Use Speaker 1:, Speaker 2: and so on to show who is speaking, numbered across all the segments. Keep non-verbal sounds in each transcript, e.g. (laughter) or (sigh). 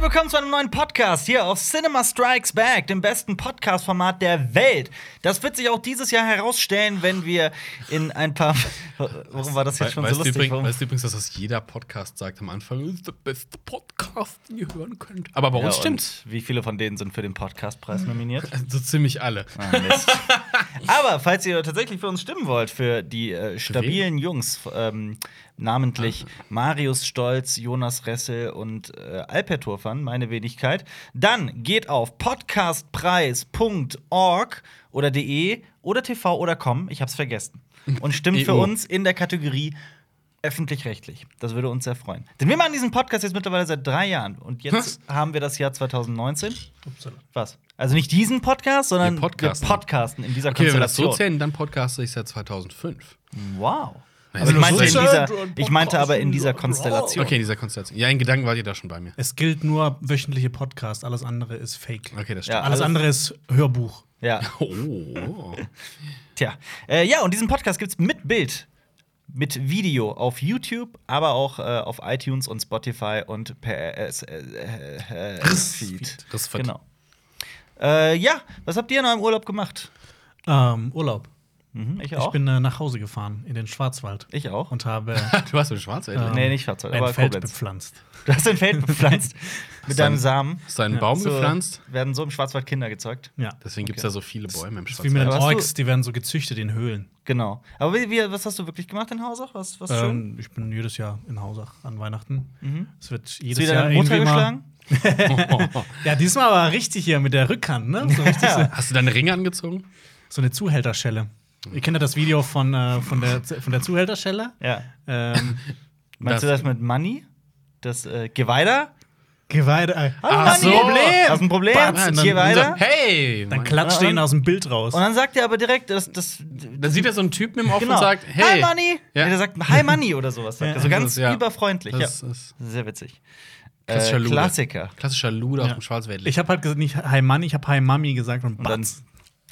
Speaker 1: willkommen zu einem neuen Podcast hier auf Cinema Strikes Back, dem besten Podcast-Format der Welt. Das wird sich auch dieses Jahr herausstellen, wenn wir in ein paar. (laughs) Warum war das jetzt schon
Speaker 2: weißt,
Speaker 1: so lustig?
Speaker 2: Du übrigens,
Speaker 1: Warum-
Speaker 2: weißt du übrigens, dass das jeder Podcast sagt am Anfang, das ist der beste Podcast, den ihr hören könnt. Aber bei
Speaker 1: Ja,
Speaker 2: uns
Speaker 1: und
Speaker 2: stimmt's.
Speaker 1: Wie viele von denen sind für den Podcastpreis nominiert?
Speaker 2: So ziemlich alle.
Speaker 1: Ah, Mist. Aber falls ihr tatsächlich für uns stimmen wollt, für die äh, stabilen Jungs, ähm, namentlich Marius Stolz, Jonas Ressel und äh, Alper Turfan, meine Wenigkeit, dann geht auf podcastpreis.org oder de oder tv oder com, ich hab's vergessen, und stimmt für
Speaker 2: EU.
Speaker 1: uns in der Kategorie öffentlich-rechtlich. Das würde uns sehr freuen. Denn wir machen diesen Podcast jetzt mittlerweile seit drei Jahren und jetzt haben wir das Jahr 2019. Was? Also nicht diesen Podcast, sondern wir
Speaker 2: Wir
Speaker 1: podcasten,
Speaker 2: podcasten.
Speaker 1: in dieser
Speaker 2: Okay, wenn wir das so
Speaker 1: Konstellation.
Speaker 2: zählen, dann podcaste ich seit 2005.
Speaker 1: wow.
Speaker 2: Wenn
Speaker 1: Also ich,
Speaker 2: das
Speaker 1: meinte
Speaker 2: so
Speaker 1: in
Speaker 2: zählt,
Speaker 1: dieser,
Speaker 3: dann
Speaker 1: ich meinte aber in
Speaker 3: podcasten
Speaker 1: dieser
Speaker 3: wir.
Speaker 1: Konstellation.
Speaker 2: Okay, in dieser Konstellation. Ja, in Gedanken war ihr da schon bei mir.
Speaker 3: Es gilt nur wöchentliche Podcast, alles andere ist Fake.
Speaker 2: Okay, das
Speaker 1: Ja. also alles-
Speaker 2: stimmt.
Speaker 3: Alles andere ist Hörbuch.
Speaker 1: Ja,
Speaker 2: (laughs) Oh.
Speaker 1: tja. Äh, ja, und diesen Podcast gibt's mit Bild, mit Video auf YouTube, aber auch äh, auf iTunes und Spotify und per RS, äh, äh, äh, Feed.
Speaker 2: Das ist
Speaker 1: Genau. Äh, ja, was habt ihr noch im Urlaub gemacht?
Speaker 3: Ähm, Urlaub.
Speaker 1: Mhm, ich
Speaker 3: Ich
Speaker 1: auch.
Speaker 3: bin äh, nach Hause gefahren in den Schwarzwald
Speaker 1: ich auch.
Speaker 3: und
Speaker 1: (laughs)
Speaker 3: habe
Speaker 1: Genau.
Speaker 2: (laughs) Du warst im Schwarzwald.
Speaker 3: Ja.
Speaker 1: nee, nicht Fahrzeug,
Speaker 3: ein
Speaker 1: aber
Speaker 3: Feld
Speaker 1: Koblenz.
Speaker 3: bepflanzt.
Speaker 1: Du hast ein Feld
Speaker 2: (laughs)
Speaker 1: bepflanzt mit deinem Samen.
Speaker 2: Hast du einen Baum
Speaker 1: So
Speaker 2: gepflanzt?
Speaker 1: Werden so im Schwarzwald Kinder gezeugt.
Speaker 3: Ja. Das
Speaker 2: Deswegen gibt's da so viele Bäume im
Speaker 3: ist wie mit
Speaker 2: Schwarzwald.
Speaker 3: den
Speaker 1: Aber hast du-
Speaker 3: Orks, die werden so gezüchtet in Höhlen.
Speaker 1: Genau. Aber wie, wie, was hast du wirklich gemacht in Hausach? Was, was schön?
Speaker 3: Ähm, ich bin jedes Jahr in Hausach an Weihnachten. Es wird
Speaker 1: Hast
Speaker 3: jedes
Speaker 1: du wieder
Speaker 3: Jahr
Speaker 1: deine Mutter
Speaker 3: irgendwie mal-
Speaker 1: geschlagen? (laughs)
Speaker 3: Ja, diesmal war richtig hier mit der Rückhand, ne? So, richtig so,
Speaker 2: (laughs) Hast du deine Ringe angezogen?
Speaker 3: so eine Zuhälterschelle. Ihr kennt ja das Video von, äh, von, der, von der Zuhälterschelle.
Speaker 1: Ja.
Speaker 3: Ähm,
Speaker 1: Meinst du das
Speaker 2: Das-
Speaker 1: mit Money? Das äh, geh weiter?
Speaker 3: Geweide. äh,
Speaker 2: Ach
Speaker 1: Money,
Speaker 2: so.
Speaker 1: Hast ein Problem?
Speaker 3: Batz, und dann-
Speaker 1: geh weiter?
Speaker 2: Hey!
Speaker 3: Dann
Speaker 2: Mann.
Speaker 3: klatscht
Speaker 1: Ja,
Speaker 3: er ihn
Speaker 1: und-
Speaker 3: aus dem Bild raus.
Speaker 1: Und dann sagt er aber direkt, das, das
Speaker 2: Dann sieht er so einen Typen im Off
Speaker 1: genau.
Speaker 2: und sagt, hey.
Speaker 1: Hi Money!
Speaker 2: Ja.
Speaker 1: Ja. Der sagt Hi Money oder sowas. Sagt
Speaker 3: Ja.
Speaker 1: er. So ganz
Speaker 2: (laughs) Ja.
Speaker 1: überfreundlich.
Speaker 2: Das
Speaker 1: ja.
Speaker 2: ist
Speaker 1: Sehr witzig. Äh,
Speaker 2: Klassischer Lude.
Speaker 1: Klassiker.
Speaker 2: klassischer Lude
Speaker 3: Ja.
Speaker 2: auf dem Schwarzwald.
Speaker 3: Ich habe halt gesagt, nicht Hi Mann, ich habe Hi Mami gesagt und
Speaker 1: Und dann
Speaker 3: Batz.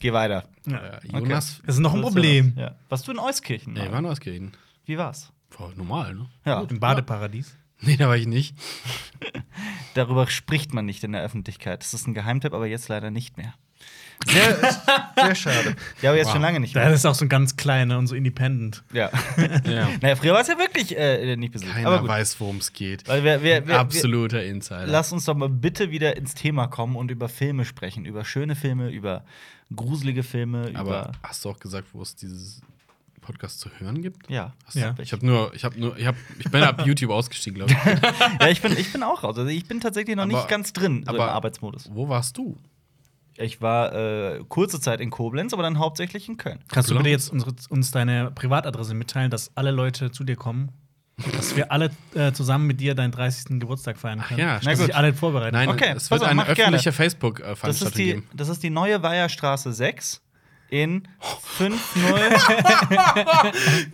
Speaker 1: geh weiter.
Speaker 3: Ja.
Speaker 2: Äh, Jonas,
Speaker 3: Das ist noch ein Problem.
Speaker 1: Ja. Warst du in Euskirchen?
Speaker 2: nee, war nur ausgereden.
Speaker 1: Wie war's?
Speaker 2: Boah, normal, ne? (laughs)
Speaker 1: Ja.
Speaker 3: Im Badeparadies.
Speaker 2: Nee, da war ich nicht.
Speaker 1: Darüber spricht man nicht in der Öffentlichkeit. Das ist ein Geheimtipp, aber jetzt leider nicht mehr. Sehr, sehr
Speaker 3: (laughs)
Speaker 1: schade. Ja, aber jetzt
Speaker 2: Wow.
Speaker 1: schon lange nicht
Speaker 3: Da
Speaker 1: mehr.
Speaker 3: ist auch so ein ganz kleiner und so independent.
Speaker 1: Ja. (laughs)
Speaker 2: Ja.
Speaker 1: naja, früher war es ja wirklich äh, nicht besucht. aber
Speaker 2: (laughs) Keiner
Speaker 1: gut.
Speaker 2: weiß, worum es geht.
Speaker 1: Weil wir, wir, wir,
Speaker 2: Absoluter Insider.
Speaker 1: Wir, lass uns doch mal bitte wieder ins Thema kommen und über Filme sprechen. Über schöne Filme, über gruselige Filme,
Speaker 2: aber
Speaker 1: über.
Speaker 2: hast du auch gesagt, wo es dieses Podcast zu hören gibt?
Speaker 1: Ja.
Speaker 2: Hast du-
Speaker 3: Ja.
Speaker 2: Ich habe nur, ich habe nur, ich, hab, ich
Speaker 1: (laughs)
Speaker 2: bin ab YouTube ausgestiegen, glaube ich.
Speaker 1: ja, ich bin, ich bin auch raus. Also ich bin tatsächlich noch
Speaker 2: Aber-
Speaker 1: nicht ganz drin so im
Speaker 2: aber-
Speaker 1: Arbeitsmodus.
Speaker 2: Wo warst du?
Speaker 1: Ich war äh, kurze Zeit in Koblenz, aber dann hauptsächlich in Köln.
Speaker 3: Kannst du
Speaker 2: Genau.
Speaker 3: bitte jetzt unsere, uns deine Privatadresse mitteilen, dass alle Leute zu dir kommen? Dass wir alle äh, zusammen mit dir deinen 30. Geburtstag feiern können.
Speaker 2: ja,
Speaker 3: dass
Speaker 1: stimmt.
Speaker 3: sich alle vorbereiten.
Speaker 2: Nein,
Speaker 1: Okay,
Speaker 2: es
Speaker 1: pass
Speaker 2: wird
Speaker 1: auf,
Speaker 2: eine
Speaker 1: mach gerne.
Speaker 2: öffentliche
Speaker 1: Das ist,
Speaker 2: Facebook-Veranstaltung
Speaker 1: die,
Speaker 2: geben.
Speaker 1: das ist die neue Weiherstraße 6 in
Speaker 2: Oh.
Speaker 1: 50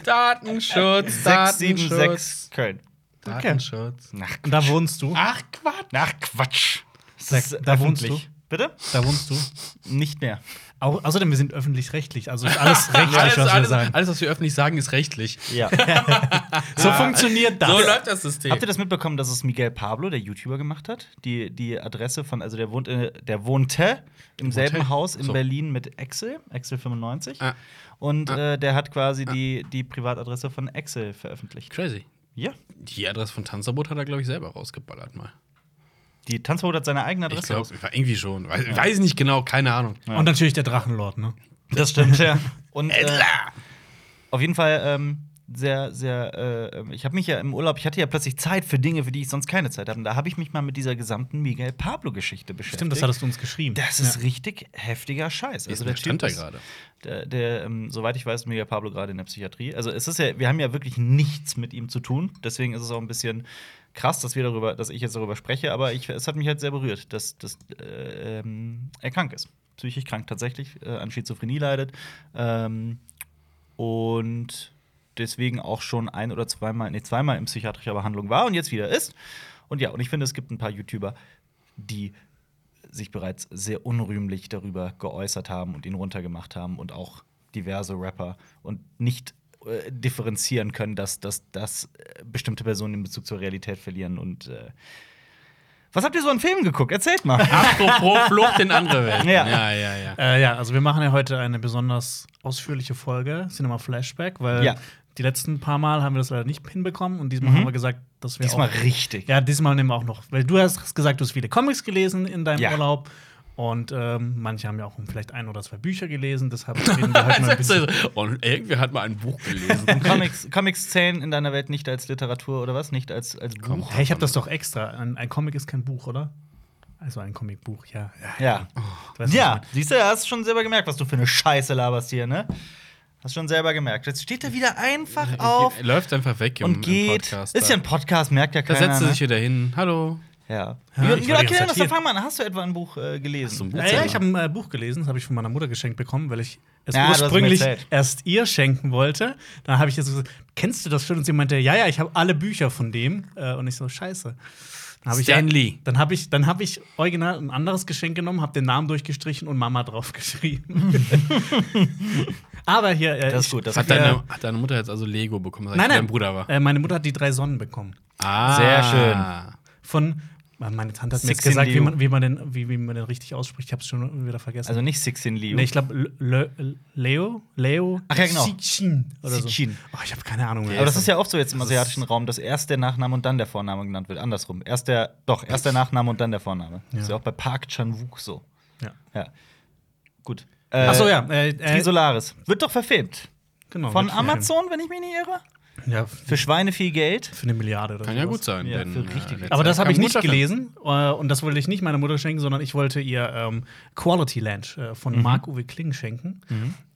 Speaker 2: Datenschutz,
Speaker 1: 676 Köln.
Speaker 2: Datenschutz.
Speaker 1: Nach
Speaker 3: Und da wohnst du.
Speaker 2: Ach, Quatsch.
Speaker 1: Nach Quatsch.
Speaker 3: Sag, da wohnst
Speaker 1: Bitte?
Speaker 3: Da wohnst du.
Speaker 1: Nicht mehr.
Speaker 3: Au außerdem, wir sind öffentlich-rechtlich. Also
Speaker 1: (laughs)
Speaker 2: (laughs)
Speaker 3: ist alles rechtlich,
Speaker 2: Alles,
Speaker 3: was wir
Speaker 2: alles, Ah.
Speaker 3: sagen.
Speaker 2: alles, was wir öffentlich sagen, ist rechtlich.
Speaker 1: Ja.
Speaker 3: so funktioniert das.
Speaker 2: So läuft das System.
Speaker 1: Habt ihr das mitbekommen, dass es Miguel Pablo, der YouTuber, gemacht hat? Die, die Adresse von, also der, wohnt, in- der wohnte im selben Haus in
Speaker 2: So.
Speaker 1: Berlin mit Excel, Excel 95.
Speaker 2: Ah.
Speaker 1: Und äh, der hat quasi die, die Privatadresse von Excel veröffentlicht.
Speaker 2: Crazy.
Speaker 1: Ja.
Speaker 2: Die Adresse von Tanzverbot hat er, glaube ich, selber rausgeballert mal.
Speaker 1: Die Tanzverbot hat seine eigene
Speaker 2: Ich
Speaker 1: Adresse.
Speaker 2: glaube, irgendwie schon. Weiß, weiß nicht genau, keine Ahnung.
Speaker 3: Und natürlich der Drachenlord, ne?
Speaker 1: Das stimmt,
Speaker 2: (laughs)
Speaker 1: ja. Und äh, auf jeden Fall ähm, sehr, sehr. Äh, ich habe mich ja im Urlaub, ich hatte ja plötzlich Zeit für Dinge, für die ich sonst keine Zeit habe. Und da habe ich mich mal mit dieser gesamten Miguel Pablo-Geschichte beschäftigt.
Speaker 3: Stimmt, das hattest du uns geschrieben.
Speaker 1: Das ist richtig heftiger Scheiß. Also der Typ
Speaker 2: stand da
Speaker 1: ist-
Speaker 2: gerade.
Speaker 1: Der, der ähm, soweit ich weiß, Miguel Pablo gerade in der Psychiatrie. Also es ist ja, wir haben ja wirklich nichts mit ihm zu tun. Deswegen ist es auch ein bisschen krass, dass wir darüber, dass ich jetzt darüber spreche. Aber ich, es hat mich halt sehr berührt, dass, dass äh, ähm, er krank ist, psychisch krank tatsächlich, äh, an Schizophrenie leidet ähm, und deswegen auch schon ein oder zweimal, nee, zweimal in psychiatrischer Behandlung war und jetzt wieder ist. Und ja, und ich finde, es gibt ein paar YouTuber, die sich bereits sehr unrühmlich darüber geäußert haben und ihn runtergemacht haben und auch diverse Rapper und nicht äh, differenzieren können, dass, dass, dass äh, bestimmte Personen in Bezug zur Realität verlieren und äh, Was habt ihr so an Filmen geguckt? Erzählt
Speaker 3: (laughs)
Speaker 1: mal. (laughs)
Speaker 2: Apropos Flucht in andere Welten.
Speaker 1: Ja.
Speaker 2: ja, ja. ja.
Speaker 3: Äh, ja, also wir machen ja heute eine besonders ausführliche Folge, Cinema Flashback, weil
Speaker 1: Ja.
Speaker 3: die letzten paar Mal haben wir das leider nicht hinbekommen und diesmal
Speaker 1: Mhm.
Speaker 3: haben wir gesagt, dass wir
Speaker 1: Diesmal
Speaker 3: auch
Speaker 1: richtig.
Speaker 3: Ja, diesmal nehmen wir auch noch, weil du hast gesagt, du hast viele Comics gelesen in deinem
Speaker 1: Ja.
Speaker 3: Urlaub. Und ähm, manche haben ja auch vielleicht ein oder zwei Bücher gelesen,
Speaker 1: (laughs)
Speaker 3: deshalb reden wir heute mal ein
Speaker 2: Sagst
Speaker 3: bisschen.
Speaker 2: du so, Und irgendwer hat mal ein Buch gelesen.
Speaker 1: Comics, Comics zählen in deiner Welt nicht als Literatur oder was? Nicht als, als Buch?
Speaker 2: Komm.
Speaker 3: Hey, ich habe das doch extra. Ein, ein Comic ist kein Buch, oder? Also ein Comicbuch, ja. ja.
Speaker 1: Ja.
Speaker 3: Du weißt,
Speaker 1: Ja,
Speaker 3: was
Speaker 1: siehst du, hast schon selber gemerkt, was du für eine Scheiße laberst hier, ne? Hast schon selber gemerkt. Jetzt steht er wieder einfach (laughs) auf
Speaker 2: Läuft einfach weg im,
Speaker 1: und
Speaker 2: im
Speaker 1: geht.
Speaker 2: Podcast.
Speaker 1: Ist ja ein Podcast, merkt ja
Speaker 2: da
Speaker 1: keiner.
Speaker 2: setzt er
Speaker 1: ne?
Speaker 2: sich wieder hin. Hallo.
Speaker 1: Ja.
Speaker 3: Ja,
Speaker 1: Wie-
Speaker 3: ich
Speaker 1: wie-
Speaker 3: war die
Speaker 1: okay,
Speaker 3: ganze
Speaker 1: was
Speaker 3: Zeit
Speaker 1: fang mal an. Hast du etwa ein Buch äh, gelesen?
Speaker 2: Hast du ein Buch?
Speaker 3: ich- Ja, ja, ich habe ein äh, Buch gelesen, das habe ich von meiner Mutter geschenkt bekommen, weil ich es
Speaker 1: Ja, du hast mir
Speaker 3: ursprünglich
Speaker 1: erzählt.
Speaker 3: erst ihr schenken wollte. Dann habe ich jetzt gesagt, kennst du das schon? Und sie meinte, ja, ja, ich habe alle Bücher von dem. Äh, und ich so, scheiße. Dann hab ich ja-
Speaker 2: Stanley.
Speaker 3: Dann habe ich, dann hab ich original ein anderes Geschenk genommen, habe den Namen durchgestrichen und Mama draufgeschrieben.
Speaker 1: (laughs)
Speaker 3: Aber hier. Äh,
Speaker 1: Das ist
Speaker 3: ich-
Speaker 1: gut, das
Speaker 2: Hat
Speaker 1: ist gut.
Speaker 2: deine, hat deine Mutter jetzt also Lego bekommen, als
Speaker 3: Nein, nein.
Speaker 2: dein Bruder war?
Speaker 3: Äh, meine Mutter hat die drei Sonnen bekommen.
Speaker 2: Ah.
Speaker 1: Sehr schön.
Speaker 3: Von. äh, Meine Tante hat mir jetzt
Speaker 1: Sixteen
Speaker 3: gesagt, wie
Speaker 1: Liu.
Speaker 3: man, wie, man den, wie, wie man den richtig ausspricht. Ich habe es schon wieder vergessen.
Speaker 1: Also nicht Sixteen Liu.
Speaker 3: nee, ich glaube, Leo? Leo?
Speaker 1: Ach ja, genau.
Speaker 3: Sichin oder so.
Speaker 1: Sichin.
Speaker 3: Oh, ich habe keine Ahnung mehr.
Speaker 1: aber das ist ja oft so jetzt im
Speaker 3: Das
Speaker 1: asiatischen Raum, dass erst der Nachname und dann der Vorname genannt wird. Andersrum. Erst der, doch, erst der Nachname und dann der Vorname.
Speaker 3: Ja.
Speaker 1: Ist ja auch bei Park Chan-wook so.
Speaker 3: Ja.
Speaker 1: Ja. Gut. Äh,
Speaker 3: Achso, ja. Äh,
Speaker 1: Tri
Speaker 3: äh,
Speaker 1: Solaris. Wird doch verfilmt.
Speaker 2: Oh,
Speaker 3: genau,
Speaker 1: Von
Speaker 3: wird-
Speaker 1: Amazon, wenn ich mich nicht irre.
Speaker 3: Ja,
Speaker 1: Für
Speaker 3: für,
Speaker 1: Schweine viel Geld.
Speaker 3: für eine Milliarde oder
Speaker 2: Kann ja
Speaker 3: sowas.
Speaker 2: gut sein.
Speaker 1: Ja,
Speaker 2: denn,
Speaker 1: für
Speaker 2: äh,
Speaker 1: richtig.
Speaker 2: letztes
Speaker 3: Aber das
Speaker 2: Jahr
Speaker 3: habe ich
Speaker 2: kam
Speaker 3: nicht
Speaker 2: guter Film.
Speaker 3: gelesen äh, und das wollte ich nicht meiner Mutter schenken, sondern ich wollte ihr ähm, Quality Land äh,
Speaker 1: Mhm.
Speaker 3: von Marc-Uwe Kling schenken.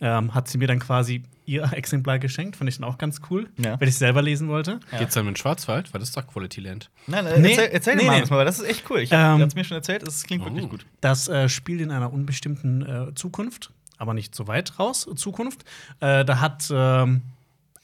Speaker 3: Ähm, hat sie mir dann quasi ihr (laughs) Exemplar geschenkt, fand ich dann auch ganz cool,
Speaker 1: Ja.
Speaker 3: weil ich es selber lesen wollte.
Speaker 1: Ja.
Speaker 2: Geht's dann mit Schwarzwald? Weil das ist doch Quality Land.
Speaker 1: Nein, äh,
Speaker 3: Nee.
Speaker 1: erzähl, erzähl
Speaker 3: Nee,
Speaker 1: nee, mal,
Speaker 3: nee.
Speaker 1: das mal, weil das ist echt cool. Ich
Speaker 3: Ähm,
Speaker 1: hab's mir schon erzählt, es klingt wirklich
Speaker 2: Oh.
Speaker 1: gut.
Speaker 3: Das äh, spielt in einer unbestimmten äh, Zukunft, aber nicht so weit raus, Zukunft. Äh, da hat, ähm,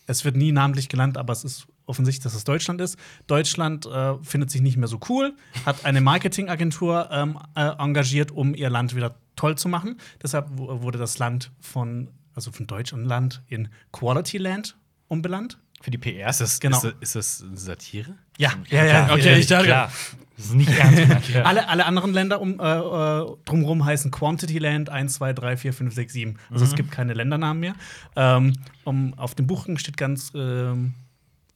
Speaker 3: es wird nie namentlich genannt, aber es ist offensichtlich, dass es Deutschland ist. Deutschland äh, findet sich nicht mehr so cool, hat eine Marketingagentur ähm, äh, engagiert, um ihr Land wieder toll zu machen. Deshalb wu- wurde das Land von, also von Deutschland in Quality Land umbenannt.
Speaker 1: Für die PR
Speaker 2: Ist
Speaker 1: (laughs)
Speaker 2: das,
Speaker 3: Genau.
Speaker 2: ist das, ist das eine Satire?
Speaker 3: Ja, ja, ja.
Speaker 2: Okay, ich dachte-
Speaker 1: Das ist nicht ernst gemeint.
Speaker 3: (laughs) Ja. Alle, alle anderen Länder um, äh, äh, drumherum heißen Quantity Land 1, 2, 3, 4, 5, 6, 7. Also es gibt keine Ländernamen mehr. Ähm, um, auf dem Buchrücken steht ganz ähm,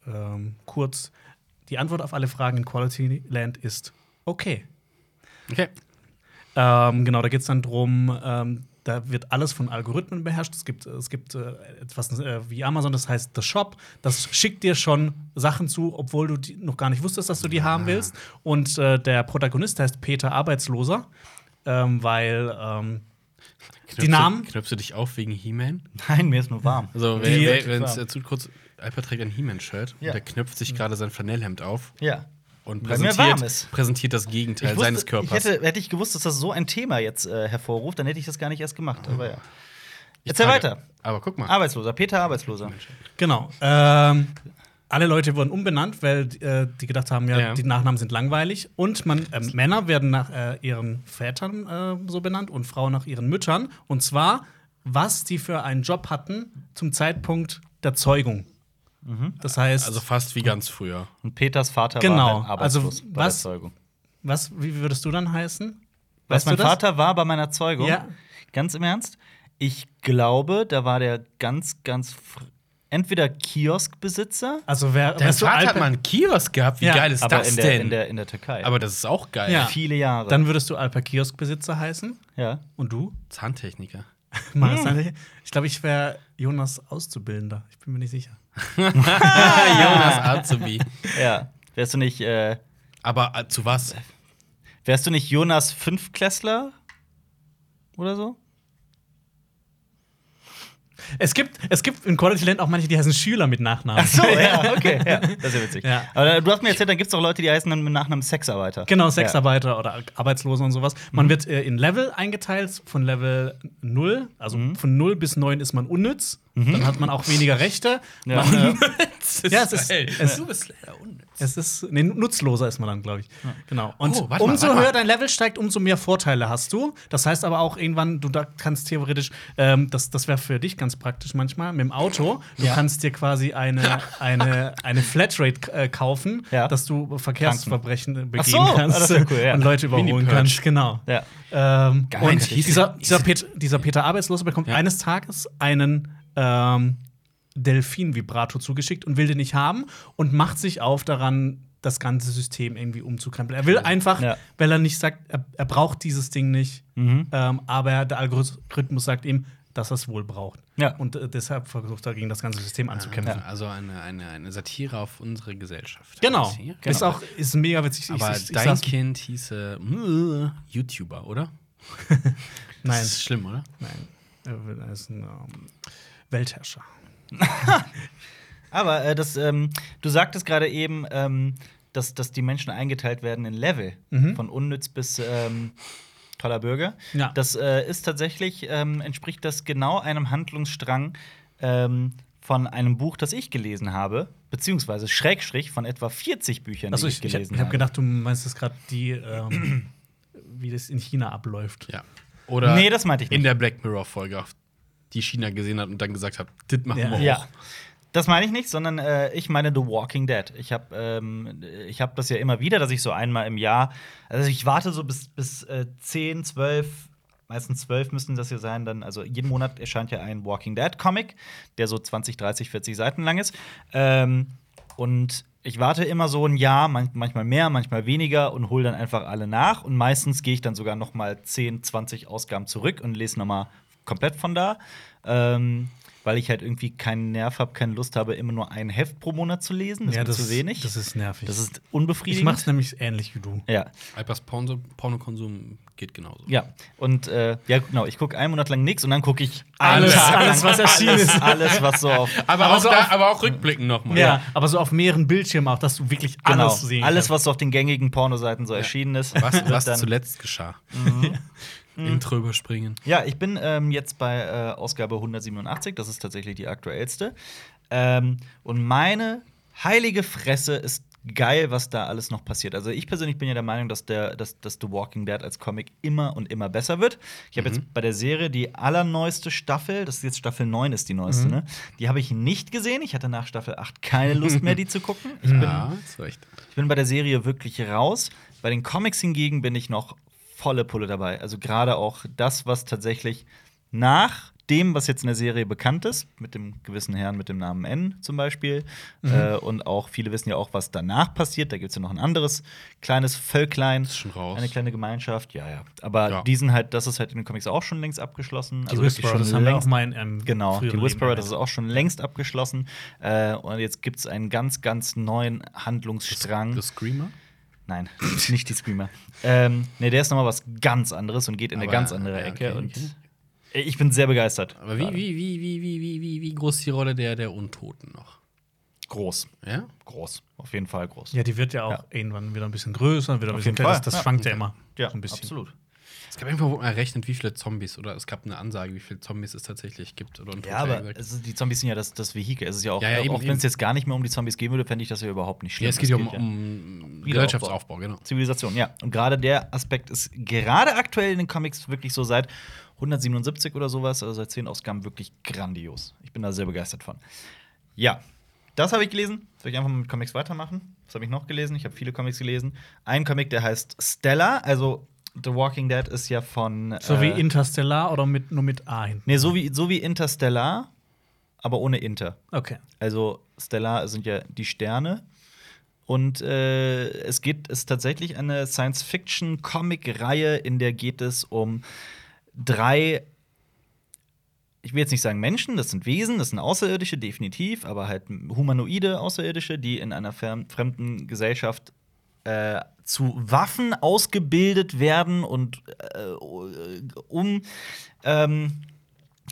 Speaker 3: ähm, kurz: Die Antwort auf alle Fragen in Quality Land ist okay.
Speaker 2: Okay.
Speaker 3: Ähm, genau, da geht es dann drum, ähm, da wird alles von Algorithmen beherrscht. Es gibt, es gibt äh, etwas äh, wie Amazon, das heißt The Shop. Das schickt dir schon Sachen zu, obwohl du die noch gar nicht wusstest, dass du die haben willst. Und äh, der Protagonist heißt Peter Arbeitsloser, ähm, weil ähm,
Speaker 2: Knöpfst
Speaker 3: die Namen.
Speaker 2: Du, knöpfst du dich auf wegen He-Man?
Speaker 1: Nein, mir ist nur warm.
Speaker 2: Also,
Speaker 3: Die-
Speaker 2: wenn es zu kurz. Alper trägt ein He-Man-Shirt
Speaker 1: Ja.
Speaker 2: und der knöpft sich gerade sein Flanellhemd auf
Speaker 1: Ja.
Speaker 2: und
Speaker 1: Weil mir warm
Speaker 2: präsentiert,
Speaker 1: ist.
Speaker 2: präsentiert das Gegenteil
Speaker 1: wusste-
Speaker 2: seines Körpers.
Speaker 1: Ich hätte, hätte ich gewusst, dass das so ein Thema jetzt äh, hervorruft, dann hätte ich das gar nicht erst gemacht.
Speaker 3: Mhm.
Speaker 1: Aber ja.
Speaker 2: Ich
Speaker 1: Erzähl
Speaker 2: trage-
Speaker 1: weiter.
Speaker 2: Aber guck mal.
Speaker 1: Arbeitsloser, Peter Arbeitsloser.
Speaker 3: Genau. Ähm, alle Leute wurden umbenannt, weil äh, die gedacht haben, ja,
Speaker 2: Ja.
Speaker 3: die Nachnamen sind langweilig. Und man, äh, Männer werden nach äh, ihren Vätern äh, so benannt und Frauen nach ihren Müttern. Und zwar, was die für einen Job hatten zum Zeitpunkt der Zeugung. Das heißt,
Speaker 2: also fast wie ganz früher.
Speaker 1: Und Peters Vater
Speaker 3: Genau.
Speaker 1: war halt arbeitslos
Speaker 3: Also,
Speaker 1: bei
Speaker 3: was-
Speaker 1: der Zeugung.
Speaker 3: was, wie würdest du dann heißen?
Speaker 1: Was
Speaker 3: Weißt du
Speaker 1: mein
Speaker 3: das?
Speaker 1: Vater war bei meiner Zeugung,
Speaker 3: Ja.
Speaker 1: ganz im Ernst, ich glaube, da war der ganz, ganz fr- entweder Kioskbesitzer,
Speaker 3: Also wer
Speaker 2: Dein
Speaker 3: wärst du
Speaker 2: Vater hat
Speaker 3: Alper-
Speaker 2: mal einen Kiosk gehabt. Wie
Speaker 3: Ja.
Speaker 2: geil ist
Speaker 1: aber
Speaker 2: das
Speaker 1: in, der,
Speaker 2: denn?
Speaker 1: in, der, in der Türkei.
Speaker 2: aber das ist auch geil.
Speaker 3: Ja.
Speaker 1: viele Jahre.
Speaker 3: Dann würdest du Alper Kioskbesitzer heißen.
Speaker 1: ja.
Speaker 3: Und du? (laughs)
Speaker 2: Zahntechniker.
Speaker 3: Mann, das- Ich glaube, ich wäre Jonas Auszubildender. Ich bin mir nicht sicher.
Speaker 2: Ah, Jonas Azubi.
Speaker 1: ja. Wärst du nicht, äh,
Speaker 2: Aber äh, zu was?
Speaker 1: wärst du nicht Jonas Fünfklässler oder so?
Speaker 3: Es gibt, es gibt in Quality Land auch manche, die heißen Schüler mit Nachnamen.
Speaker 1: So, ja, okay. Ja, das ist ja witzig.
Speaker 3: Ja.
Speaker 1: Aber du hast mir erzählt, dann gibt es doch Leute, die heißen dann mit Nachnamen Sexarbeiter.
Speaker 3: Genau, Sexarbeiter oder Arbeitslose und sowas. Man
Speaker 1: Mhm.
Speaker 3: wird
Speaker 1: Mhm.
Speaker 3: äh, in Level eingeteilt, von Level 0, also von 0 bis 9 ist man unnütz Dann hat man auch weniger Rechte.
Speaker 1: Ja.
Speaker 3: Man, äh,
Speaker 2: Das ist
Speaker 3: Ja, es ist-
Speaker 2: geil.
Speaker 3: es-
Speaker 2: du bist leider unnütz.
Speaker 3: es ist nee, nutzloser ist man dann, glaube ich. Genau. Und
Speaker 2: Oh, warte mal,
Speaker 3: umso
Speaker 2: warte mal.
Speaker 3: höher dein Level steigt, umso mehr Vorteile hast du. Das heißt aber auch irgendwann, du da kannst theoretisch, ähm, das, das wäre für dich ganz praktisch manchmal mit dem Auto. Du
Speaker 1: Ja.
Speaker 3: kannst dir
Speaker 1: (laughs)
Speaker 3: quasi eine, eine, eine Flatrate äh, kaufen,
Speaker 1: Ja.
Speaker 3: dass du Verkehrsverbrechen begehen
Speaker 1: Ach so, ah,
Speaker 3: kannst
Speaker 1: das ist ja
Speaker 3: (laughs)
Speaker 1: cool, ja.
Speaker 3: und Leute überholen
Speaker 2: Mini-Purge.
Speaker 3: kannst. Genau.
Speaker 1: Ja.
Speaker 3: Ähm,
Speaker 2: Geil,
Speaker 3: und
Speaker 2: hieß-
Speaker 3: dieser, dieser, Pet, dieser Peter Arbeitslose bekommt eines Tages einen ähm, Delfin-Vibrator zugeschickt und will den nicht haben und macht sich auf daran, das ganze System irgendwie umzukrempeln. Er will einfach,
Speaker 1: Ja.
Speaker 3: weil er nicht sagt, er, er braucht dieses Ding nicht,
Speaker 2: Mhm.
Speaker 3: ähm, aber der Algorithmus sagt ihm, dass er es wohl braucht.
Speaker 1: Ja.
Speaker 3: Und äh, deshalb versucht er, gegen das ganze System anzukämpfen.
Speaker 2: Also eine, eine, eine Satire auf unsere Gesellschaft.
Speaker 3: Genau.
Speaker 2: Ist hier?
Speaker 3: Ist auch ist mega witzig.
Speaker 2: Aber
Speaker 3: ich, ich, ich
Speaker 2: dein
Speaker 3: saß-
Speaker 2: Kind hieße äh, YouTuber, oder? Das
Speaker 3: Nein,
Speaker 2: ist schlimm, oder?
Speaker 3: nein. Er will- er ist ein ähm, Weltherrscher.
Speaker 1: Aber äh, das, ähm, du sagtest gerade eben, ähm, dass, dass die Menschen eingeteilt werden in Level, von unnütz bis ähm, toller Bürger.
Speaker 3: Mhm. Ja.
Speaker 1: Das äh, ist tatsächlich, ähm, entspricht das genau einem Handlungsstrang ähm, von einem Buch, das ich gelesen habe, beziehungsweise Schrägstrich von etwa 40 Büchern,
Speaker 3: Also
Speaker 1: die ich,
Speaker 3: ich, ich, hab-
Speaker 1: gelesen
Speaker 3: ich habe
Speaker 1: habe.
Speaker 3: gedacht, du meinst jetzt gerade die, ähm, wie das in China abläuft.
Speaker 2: Ja. Oder
Speaker 1: Nee, das meinte ich nicht.
Speaker 2: in der Black Mirror-Folge, auf die China gesehen hat und dann gesagt hat, das machen
Speaker 3: Ja.
Speaker 2: wir auch.
Speaker 1: Ja. Das meine ich nicht, sondern äh, ich meine The Walking Dead. Ich habe ähm, ich hab das ja immer wieder, dass ich so einmal im Jahr, also ich warte so bis, bis äh, 10, 12, meistens 12 müssen das hier sein, dann, also jeden Monat erscheint ja ein Walking Dead-Comic, der so 20, 30, 40 Seiten lang ist. Ähm, und ich warte immer so ein Jahr, man manchmal mehr, manchmal weniger und hole dann einfach alle nach. Und meistens gehe ich dann sogar noch mal 10, 20 Ausgaben zurück und lese noch mal komplett von da. Ähm, weil ich halt irgendwie keinen Nerv habe, keine Lust habe, immer nur ein Heft pro Monat zu lesen. Das ist mir zu wenig.
Speaker 3: Das ist nervig.
Speaker 1: Das ist
Speaker 3: ich
Speaker 1: unbefriedigend.
Speaker 3: mach's nämlich ähnlich wie du.
Speaker 1: ja,
Speaker 2: Alpers Porno- Pornokonsum geht genauso.
Speaker 1: ja. Und äh, ja, genau, ich gucke einen Monat lang nichts und dann gucke ich
Speaker 3: Alles,
Speaker 1: einen Tag lang
Speaker 3: alles, was erschienen
Speaker 1: alles,
Speaker 3: ist.
Speaker 1: Alles, was so auf
Speaker 2: Aber,
Speaker 3: Aber
Speaker 2: auch
Speaker 3: so
Speaker 2: da,
Speaker 3: auf-
Speaker 2: aber auch rückblicken nochmal.
Speaker 3: Ja. aber so auf mehreren Bildschirmen auch, dass du wirklich
Speaker 1: genau,
Speaker 3: alles sehen
Speaker 1: alles,
Speaker 3: kannst.
Speaker 1: was so auf den gängigen Pornoseiten so erschienen ist.
Speaker 2: Was,
Speaker 1: wird
Speaker 2: was
Speaker 1: dann- Mhm.
Speaker 2: zuletzt geschah. (laughs) Intro überspringen.
Speaker 1: Ja, ich bin ähm, jetzt bei äh, Ausgabe 187, das ist tatsächlich die aktuellste. Ähm, und meine heilige Fresse ist geil, was da alles noch passiert. Also ich persönlich bin ja der Meinung, dass, der, dass, dass The Walking Dead als Comic immer und immer besser wird. Ich habe jetzt bei der Serie die allerneueste Staffel, das ist jetzt Staffel 9 ist die neueste, ne? Die habe ich nicht gesehen. Ich hatte nach Staffel 8 keine Lust mehr, die zu gucken. Ich bin
Speaker 2: Ja, ist recht.
Speaker 1: ich bin bei der Serie wirklich raus. Bei den Comics hingegen bin ich noch volle Pulle dabei. Also gerade auch das, was tatsächlich nach dem, was jetzt in der Serie bekannt ist, mit dem gewissen Herrn mit dem Namen N zum Beispiel.
Speaker 3: Mhm.
Speaker 1: Äh, und auch viele wissen ja auch, was danach passiert. Da gibt es ja noch ein anderes kleines Völklein.
Speaker 2: Ist schon raus.
Speaker 1: Eine kleine Gemeinschaft. Ja, ja. Aber
Speaker 2: Ja.
Speaker 1: die sind halt, das ist halt in den Comics auch schon längst abgeschlossen. Also
Speaker 3: Die
Speaker 1: wirklich
Speaker 3: Whisperer,
Speaker 1: schon
Speaker 3: das haben wir auch
Speaker 1: längst-
Speaker 3: mal in einem
Speaker 1: Genau,
Speaker 3: früheren
Speaker 1: die Whisperer,
Speaker 3: Leben
Speaker 1: das ist auch schon längst abgeschlossen. Äh, und jetzt gibt es einen ganz, ganz neuen Handlungsstrang.
Speaker 2: The Screamer?
Speaker 1: Nein, (laughs) nicht die Screamer. ähm, nee, der ist nochmal was ganz anderes und geht in eine
Speaker 2: Aber,
Speaker 1: ganz andere
Speaker 2: ja,
Speaker 1: Ecke.
Speaker 2: okay,
Speaker 1: und
Speaker 2: okay.
Speaker 1: Ich bin sehr begeistert.
Speaker 2: Aber wie, wie, wie, wie, wie, wie, wie, wie groß ist die Rolle der, der Untoten noch?
Speaker 1: Groß.
Speaker 2: Ja?
Speaker 1: Groß. Auf jeden Fall groß.
Speaker 3: Ja, die wird ja auch
Speaker 1: Ja.
Speaker 3: irgendwann wieder ein bisschen größer, wieder ein
Speaker 1: Auf
Speaker 3: bisschen
Speaker 1: jeden
Speaker 3: kleiner.
Speaker 1: Fall.
Speaker 3: Das, das
Speaker 1: Ja.
Speaker 3: schwankt ja immer.
Speaker 1: Ja,
Speaker 3: so ein bisschen.
Speaker 1: absolut.
Speaker 2: Es gab irgendwo, wo man errechnet, wie viele Zombies oder es gab eine Ansage, wie viele Zombies es tatsächlich gibt oder Untote.
Speaker 1: Ja, aber
Speaker 3: halt
Speaker 2: gesagt.
Speaker 1: es ist, die Zombies sind ja das, das Vehikel. Es ist ja auch,
Speaker 2: Ja, ja, eben,
Speaker 1: auch wenn es
Speaker 2: eben.
Speaker 1: jetzt gar nicht mehr um die Zombies gehen würde, fände ich das ja überhaupt nicht schlimm.
Speaker 2: ja, es geht ja um,
Speaker 1: ja.
Speaker 2: um
Speaker 1: Wiederaufbau.
Speaker 2: Gesellschaftsaufbau, genau.
Speaker 1: Zivilisation, ja. Und gerade der Aspekt ist gerade aktuell in den Comics wirklich so seit 177 oder sowas, also seit 10 Ausgaben wirklich grandios. Ich bin da sehr begeistert von. Ja, das habe ich gelesen. Soll ich einfach mal mit Comics weitermachen? Was habe ich noch gelesen? Ich habe viele Comics gelesen. Ein Comic, der heißt Stella. Also The Walking Dead ist ja von.
Speaker 3: So wie
Speaker 1: äh,
Speaker 3: Interstellar oder mit, nur mit A hinten.
Speaker 1: Nee, so wie, so wie Interstellar, aber ohne Inter.
Speaker 3: Okay.
Speaker 1: Also Stellar sind ja die Sterne. Und äh, es geht, es ist tatsächlich eine Science-Fiction-Comic-Reihe, in der geht es um drei, ich will jetzt nicht sagen Menschen, das sind Wesen, das sind Außerirdische, definitiv, aber halt humanoide Außerirdische, die in einer fern- fremden Gesellschaft äh, zu Waffen ausgebildet werden und äh, um ähm,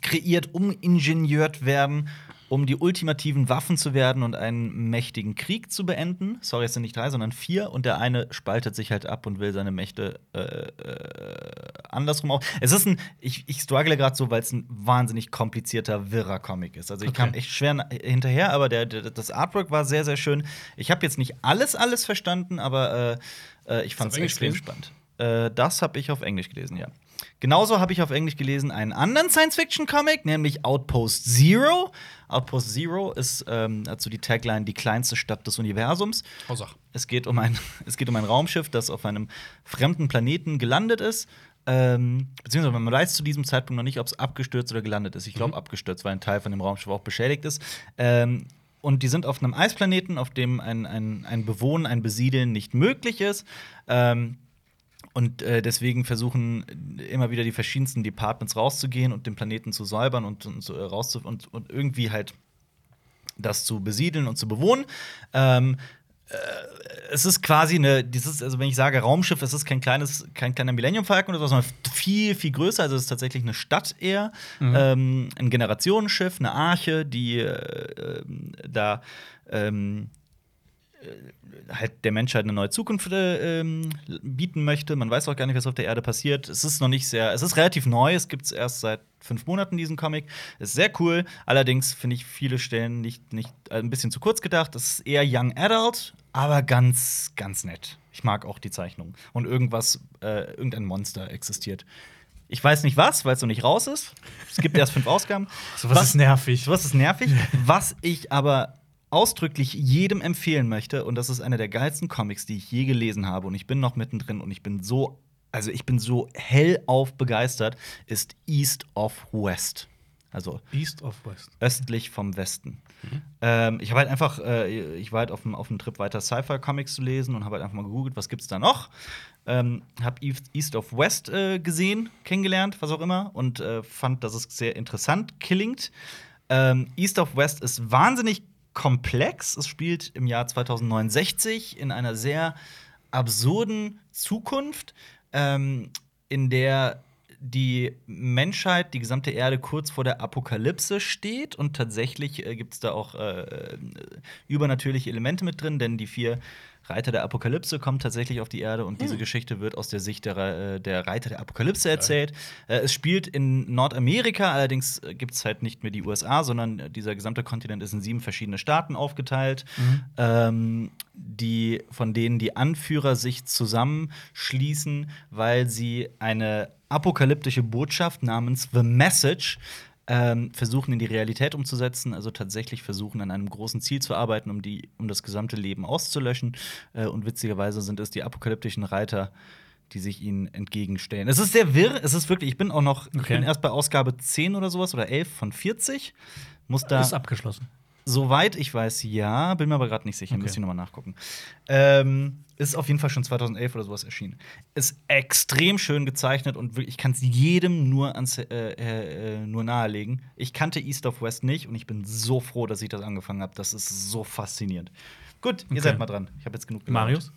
Speaker 1: kreiert, umingenieurt werden um die ultimativen Waffen zu werden und einen mächtigen Krieg zu beenden. Sorry, es sind nicht drei, sondern vier. Und der eine spaltet sich halt ab und will seine Mächte äh, äh, andersrum auf. Es ist ein, ich, ich struggle gerade so, weil es ein wahnsinnig komplizierter, wirrer Comic ist. Also ich
Speaker 2: Okay.
Speaker 1: kam echt schwer na- hinterher, aber der, der, das Artwork war sehr, sehr schön. Ich habe jetzt nicht alles, alles verstanden, aber äh, äh, ich fand es
Speaker 2: auf Englisch
Speaker 1: extrem
Speaker 2: gelesen?
Speaker 1: spannend. Äh, das habe ich auf Englisch gelesen, ja. Genauso habe ich auf Englisch gelesen einen anderen Science-Fiction-Comic, nämlich Outpost Zero. Outpost Zero ist ähm, dazu die Tagline, die kleinste Stadt des Universums.
Speaker 2: Hausach.
Speaker 1: Es geht um ein, (laughs) es geht um ein Raumschiff, das auf einem fremden Planeten gelandet ist. Ähm, beziehungsweise man weiß zu diesem Zeitpunkt noch nicht, ob es abgestürzt oder gelandet ist. Ich glaube, abgestürzt, weil ein Teil von dem Raumschiff auch beschädigt ist. Ähm, und die sind auf einem Eisplaneten, auf dem ein, ein, ein Bewohnen, ein Besiedeln nicht möglich ist. Ähm, und äh, deswegen versuchen immer wieder die verschiedensten Departments rauszugehen und den Planeten zu säubern und, und, so, äh, rauszu und, und irgendwie halt das zu besiedeln und zu bewohnen. Ähm, äh, es ist quasi eine, dieses, also wenn ich sage Raumschiff, es ist kein kleines, kein kleiner Millennium Falcon oder so, sondern viel, viel größer. Also es ist tatsächlich eine Stadt eher, ähm, ein Generationenschiff, eine Arche, die äh, ähm, da ähm, äh, halt der Menschheit eine neue Zukunft äh, ähm, bieten möchte. Man weiß auch gar nicht, was auf der Erde passiert. Es ist noch nicht sehr, es ist relativ neu. Es gibt es erst seit fünf Monaten diesen Comic. Ist sehr cool. Allerdings finde ich viele Stellen nicht, nicht äh, ein bisschen zu kurz gedacht. Es ist eher Young Adult, aber ganz, ganz nett. Ich mag auch die Zeichnung. Und irgendwas, äh, irgendein Monster existiert. Ich weiß nicht was, weil es noch nicht raus ist. Es gibt erst fünf Ausgaben.
Speaker 3: Sowas Also ist nervig.
Speaker 1: Sowas ist nervig. Was ich aber ausdrücklich jedem empfehlen möchte, und das ist einer der geilsten Comics, die ich je gelesen habe, und ich bin noch mittendrin und ich bin so, also ich bin so hellauf begeistert, ist East of West. Also
Speaker 3: East of West.
Speaker 1: östlich vom Westen. Ähm, ich habe halt einfach, äh, ich war halt auf dem auf dem Trip weiter Sci-Fi-Comics zu lesen und habe halt einfach mal gegoogelt, was gibt's da noch. Ähm, habe East of West äh, gesehen, kennengelernt, was auch immer, und äh, fand, dass es sehr interessant klingt. Ähm, East of West ist wahnsinnig komplex. Es spielt im Jahr 2069 in einer sehr absurden Zukunft, ähm, in der die Menschheit, die gesamte Erde kurz vor der Apokalypse steht. Und tatsächlich äh, gibt es da auch äh, äh, übernatürliche Elemente mit drin, denn die vier Reiter der Apokalypse kommen tatsächlich auf die Erde und diese Geschichte wird aus der Sicht der, Re- äh, der Reiter der Apokalypse erzählt. Äh, es spielt in Nordamerika, allerdings gibt es halt nicht mehr die USA, sondern äh, dieser gesamte Kontinent ist in sieben verschiedene Staaten aufgeteilt
Speaker 3: Mhm.
Speaker 1: ähm, die, von denen die Anführer sich zusammenschließen, weil sie eine apokalyptische Botschaft namens The Message ähm, versuchen in die Realität umzusetzen, also tatsächlich versuchen an einem großen Ziel zu arbeiten, um, die, um das gesamte Leben auszulöschen. Äh, und witzigerweise sind es die apokalyptischen Reiter, die sich ihnen entgegenstellen. Es ist sehr wirr, es ist wirklich, ich bin auch noch, ich
Speaker 3: Okay.
Speaker 1: bin erst bei Ausgabe 10 oder sowas oder 11 von 40. Muss da
Speaker 3: Ist abgeschlossen.
Speaker 1: Soweit ich weiß, ja, bin mir aber gerade nicht sicher,
Speaker 3: Okay.
Speaker 1: müsste ich nochmal nachgucken. Ähm, ist auf jeden Fall schon 2011 oder sowas erschienen. Ist extrem schön gezeichnet und wirklich- ich kann es jedem nur, ans, äh, äh, äh, nur nahelegen. Ich kannte East of West nicht und ich bin so froh, dass ich das angefangen habe. Das ist so faszinierend. Gut, ihr
Speaker 3: Okay.
Speaker 1: seid mal dran. Ich habe jetzt genug
Speaker 3: Marius?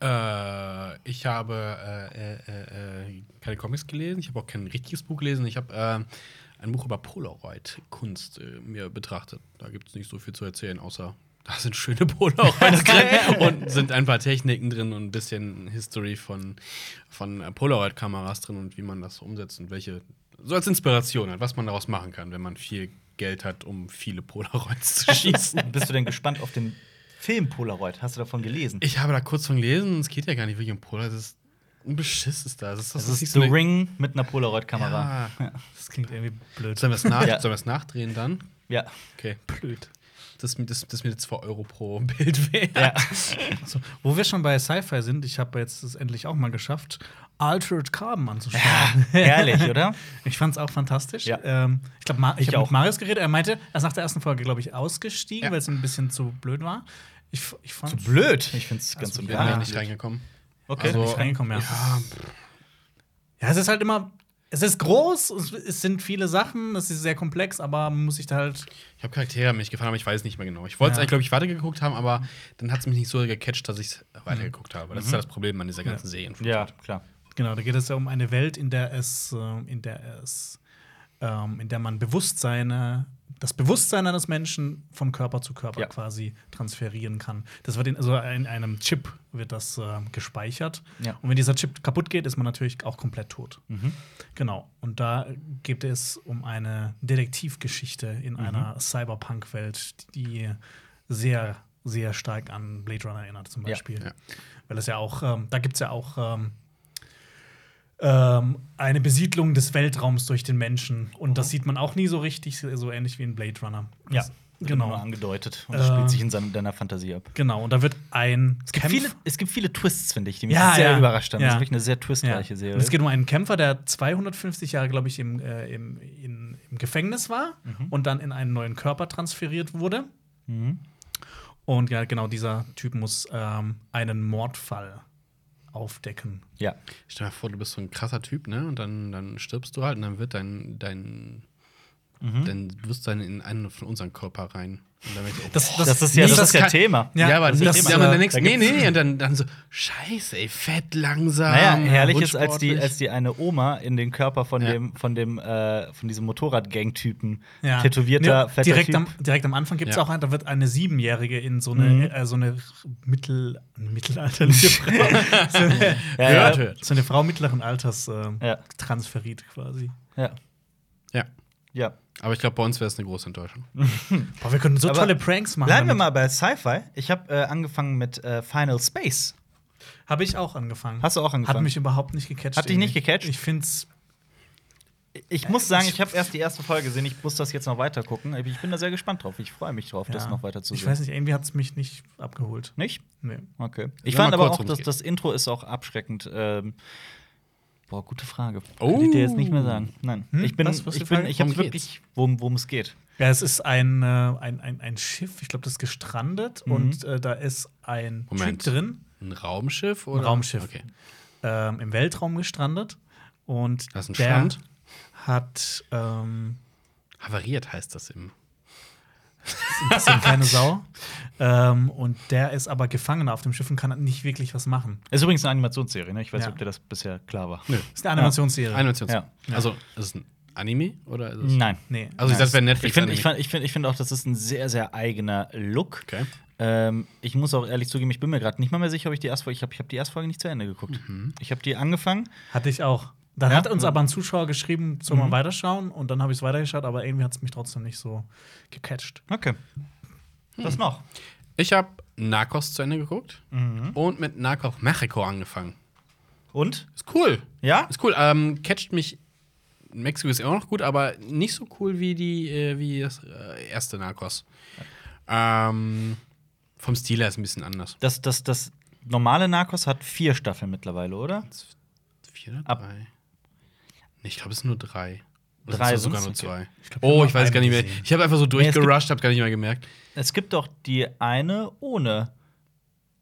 Speaker 2: Äh, ich habe äh, äh, äh, äh, keine Comics gelesen, ich habe auch kein richtiges Buch gelesen. Ich habe äh, ein Buch über Polaroid-Kunst äh, mir betrachtet. Da gibt es nicht so viel zu erzählen, außer da sind schöne (laughs) Polaroids drin und sind ein paar Techniken drin und ein bisschen History von, von äh, Polaroid-Kameras drin und wie man das umsetzt und welche, so als Inspiration hat, was man daraus machen kann, wenn man viel Geld hat, um viele Polaroids zu schießen.
Speaker 1: (laughs) Bist du denn gespannt auf den Film Polaroid? Hast du davon gelesen?
Speaker 2: Ich habe da kurz von gelesen und es geht ja gar nicht wirklich um Polaroid. Das ist ein Beschiss ist das. Das ist, das
Speaker 1: das
Speaker 2: nicht
Speaker 1: ist
Speaker 2: so
Speaker 1: The
Speaker 2: eine-
Speaker 1: Ring mit einer Polaroid-Kamera.
Speaker 2: Ja.
Speaker 3: Das klingt irgendwie blöd.
Speaker 2: Sollen wir es nach
Speaker 1: Ja.
Speaker 2: sollen wir es nachdrehen dann?
Speaker 1: Ja.
Speaker 2: Okay. Blöd. Das, ist mir- das, das ist mir jetzt 2 Euro pro Bild wert.
Speaker 1: ja.
Speaker 3: So, wo wir schon bei Sci-Fi sind, ich habe jetzt es endlich auch mal geschafft, Altered Carbon anzuschauen.
Speaker 1: Herrlich, oder?
Speaker 3: (laughs) Ich fand's auch fantastisch.
Speaker 1: Ja.
Speaker 3: Ähm, ich glaube, Ma ich,
Speaker 1: Ich
Speaker 3: habe
Speaker 1: auch.
Speaker 3: mit Marius geredet. Er meinte, er ist nach der ersten Folge, glaube ich, ausgestiegen,
Speaker 2: Ja.
Speaker 3: weil es ein bisschen zu blöd war. Ich, f- ich fand's
Speaker 1: Blöd. Ich finde es ganz
Speaker 3: Also,
Speaker 2: Wir sind
Speaker 1: unbekannt.
Speaker 2: ja
Speaker 3: Ja.
Speaker 2: nicht reingekommen. Also,
Speaker 1: Okay. Also,
Speaker 3: nicht reingekommen, ja.
Speaker 2: ja.
Speaker 3: Ja, es ist halt immer. Es ist groß, es, es sind viele Sachen, es ist sehr komplex, aber man muss sich da halt.
Speaker 2: Ich habe Charaktere mich gefallen, aber ich weiß nicht mehr genau. Ich wollte es
Speaker 3: Ja.
Speaker 2: eigentlich, glaube ich, weitergeguckt haben, aber dann hat es mich nicht so gecatcht, dass ich es weitergeguckt habe. Das ist ja das Problem an dieser ganzen Serien.
Speaker 1: Ja, klar.
Speaker 3: Genau, da geht es ja um eine Welt, in der es, äh, in der es, ähm, in der man bewusst seine das Bewusstsein eines Menschen von Körper zu Körper
Speaker 1: Ja.
Speaker 3: quasi transferieren kann. Das wird in, also in einem Chip wird das äh, gespeichert.
Speaker 1: Ja.
Speaker 3: Und wenn dieser Chip kaputt geht, ist man natürlich auch komplett tot.
Speaker 1: Mhm.
Speaker 3: Genau. Und da geht es um eine Detektivgeschichte in
Speaker 1: Mhm.
Speaker 3: einer Cyberpunk-Welt, die sehr, sehr stark an Blade Runner erinnert, zum
Speaker 1: Ja.
Speaker 3: Beispiel.
Speaker 2: Ja.
Speaker 3: Weil es ja auch, ähm, da gibt es ja auch ähm, ähm, eine Besiedlung des Weltraums durch den Menschen. Und
Speaker 1: Mhm.
Speaker 3: das sieht man auch nie so richtig, so ähnlich wie in Blade Runner. Ja,
Speaker 1: Wird immer nur
Speaker 3: genau.
Speaker 1: angedeutet. Und das
Speaker 3: Äh,
Speaker 1: spielt sich in seinem, deiner Fantasie ab.
Speaker 3: Genau. Und da wird ein
Speaker 1: Es gibt, viele, es gibt viele Twists, finde ich, die mich
Speaker 3: Ja,
Speaker 1: sehr
Speaker 3: ja.
Speaker 1: überrascht haben.
Speaker 3: Ja.
Speaker 1: Das ist wirklich eine sehr
Speaker 3: Ja.
Speaker 1: twistreiche Serie.
Speaker 3: Und es geht um einen Kämpfer, der 250 Jahre, glaube ich, im, äh, im, in, im Gefängnis war und dann in einen neuen Körper transferiert wurde.
Speaker 1: mhm.
Speaker 3: Und ja, genau dieser Typ muss ähm, einen Mordfall aufdecken.
Speaker 1: Ja.
Speaker 2: Stell dir mal vor, du bist so ein krasser Typ, ne? Und dann, dann stirbst du halt und dann wird dein, dein,
Speaker 1: Mhm.
Speaker 2: dein Bewusstsein in einen von unseren Körper rein. Und dann wird so,
Speaker 3: Das-
Speaker 2: boah,
Speaker 3: das-
Speaker 1: Das, ist ja,
Speaker 3: nicht-
Speaker 1: das
Speaker 3: das
Speaker 1: ist ja
Speaker 3: kann-
Speaker 1: Thema.
Speaker 3: Ja,
Speaker 2: ja, aber
Speaker 3: das
Speaker 2: das
Speaker 3: ist
Speaker 2: nicht,
Speaker 3: das
Speaker 2: ja,
Speaker 3: Thema.
Speaker 2: aber dann denkst
Speaker 1: Da
Speaker 2: du, nee,
Speaker 1: gibt's-
Speaker 2: nee, und dann, dann so, scheiße, ey, fett langsam.
Speaker 1: Naja,
Speaker 3: Ähm,
Speaker 1: herrlich
Speaker 2: ja,
Speaker 1: ist, als die,
Speaker 2: unsportlich.
Speaker 1: als die eine Oma in den Körper von
Speaker 2: Ja.
Speaker 1: dem, von dem, äh, von diesem Motorrad-Gang-Typen
Speaker 3: Ja.
Speaker 1: tätowierter,
Speaker 3: Nee,
Speaker 1: fetter
Speaker 3: direkt,
Speaker 1: Typ.
Speaker 3: am, direkt am Anfang gibt es
Speaker 2: Ja.
Speaker 3: auch einen, da wird eine Siebenjährige in so eine,
Speaker 1: Mhm.
Speaker 3: äh, so eine mittel,
Speaker 1: (laughs)
Speaker 3: mittelalterliche Frau, so, eine,
Speaker 1: Ja,
Speaker 2: Hört,
Speaker 1: ja.
Speaker 2: hört.
Speaker 3: so eine Frau mittleren Alters äh,
Speaker 1: Ja.
Speaker 3: transferiert quasi.
Speaker 1: ja,
Speaker 2: Ja,
Speaker 1: ja.
Speaker 2: aber ich glaube, bei uns wäre es eine große Enttäuschung.
Speaker 3: Boah, wir können so
Speaker 1: Aber
Speaker 3: tolle Pranks machen.
Speaker 1: Bleiben wir mal bei Sci-Fi. Ich habe äh, angefangen mit äh, Final Space.
Speaker 3: Habe ich auch angefangen.
Speaker 1: Hast du auch angefangen?
Speaker 3: Hat mich überhaupt nicht gecatcht.
Speaker 1: Hat dich
Speaker 3: irgendwie.
Speaker 1: nicht gecatcht?
Speaker 3: Ich find's
Speaker 1: Ich muss
Speaker 3: Äh,
Speaker 1: sagen, ich habe erst die erste Folge gesehen. Ich muss das jetzt noch weiter gucken. Ich bin da sehr gespannt drauf. Ich freue mich drauf, das
Speaker 3: ja.
Speaker 1: noch weiter zu sehen.
Speaker 3: Ich weiß nicht, irgendwie hat's mich nicht abgeholt.
Speaker 1: nicht?
Speaker 3: Nee.
Speaker 1: Okay. Ich
Speaker 2: Sag mal
Speaker 1: fand aber
Speaker 2: kurz,
Speaker 1: auch,
Speaker 2: worum
Speaker 1: dass
Speaker 2: es geht.
Speaker 1: das Intro ist auch abschreckend. Ähm, boah, gute Frage.
Speaker 2: Oh.
Speaker 1: Kann ich dir jetzt nicht mehr sagen. Nein.
Speaker 3: Hm?
Speaker 1: Ich bin,
Speaker 3: Was- was für
Speaker 1: ich bin,
Speaker 3: Frage?
Speaker 1: ich habe
Speaker 2: Worum geht's?
Speaker 1: wirklich, worum, worum es geht.
Speaker 3: Ja, es ist ein, äh, ein, ein, ein Schiff, ich glaube, das ist gestrandet
Speaker 1: Mhm.
Speaker 3: und äh, da ist ein
Speaker 2: Moment.
Speaker 3: Typ drin,
Speaker 2: Ein Raumschiff oder?
Speaker 3: Ein Raumschiff.
Speaker 2: Okay.
Speaker 3: ähm, im Weltraum gestrandet. Und
Speaker 2: Das ist ein
Speaker 3: der
Speaker 2: Strand.
Speaker 3: hat ähm,
Speaker 2: Havariert heißt das im.
Speaker 3: das
Speaker 2: (laughs)
Speaker 3: sind keine Sau. ähm, und der ist aber Gefangener auf dem Schiff und kann nicht wirklich was machen.
Speaker 1: Ist übrigens eine Animationsserie, ne? Ich weiß nicht,
Speaker 3: Ja.
Speaker 1: ob dir das bisher klar war.
Speaker 2: Nö.
Speaker 3: Ist eine Animationsserie.
Speaker 2: Animation.
Speaker 1: Ja.
Speaker 2: Also, ist es ein Anime oder ist es.
Speaker 1: Nein.
Speaker 3: Nee.
Speaker 2: Also,
Speaker 1: Nein.
Speaker 2: ich dachte, es wäre ein Netflix.
Speaker 1: Ich finde ich find, ich find, ich find auch, das ist ein sehr, sehr eigener Look.
Speaker 2: Okay.
Speaker 1: Ähm, ich muss auch ehrlich zugeben, ich bin mir gerade nicht mal mehr sicher, ob ich die erste Folge. Ich habe ich hab die erste Folge nicht zu Ende geguckt.
Speaker 2: Mhm.
Speaker 1: Ich habe die angefangen.
Speaker 3: Hatte ich auch. Dann
Speaker 1: Ja?
Speaker 3: hat uns aber ein Zuschauer geschrieben, soll man
Speaker 1: Mhm.
Speaker 3: weiterschauen und dann habe ich es weitergeschaut, aber irgendwie hat es mich trotzdem nicht so gecatcht.
Speaker 1: Okay. Was
Speaker 2: Hm.
Speaker 1: noch?
Speaker 2: Ich habe Narcos zu Ende geguckt
Speaker 1: Mhm.
Speaker 2: und mit Narcos Mexiko angefangen.
Speaker 1: Und?
Speaker 2: Ist cool.
Speaker 1: Ja?
Speaker 2: Ist cool. Ähm, catcht mich. Mexiko ist auch noch gut, aber nicht so cool wie die äh, wie das äh, erste Narcos. Ähm, vom Stil her ist ein bisschen anders.
Speaker 1: Das, das, das normale Narcos hat vier Staffeln mittlerweile, oder?
Speaker 2: Vier oder
Speaker 1: Ab-
Speaker 2: drei? Nee, ich glaube, es sind nur drei. Oder
Speaker 1: Drei
Speaker 2: sind's sogar nur
Speaker 1: sind's?
Speaker 2: zwei.
Speaker 3: Ich glaub, wir haben
Speaker 2: oh,
Speaker 3: nur
Speaker 2: ich weiß
Speaker 3: einen
Speaker 2: gar nicht mehr.
Speaker 3: gesehen.
Speaker 2: Ich habe einfach so
Speaker 1: es gibt-
Speaker 2: durchgerusht, habe gar nicht mehr gemerkt.
Speaker 1: Es gibt doch die eine ohne.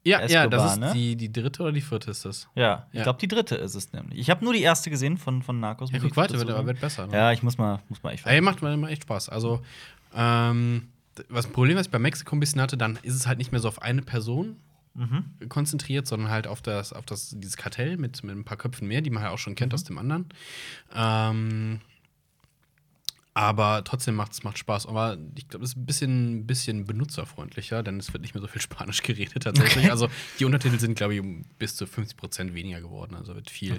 Speaker 2: Ja, ja,
Speaker 1: Escobar,
Speaker 2: das ist
Speaker 1: ne?
Speaker 2: die, die dritte oder die vierte ist das.
Speaker 1: Ja, ich
Speaker 2: Ja.
Speaker 1: glaube, die dritte ist es nämlich. Ich habe nur die erste gesehen von, von Narcos.
Speaker 2: Ja,
Speaker 1: muss ich
Speaker 2: guck weiter,
Speaker 1: dazu
Speaker 2: wird, aber
Speaker 1: sagen.
Speaker 2: wird besser. Ne?
Speaker 1: Ja, ich muss mal, muss mal echt
Speaker 2: Ey, macht mir echt Spaß. Also, ähm, d- was ein Problem, was ich bei Mexiko ein bisschen hatte, dann ist es halt nicht mehr so auf eine Person konzentriert, sondern halt auf das, auf das, dieses Kartell mit, mit ein paar Köpfen mehr, die man halt auch schon kennt aus dem anderen. Ähm, aber trotzdem macht es macht Spaß. Aber ich glaube, es ist ein bisschen, bisschen benutzerfreundlicher, denn es wird nicht mehr so viel (laughs) Spanisch geredet tatsächlich. Also die Untertitel sind, glaube ich, um bis zu 50 Prozent weniger geworden. Also wird viel,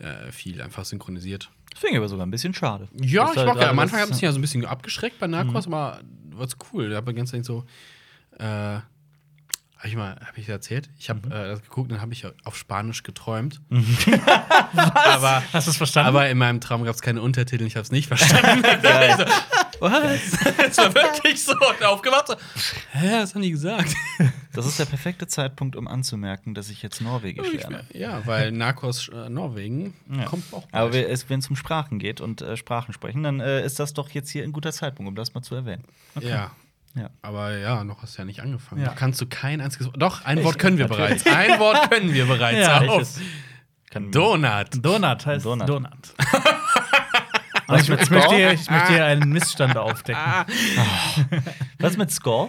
Speaker 2: äh, viel einfach synchronisiert.
Speaker 1: Das finde ich aber sogar ein bisschen schade.
Speaker 2: Ja,
Speaker 1: Das halt
Speaker 2: ich
Speaker 1: Mhm.
Speaker 2: mag ja.
Speaker 1: gerade
Speaker 2: Am Anfang
Speaker 1: das-
Speaker 2: hat mich ja so ein bisschen abgeschreckt bei Narcos, aber was cool. Da habe ich ganz ehrlich so. Äh, habe ich mal, habe ich erzählt? Ich
Speaker 1: Mhm.
Speaker 2: habe äh, das geguckt, dann habe ich auf
Speaker 1: (laughs)
Speaker 2: Spanisch geträumt. Aber,
Speaker 3: Hast du es verstanden?
Speaker 2: aber in meinem Traum gab es keine Untertitel, ich habe es
Speaker 1: (laughs)
Speaker 2: nicht verstanden. (laughs) Es war wirklich so und aufgewacht. So, Hä, das haben die gesagt.
Speaker 1: Das ist der perfekte Zeitpunkt, um anzumerken, dass ich jetzt Norwegisch lerne.
Speaker 2: (laughs) Ja, weil Narcos äh, Norwegen
Speaker 1: ne? Ja.
Speaker 2: kommt auch.
Speaker 1: Aber wenn es wenn's um Sprachen geht und äh, Sprachen sprechen, dann äh, ist das doch jetzt hier ein guter Zeitpunkt, um das mal zu erwähnen.
Speaker 2: Ja.
Speaker 1: Ja.
Speaker 2: Aber ja, noch hast du ja nicht angefangen.
Speaker 3: Ja.
Speaker 2: Noch kannst du kein einziges Wort. Doch, ein Wort können wir
Speaker 1: (laughs)
Speaker 2: bereits. Ein Wort können wir bereits.
Speaker 3: Ja,
Speaker 2: Hör auf.
Speaker 1: Welches Kann
Speaker 2: Donut.
Speaker 3: Donut heißt
Speaker 1: Donut.
Speaker 3: Donut.
Speaker 2: (laughs)
Speaker 1: Was
Speaker 3: Ich,
Speaker 1: mit
Speaker 3: ich, möchte
Speaker 1: Score?
Speaker 3: hier, ich möchte hier einen Missstand aufdecken.
Speaker 2: Ah.
Speaker 1: Was mit Score?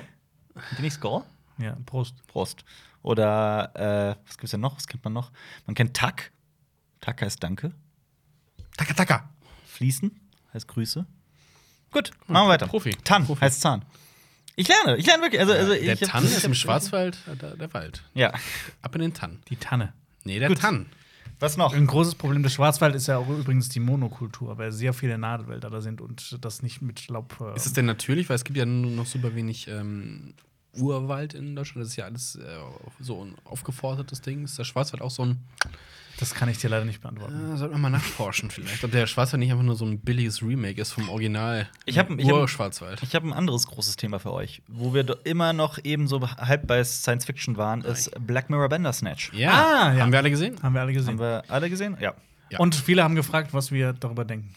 Speaker 1: Kennt ihr nicht Score?
Speaker 3: Ja, Prost.
Speaker 1: Prost. Oder äh, was gibt's denn noch? Was kennt man noch? Man kennt Tack. Tack heißt Danke.
Speaker 2: Taka, taka.
Speaker 1: Fließen heißt Grüße. Gut, machen wir weiter.
Speaker 2: Hm, Profi.
Speaker 1: Tan
Speaker 2: Profi.
Speaker 1: heißt Zahn. Ich lerne, ich lerne wirklich. Also, also,
Speaker 2: der
Speaker 1: ich hab-
Speaker 2: Tann ist im
Speaker 1: ich-
Speaker 2: Schwarzwald äh, der, der Wald.
Speaker 1: Ja,
Speaker 2: Ab in den Tann.
Speaker 3: Die Tanne.
Speaker 2: Nee, der
Speaker 1: Gut.
Speaker 2: Tann.
Speaker 1: was noch?
Speaker 3: Ein großes Problem des Schwarzwald ist ja auch übrigens die Monokultur, weil sehr viele Nadelwälder da sind und das nicht mit Laub. Äh,
Speaker 2: Ist es denn natürlich, weil es gibt ja nur noch super wenig ähm, Urwald in Deutschland. Das ist ja alles äh, so ein aufgeforstetes Ding. Ist der Schwarzwald auch so ein.
Speaker 3: das kann ich dir leider nicht beantworten.
Speaker 2: Äh, sollte man mal nachforschen vielleicht. Ob der Schwarzwald nicht einfach nur so ein billiges Remake ist vom Original.
Speaker 1: Ich hab- Ah, ich hab-
Speaker 2: Ur-Schwarzwald.
Speaker 1: Ich habe ein anderes großes Thema für euch, wo wir do- immer noch eben so halb bei Science Fiction waren, ist Black Mirror Bandersnatch.
Speaker 2: Ja.
Speaker 3: Ah, ja.
Speaker 2: Haben wir alle gesehen?
Speaker 3: Haben wir alle
Speaker 1: Haben
Speaker 3: gesehen.
Speaker 1: wir alle gesehen? Ja.
Speaker 2: Ja.
Speaker 3: Und viele haben gefragt, was wir darüber denken.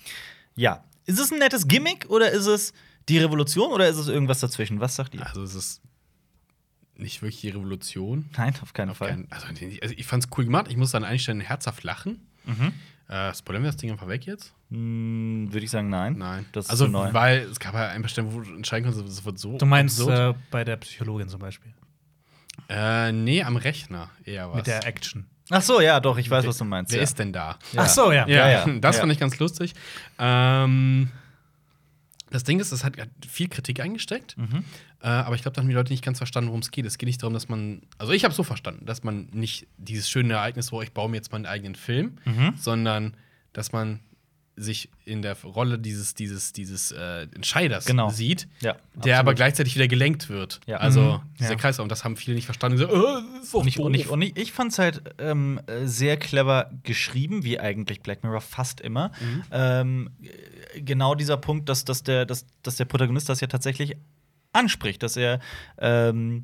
Speaker 1: Ja. Ist es ein nettes Gimmick oder ist es die Revolution oder ist es irgendwas dazwischen? Was sagt ihr?
Speaker 2: Also, es ist nicht wirklich die Revolution.
Speaker 1: Nein, auf keinen
Speaker 2: Auf
Speaker 1: Fall.
Speaker 2: keinen- also, die- also ich fand's cool gemacht. Ich muss an einigen Stellen herzhaft lachen.
Speaker 1: Mhm.
Speaker 2: Äh, spoilern wir das Ding einfach weg jetzt?
Speaker 1: Hm, Würde ich sagen, nein. Das ist
Speaker 2: also,
Speaker 1: also, neu.
Speaker 2: weil es gab ja ein paar Stellen, wo du entscheiden konntest, es wird so.
Speaker 3: Du meinst
Speaker 2: absurd.
Speaker 3: äh, bei der Psychologin zum Beispiel.
Speaker 2: Äh, nee, am Rechner eher was.
Speaker 3: Mit der Action.
Speaker 1: Ach so, ja, doch, ich weiß, was du meinst.
Speaker 2: Wer
Speaker 1: ja.
Speaker 2: ist denn da?
Speaker 1: Ja.
Speaker 3: Ach so, ja.
Speaker 2: Ja,
Speaker 1: Ja, ja.
Speaker 2: das
Speaker 1: Ja.
Speaker 2: fand ich ganz lustig. Ähm, das Ding ist, es hat, hat viel Kritik eingesteckt,
Speaker 1: Mhm.
Speaker 2: äh, aber ich glaube, da haben die Leute nicht ganz verstanden, worum es geht. Es geht nicht darum, dass man, also ich habe so verstanden, dass man nicht dieses schöne Ereignis, wo ich baue mir jetzt meinen eigenen Film,
Speaker 1: Mhm.
Speaker 2: sondern dass man sich in der Rolle dieses, dieses, dieses äh, Entscheiders
Speaker 1: Genau.
Speaker 2: sieht,
Speaker 1: Ja,
Speaker 2: der aber gleichzeitig wieder gelenkt wird.
Speaker 1: Ja.
Speaker 2: Also
Speaker 3: Mhm.
Speaker 2: dieser
Speaker 3: Ja.
Speaker 2: Kreislauf, und das haben viele nicht verstanden. Die So, äh, das ist doch
Speaker 1: Und ich, und ich,
Speaker 2: doof.
Speaker 1: und ich, ich fand es halt ähm, äh, sehr clever geschrieben, wie eigentlich Black Mirror fast immer.
Speaker 2: Mhm.
Speaker 1: Ähm, äh, genau dieser Punkt, dass, dass, der, dass, dass der Protagonist das ja tatsächlich anspricht, dass er ähm,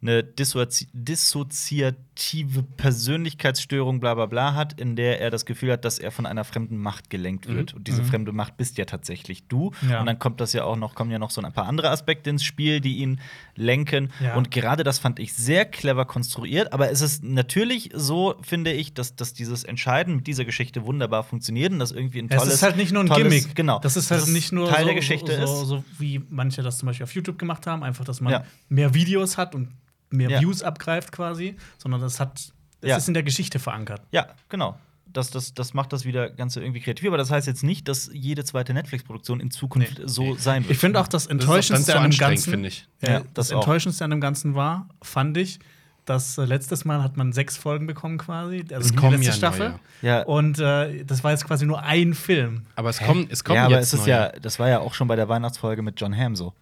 Speaker 1: eine dissozi dissoziative Persönlichkeitsstörung, bla bla bla, hat, in der er das Gefühl hat, dass er von einer fremden Macht gelenkt wird.
Speaker 2: Mhm.
Speaker 1: Und diese fremde Macht bist ja tatsächlich du.
Speaker 3: Ja.
Speaker 1: Und dann kommt das ja auch noch, kommen ja noch so ein paar andere Aspekte ins Spiel, die ihn lenken.
Speaker 3: Ja.
Speaker 1: Und gerade das fand ich sehr clever konstruiert, aber es ist natürlich so, finde ich, dass, dass dieses Entscheiden mit dieser Geschichte wunderbar funktioniert und das irgendwie ein
Speaker 3: Es
Speaker 1: tolles
Speaker 3: ist halt nicht nur ein
Speaker 1: tolles,
Speaker 3: Gimmick.
Speaker 1: Genau.
Speaker 3: Das ist halt
Speaker 1: Dass es
Speaker 3: nicht nur
Speaker 1: Teil
Speaker 3: so,
Speaker 1: der Geschichte
Speaker 3: so, so,
Speaker 1: ist.
Speaker 3: so, wie manche das zum Beispiel auf YouTube gemacht haben, einfach, dass man
Speaker 1: Ja.
Speaker 3: mehr Videos hat und mehr
Speaker 1: Ja.
Speaker 3: Views abgreift quasi, sondern das hat, es
Speaker 1: Ja.
Speaker 3: ist in der Geschichte verankert.
Speaker 1: Ja, genau. Das, das, das macht das wieder Ganze irgendwie kreativ, aber das heißt jetzt nicht, dass jede zweite Netflix-Produktion in Zukunft so sein wird.
Speaker 3: Ich finde auch das
Speaker 2: Das ist auch dann
Speaker 3: Enttäuschendste
Speaker 2: zu
Speaker 3: an dem
Speaker 2: anstrengend,
Speaker 3: Ganzen.
Speaker 2: finde ich.
Speaker 3: Äh,
Speaker 1: Ja,
Speaker 3: das
Speaker 1: das auch.
Speaker 3: Enttäuschendste an dem Ganzen war, fand ich, dass äh, letztes Mal hat man sechs Folgen bekommen quasi, also
Speaker 2: Es
Speaker 3: die
Speaker 2: kommen
Speaker 3: letzte
Speaker 2: ja neue.
Speaker 3: Staffel.
Speaker 1: Ja.
Speaker 3: Und äh, das war jetzt quasi nur ein Film.
Speaker 2: Aber es kommen, es kommen
Speaker 1: ja, aber
Speaker 2: jetzt
Speaker 1: es ist
Speaker 2: neue.
Speaker 1: ja, das war ja auch schon bei der Weihnachtsfolge mit John Hamm so.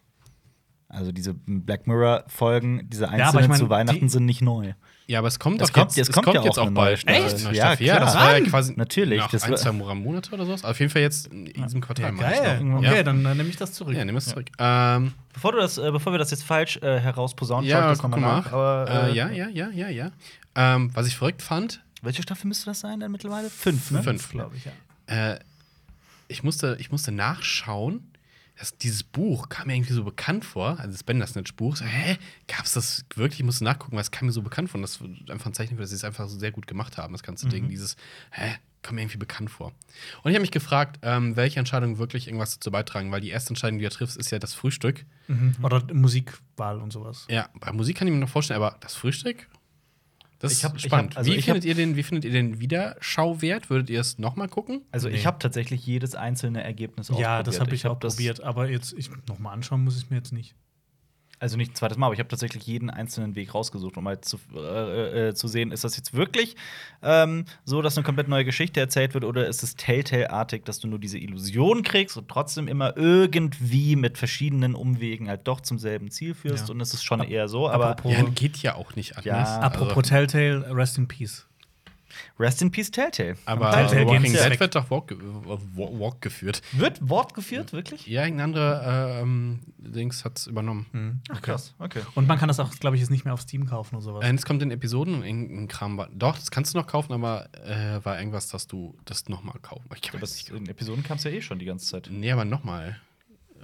Speaker 1: Also diese Black Mirror-Folgen, diese
Speaker 3: aber
Speaker 1: einzelnen
Speaker 3: ich meine,
Speaker 1: zu Weihnachten
Speaker 3: die-
Speaker 1: sind nicht neu.
Speaker 2: Ja, aber es kommt
Speaker 1: Es
Speaker 2: doch
Speaker 1: kommt-
Speaker 2: jetzt,
Speaker 1: jetzt kommt ja auch
Speaker 2: jetzt auch
Speaker 1: eine
Speaker 2: bald.
Speaker 1: neue-
Speaker 2: eine
Speaker 1: Echt?
Speaker 2: neue
Speaker 1: Ja,
Speaker 2: Staffel. Ja, das
Speaker 1: klar.
Speaker 2: war ja quasi
Speaker 1: Natürlich,
Speaker 2: nach
Speaker 1: das
Speaker 2: ein,
Speaker 1: war-
Speaker 2: zwei Monate oder sowas. Auf jeden Fall jetzt in diesem Quartal. meine ich noch.
Speaker 3: Okay,
Speaker 2: Ja.
Speaker 3: dann äh, nehme ich das zurück.
Speaker 2: ja, nimm es zurück. Ja, ähm,
Speaker 1: Bevor, du das, äh, bevor wir das jetzt falsch äh, herausposaunen, schau ich
Speaker 2: ja
Speaker 1: das
Speaker 2: guck
Speaker 1: nochmal
Speaker 2: mal
Speaker 1: nach.
Speaker 2: nach.
Speaker 1: Aber,
Speaker 2: äh, ja, ja, ja, ja, ja. Ähm, was ich verrückt fand,
Speaker 1: Welche Staffel müsste das sein dann mittlerweile? Fünf, ne?
Speaker 2: Fünf.
Speaker 3: glaube ich, ja.
Speaker 2: äh, ich, musste, ich musste nachschauen, dass dieses Buch kam mir irgendwie so bekannt vor, also das Bandersnatch-Buch. So, hä, gab's das wirklich? Ich musste nachgucken, weil es kam mir so bekannt vor. Und das ist einfach ein Zeichen dafür, dass sie es einfach so sehr gut gemacht haben, das ganze
Speaker 1: Mhm.
Speaker 2: Ding. Dieses, hä, kam mir irgendwie bekannt vor. Und ich habe mich gefragt, ähm, welche Entscheidungen wirklich irgendwas dazu beitragen, weil die erste Entscheidung, die du triffst, ist ja das Frühstück.
Speaker 3: Mhm. Oder Musikwahl und sowas.
Speaker 2: Ja, bei Musik kann ich mir noch vorstellen, aber das Frühstück? Das
Speaker 1: Ich hab-
Speaker 2: ist
Speaker 1: ich hab-
Speaker 2: spannend.
Speaker 1: also
Speaker 2: wie,
Speaker 1: ich hab-
Speaker 2: findet ihr den, wie findet ihr den Wiederschauwert? Würdet ihr es nochmal gucken?
Speaker 1: Also
Speaker 3: Nee.
Speaker 1: ich habe tatsächlich jedes einzelne Ergebnis
Speaker 3: Ja,
Speaker 1: ausprobiert.
Speaker 3: das habe ich,
Speaker 1: hab
Speaker 3: auch
Speaker 1: das-
Speaker 3: probiert. Aber jetzt, ich nochmal anschauen muss ich mir jetzt nicht.
Speaker 1: Also nicht ein zweites Mal, aber ich habe tatsächlich jeden einzelnen Weg rausgesucht, um halt zu, äh, äh, zu sehen, ist das jetzt wirklich ähm, so, dass eine komplett neue Geschichte erzählt wird oder ist es Telltale-artig, dass du nur diese Illusion kriegst und trotzdem immer irgendwie mit verschiedenen Umwegen halt doch zum selben Ziel führst
Speaker 3: Ja.
Speaker 1: und es ist schon eher so, aber
Speaker 3: Apropos-
Speaker 2: Ja, geht ja auch nicht anders.
Speaker 1: Ja,
Speaker 2: Also-
Speaker 3: Apropos Telltale, Rest in Peace.
Speaker 1: Rest in Peace Telltale.
Speaker 2: Aber
Speaker 3: Telltale
Speaker 2: Walking
Speaker 3: Games ist
Speaker 2: Dead
Speaker 3: weg.
Speaker 2: wird doch Walk, äh, Walk, Walk geführt.
Speaker 1: Wird Wort geführt, wirklich?
Speaker 2: Ja, irgendein anderer äh, ähm, Dings hat es übernommen.
Speaker 1: Ach krass, okay.
Speaker 3: Und man kann das auch, glaube ich, jetzt nicht mehr auf Steam kaufen oder sowas.
Speaker 2: Äh, jetzt kommt in Episoden und irgendein Kram war. Doch, das kannst du noch kaufen, aber äh, war irgendwas, dass du das nochmal kaufen. Ich kann
Speaker 1: Aber
Speaker 2: mir
Speaker 1: das,
Speaker 2: nicht.
Speaker 1: in Episoden kam es ja eh schon die ganze Zeit.
Speaker 2: Nee, aber nochmal.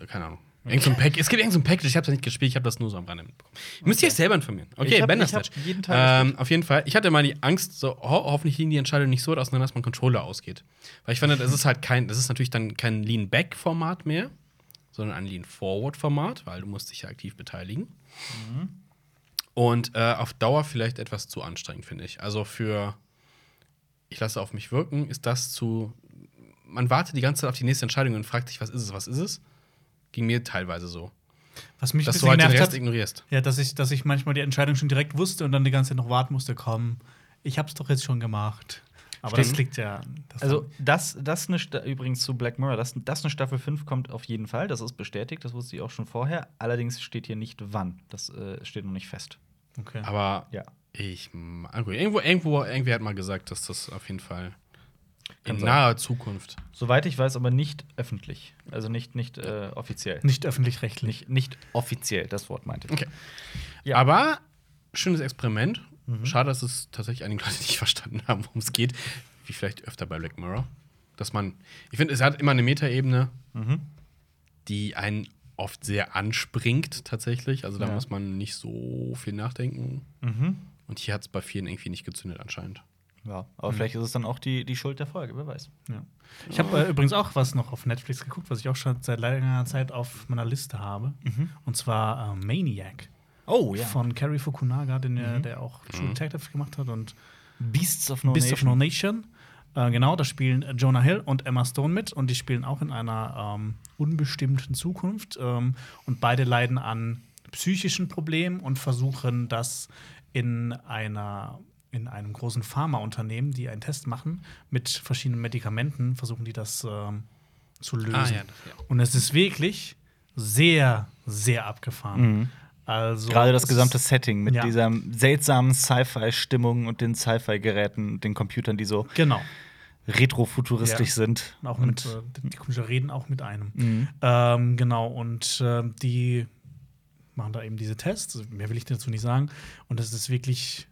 Speaker 2: Äh, Keine Ahnung. Irgend so ein Pack. Es gibt irgendein so ein Package, ich hab's ja nicht gespielt, ich habe das nur so am Rande mitbekommen. Müsst ihr euch selber informieren. Okay,
Speaker 1: Ich hab-
Speaker 2: Bandersnatch.
Speaker 1: ich hab jeden Teil
Speaker 2: ähm, Auf jeden Fall. Ich hatte mal die Angst, so, ho hoffentlich liegen die Entscheidungen nicht so weit auseinander, dass man Controller ausgeht. Weil ich fand, das ist halt kein, das ist natürlich dann kein Lean-Back-Format mehr, sondern ein Lean-Forward-Format, weil du musst dich ja aktiv beteiligen.
Speaker 1: Mhm.
Speaker 2: Und äh, auf Dauer vielleicht etwas zu anstrengend, finde ich. Also für ich lasse auf mich wirken, ist das zu. Man wartet die ganze Zeit auf die nächste Entscheidung und fragt sich, was ist es, was ist es? Ging mir teilweise so.
Speaker 3: Was mich ein
Speaker 2: Dass du
Speaker 3: bisschen
Speaker 2: halt den
Speaker 3: genervt
Speaker 2: Rest
Speaker 3: hat,
Speaker 2: ignorierst.
Speaker 3: ja, dass ich, dass ich manchmal die Entscheidung schon direkt wusste und dann die ganze Zeit noch warten musste, komm, ich hab's doch jetzt schon gemacht. Aber das
Speaker 1: Stimmt.
Speaker 3: liegt ja. Das
Speaker 1: Also, das, das eine Sta- übrigens zu Black Mirror, das, das eine Staffel 5 kommt auf jeden Fall, das ist bestätigt, das wusste ich auch schon vorher. Allerdings steht hier nicht wann. Das äh, steht noch nicht fest.
Speaker 3: okay.
Speaker 2: Aber
Speaker 1: Ja.
Speaker 2: ich mag- irgendwo, irgendwo, irgendwer hat mal gesagt, dass das auf jeden Fall
Speaker 1: Kann
Speaker 2: in
Speaker 1: sein.
Speaker 2: naher Zukunft.
Speaker 1: Soweit ich weiß, aber nicht öffentlich. Also nicht, nicht äh, offiziell.
Speaker 3: nicht öffentlich-rechtlich.
Speaker 1: Nicht, nicht offiziell, das Wort meinte ich.
Speaker 2: Okay.
Speaker 1: Ja. Mhm.
Speaker 2: Aber schönes Experiment. Schade, dass es tatsächlich einige Leute (laughs) nicht verstanden haben, worum es geht. Wie vielleicht öfter bei Black Mirror. Dass man, ich finde, es hat immer eine Metaebene,
Speaker 1: Mhm.
Speaker 2: die einen oft sehr anspringt, tatsächlich. Also da
Speaker 1: Ja. Mhm.
Speaker 2: muss man nicht so viel nachdenken. Und hier hat es bei vielen irgendwie nicht gezündet, anscheinend.
Speaker 1: Ja, aber vielleicht ist es dann auch die, die Schuld der Folge, wer weiß.
Speaker 3: Ja. Ich habe äh, übrigens auch was noch auf Netflix geguckt, was ich auch schon seit langer Zeit auf meiner Liste habe. Und zwar äh,
Speaker 1: Mhm.
Speaker 3: Maniac
Speaker 1: Oh Mhm.
Speaker 3: von Cary Fukunaga, den, äh, der auch True Detective gemacht hat und
Speaker 1: Beasts of No
Speaker 3: Beast of No
Speaker 1: Nation.
Speaker 3: Nation. Äh, genau, da spielen Jonah Hill und Emma Stone mit und die spielen auch in einer ähm, unbestimmten Zukunft. Ähm, und beide leiden an psychischen Problemen und versuchen das in einer in einem großen Pharmaunternehmen, die einen Test machen mit verschiedenen Medikamenten, versuchen die das ähm, zu lösen.
Speaker 2: Ah, ja, das- ja.
Speaker 3: Und es ist wirklich sehr, sehr abgefahren. Also
Speaker 1: Mhm. Gerade das
Speaker 3: es
Speaker 1: gesamte
Speaker 3: ist-
Speaker 1: Setting mit
Speaker 3: Ja.
Speaker 1: dieser seltsamen Sci-Fi-Stimmung und den Sci-Fi-Geräten, den Computern, die so
Speaker 3: Genau.
Speaker 1: retrofuturistisch
Speaker 3: Ja.
Speaker 1: sind.
Speaker 3: Und auch mit,
Speaker 1: Und-
Speaker 3: äh, die- die komische Reden auch mit einem.
Speaker 1: Mhm.
Speaker 3: Ähm, genau, und ähm, die machen da eben diese Tests. Also Mehr will ich dazu nicht sagen. Und das ist wirklich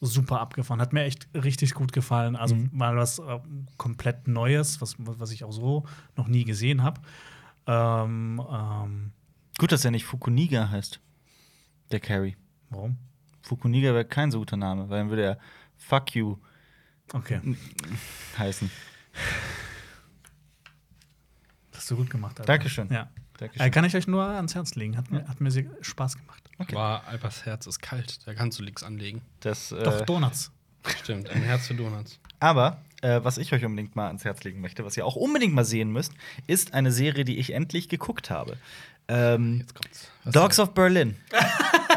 Speaker 3: super abgefahren. Hat mir echt richtig gut gefallen. Also
Speaker 1: Mhm.
Speaker 3: mal was äh, komplett Neues, was, was ich auch so noch nie gesehen habe. Ähm, ähm,
Speaker 1: Gut, dass er nicht Fukuniga heißt. Der Carry.
Speaker 3: warum?
Speaker 1: Fukuniga wäre kein so guter Name, weil dann würde er Fuck You
Speaker 3: Okay,
Speaker 1: Mhm. heißen.
Speaker 3: das hast du gut gemacht. Alter.
Speaker 1: Dankeschön.
Speaker 3: Ja.
Speaker 1: Dankeschön.
Speaker 3: Äh, kann ich euch nur ans Herz legen. Hat mir, hat mir sehr Spaß gemacht.
Speaker 1: Okay.
Speaker 2: Aber Alpers Herz ist kalt, da kannst du nichts anlegen.
Speaker 1: Das, äh,
Speaker 3: Doch, Donuts.
Speaker 2: Stimmt, ein Herz für Donuts.
Speaker 1: Aber äh, was ich euch unbedingt mal ans Herz legen möchte, was ihr auch unbedingt mal sehen müsst, ist eine Serie, die ich endlich geguckt habe. Ähm,
Speaker 2: Jetzt kommt's.
Speaker 1: Dogs of Berlin.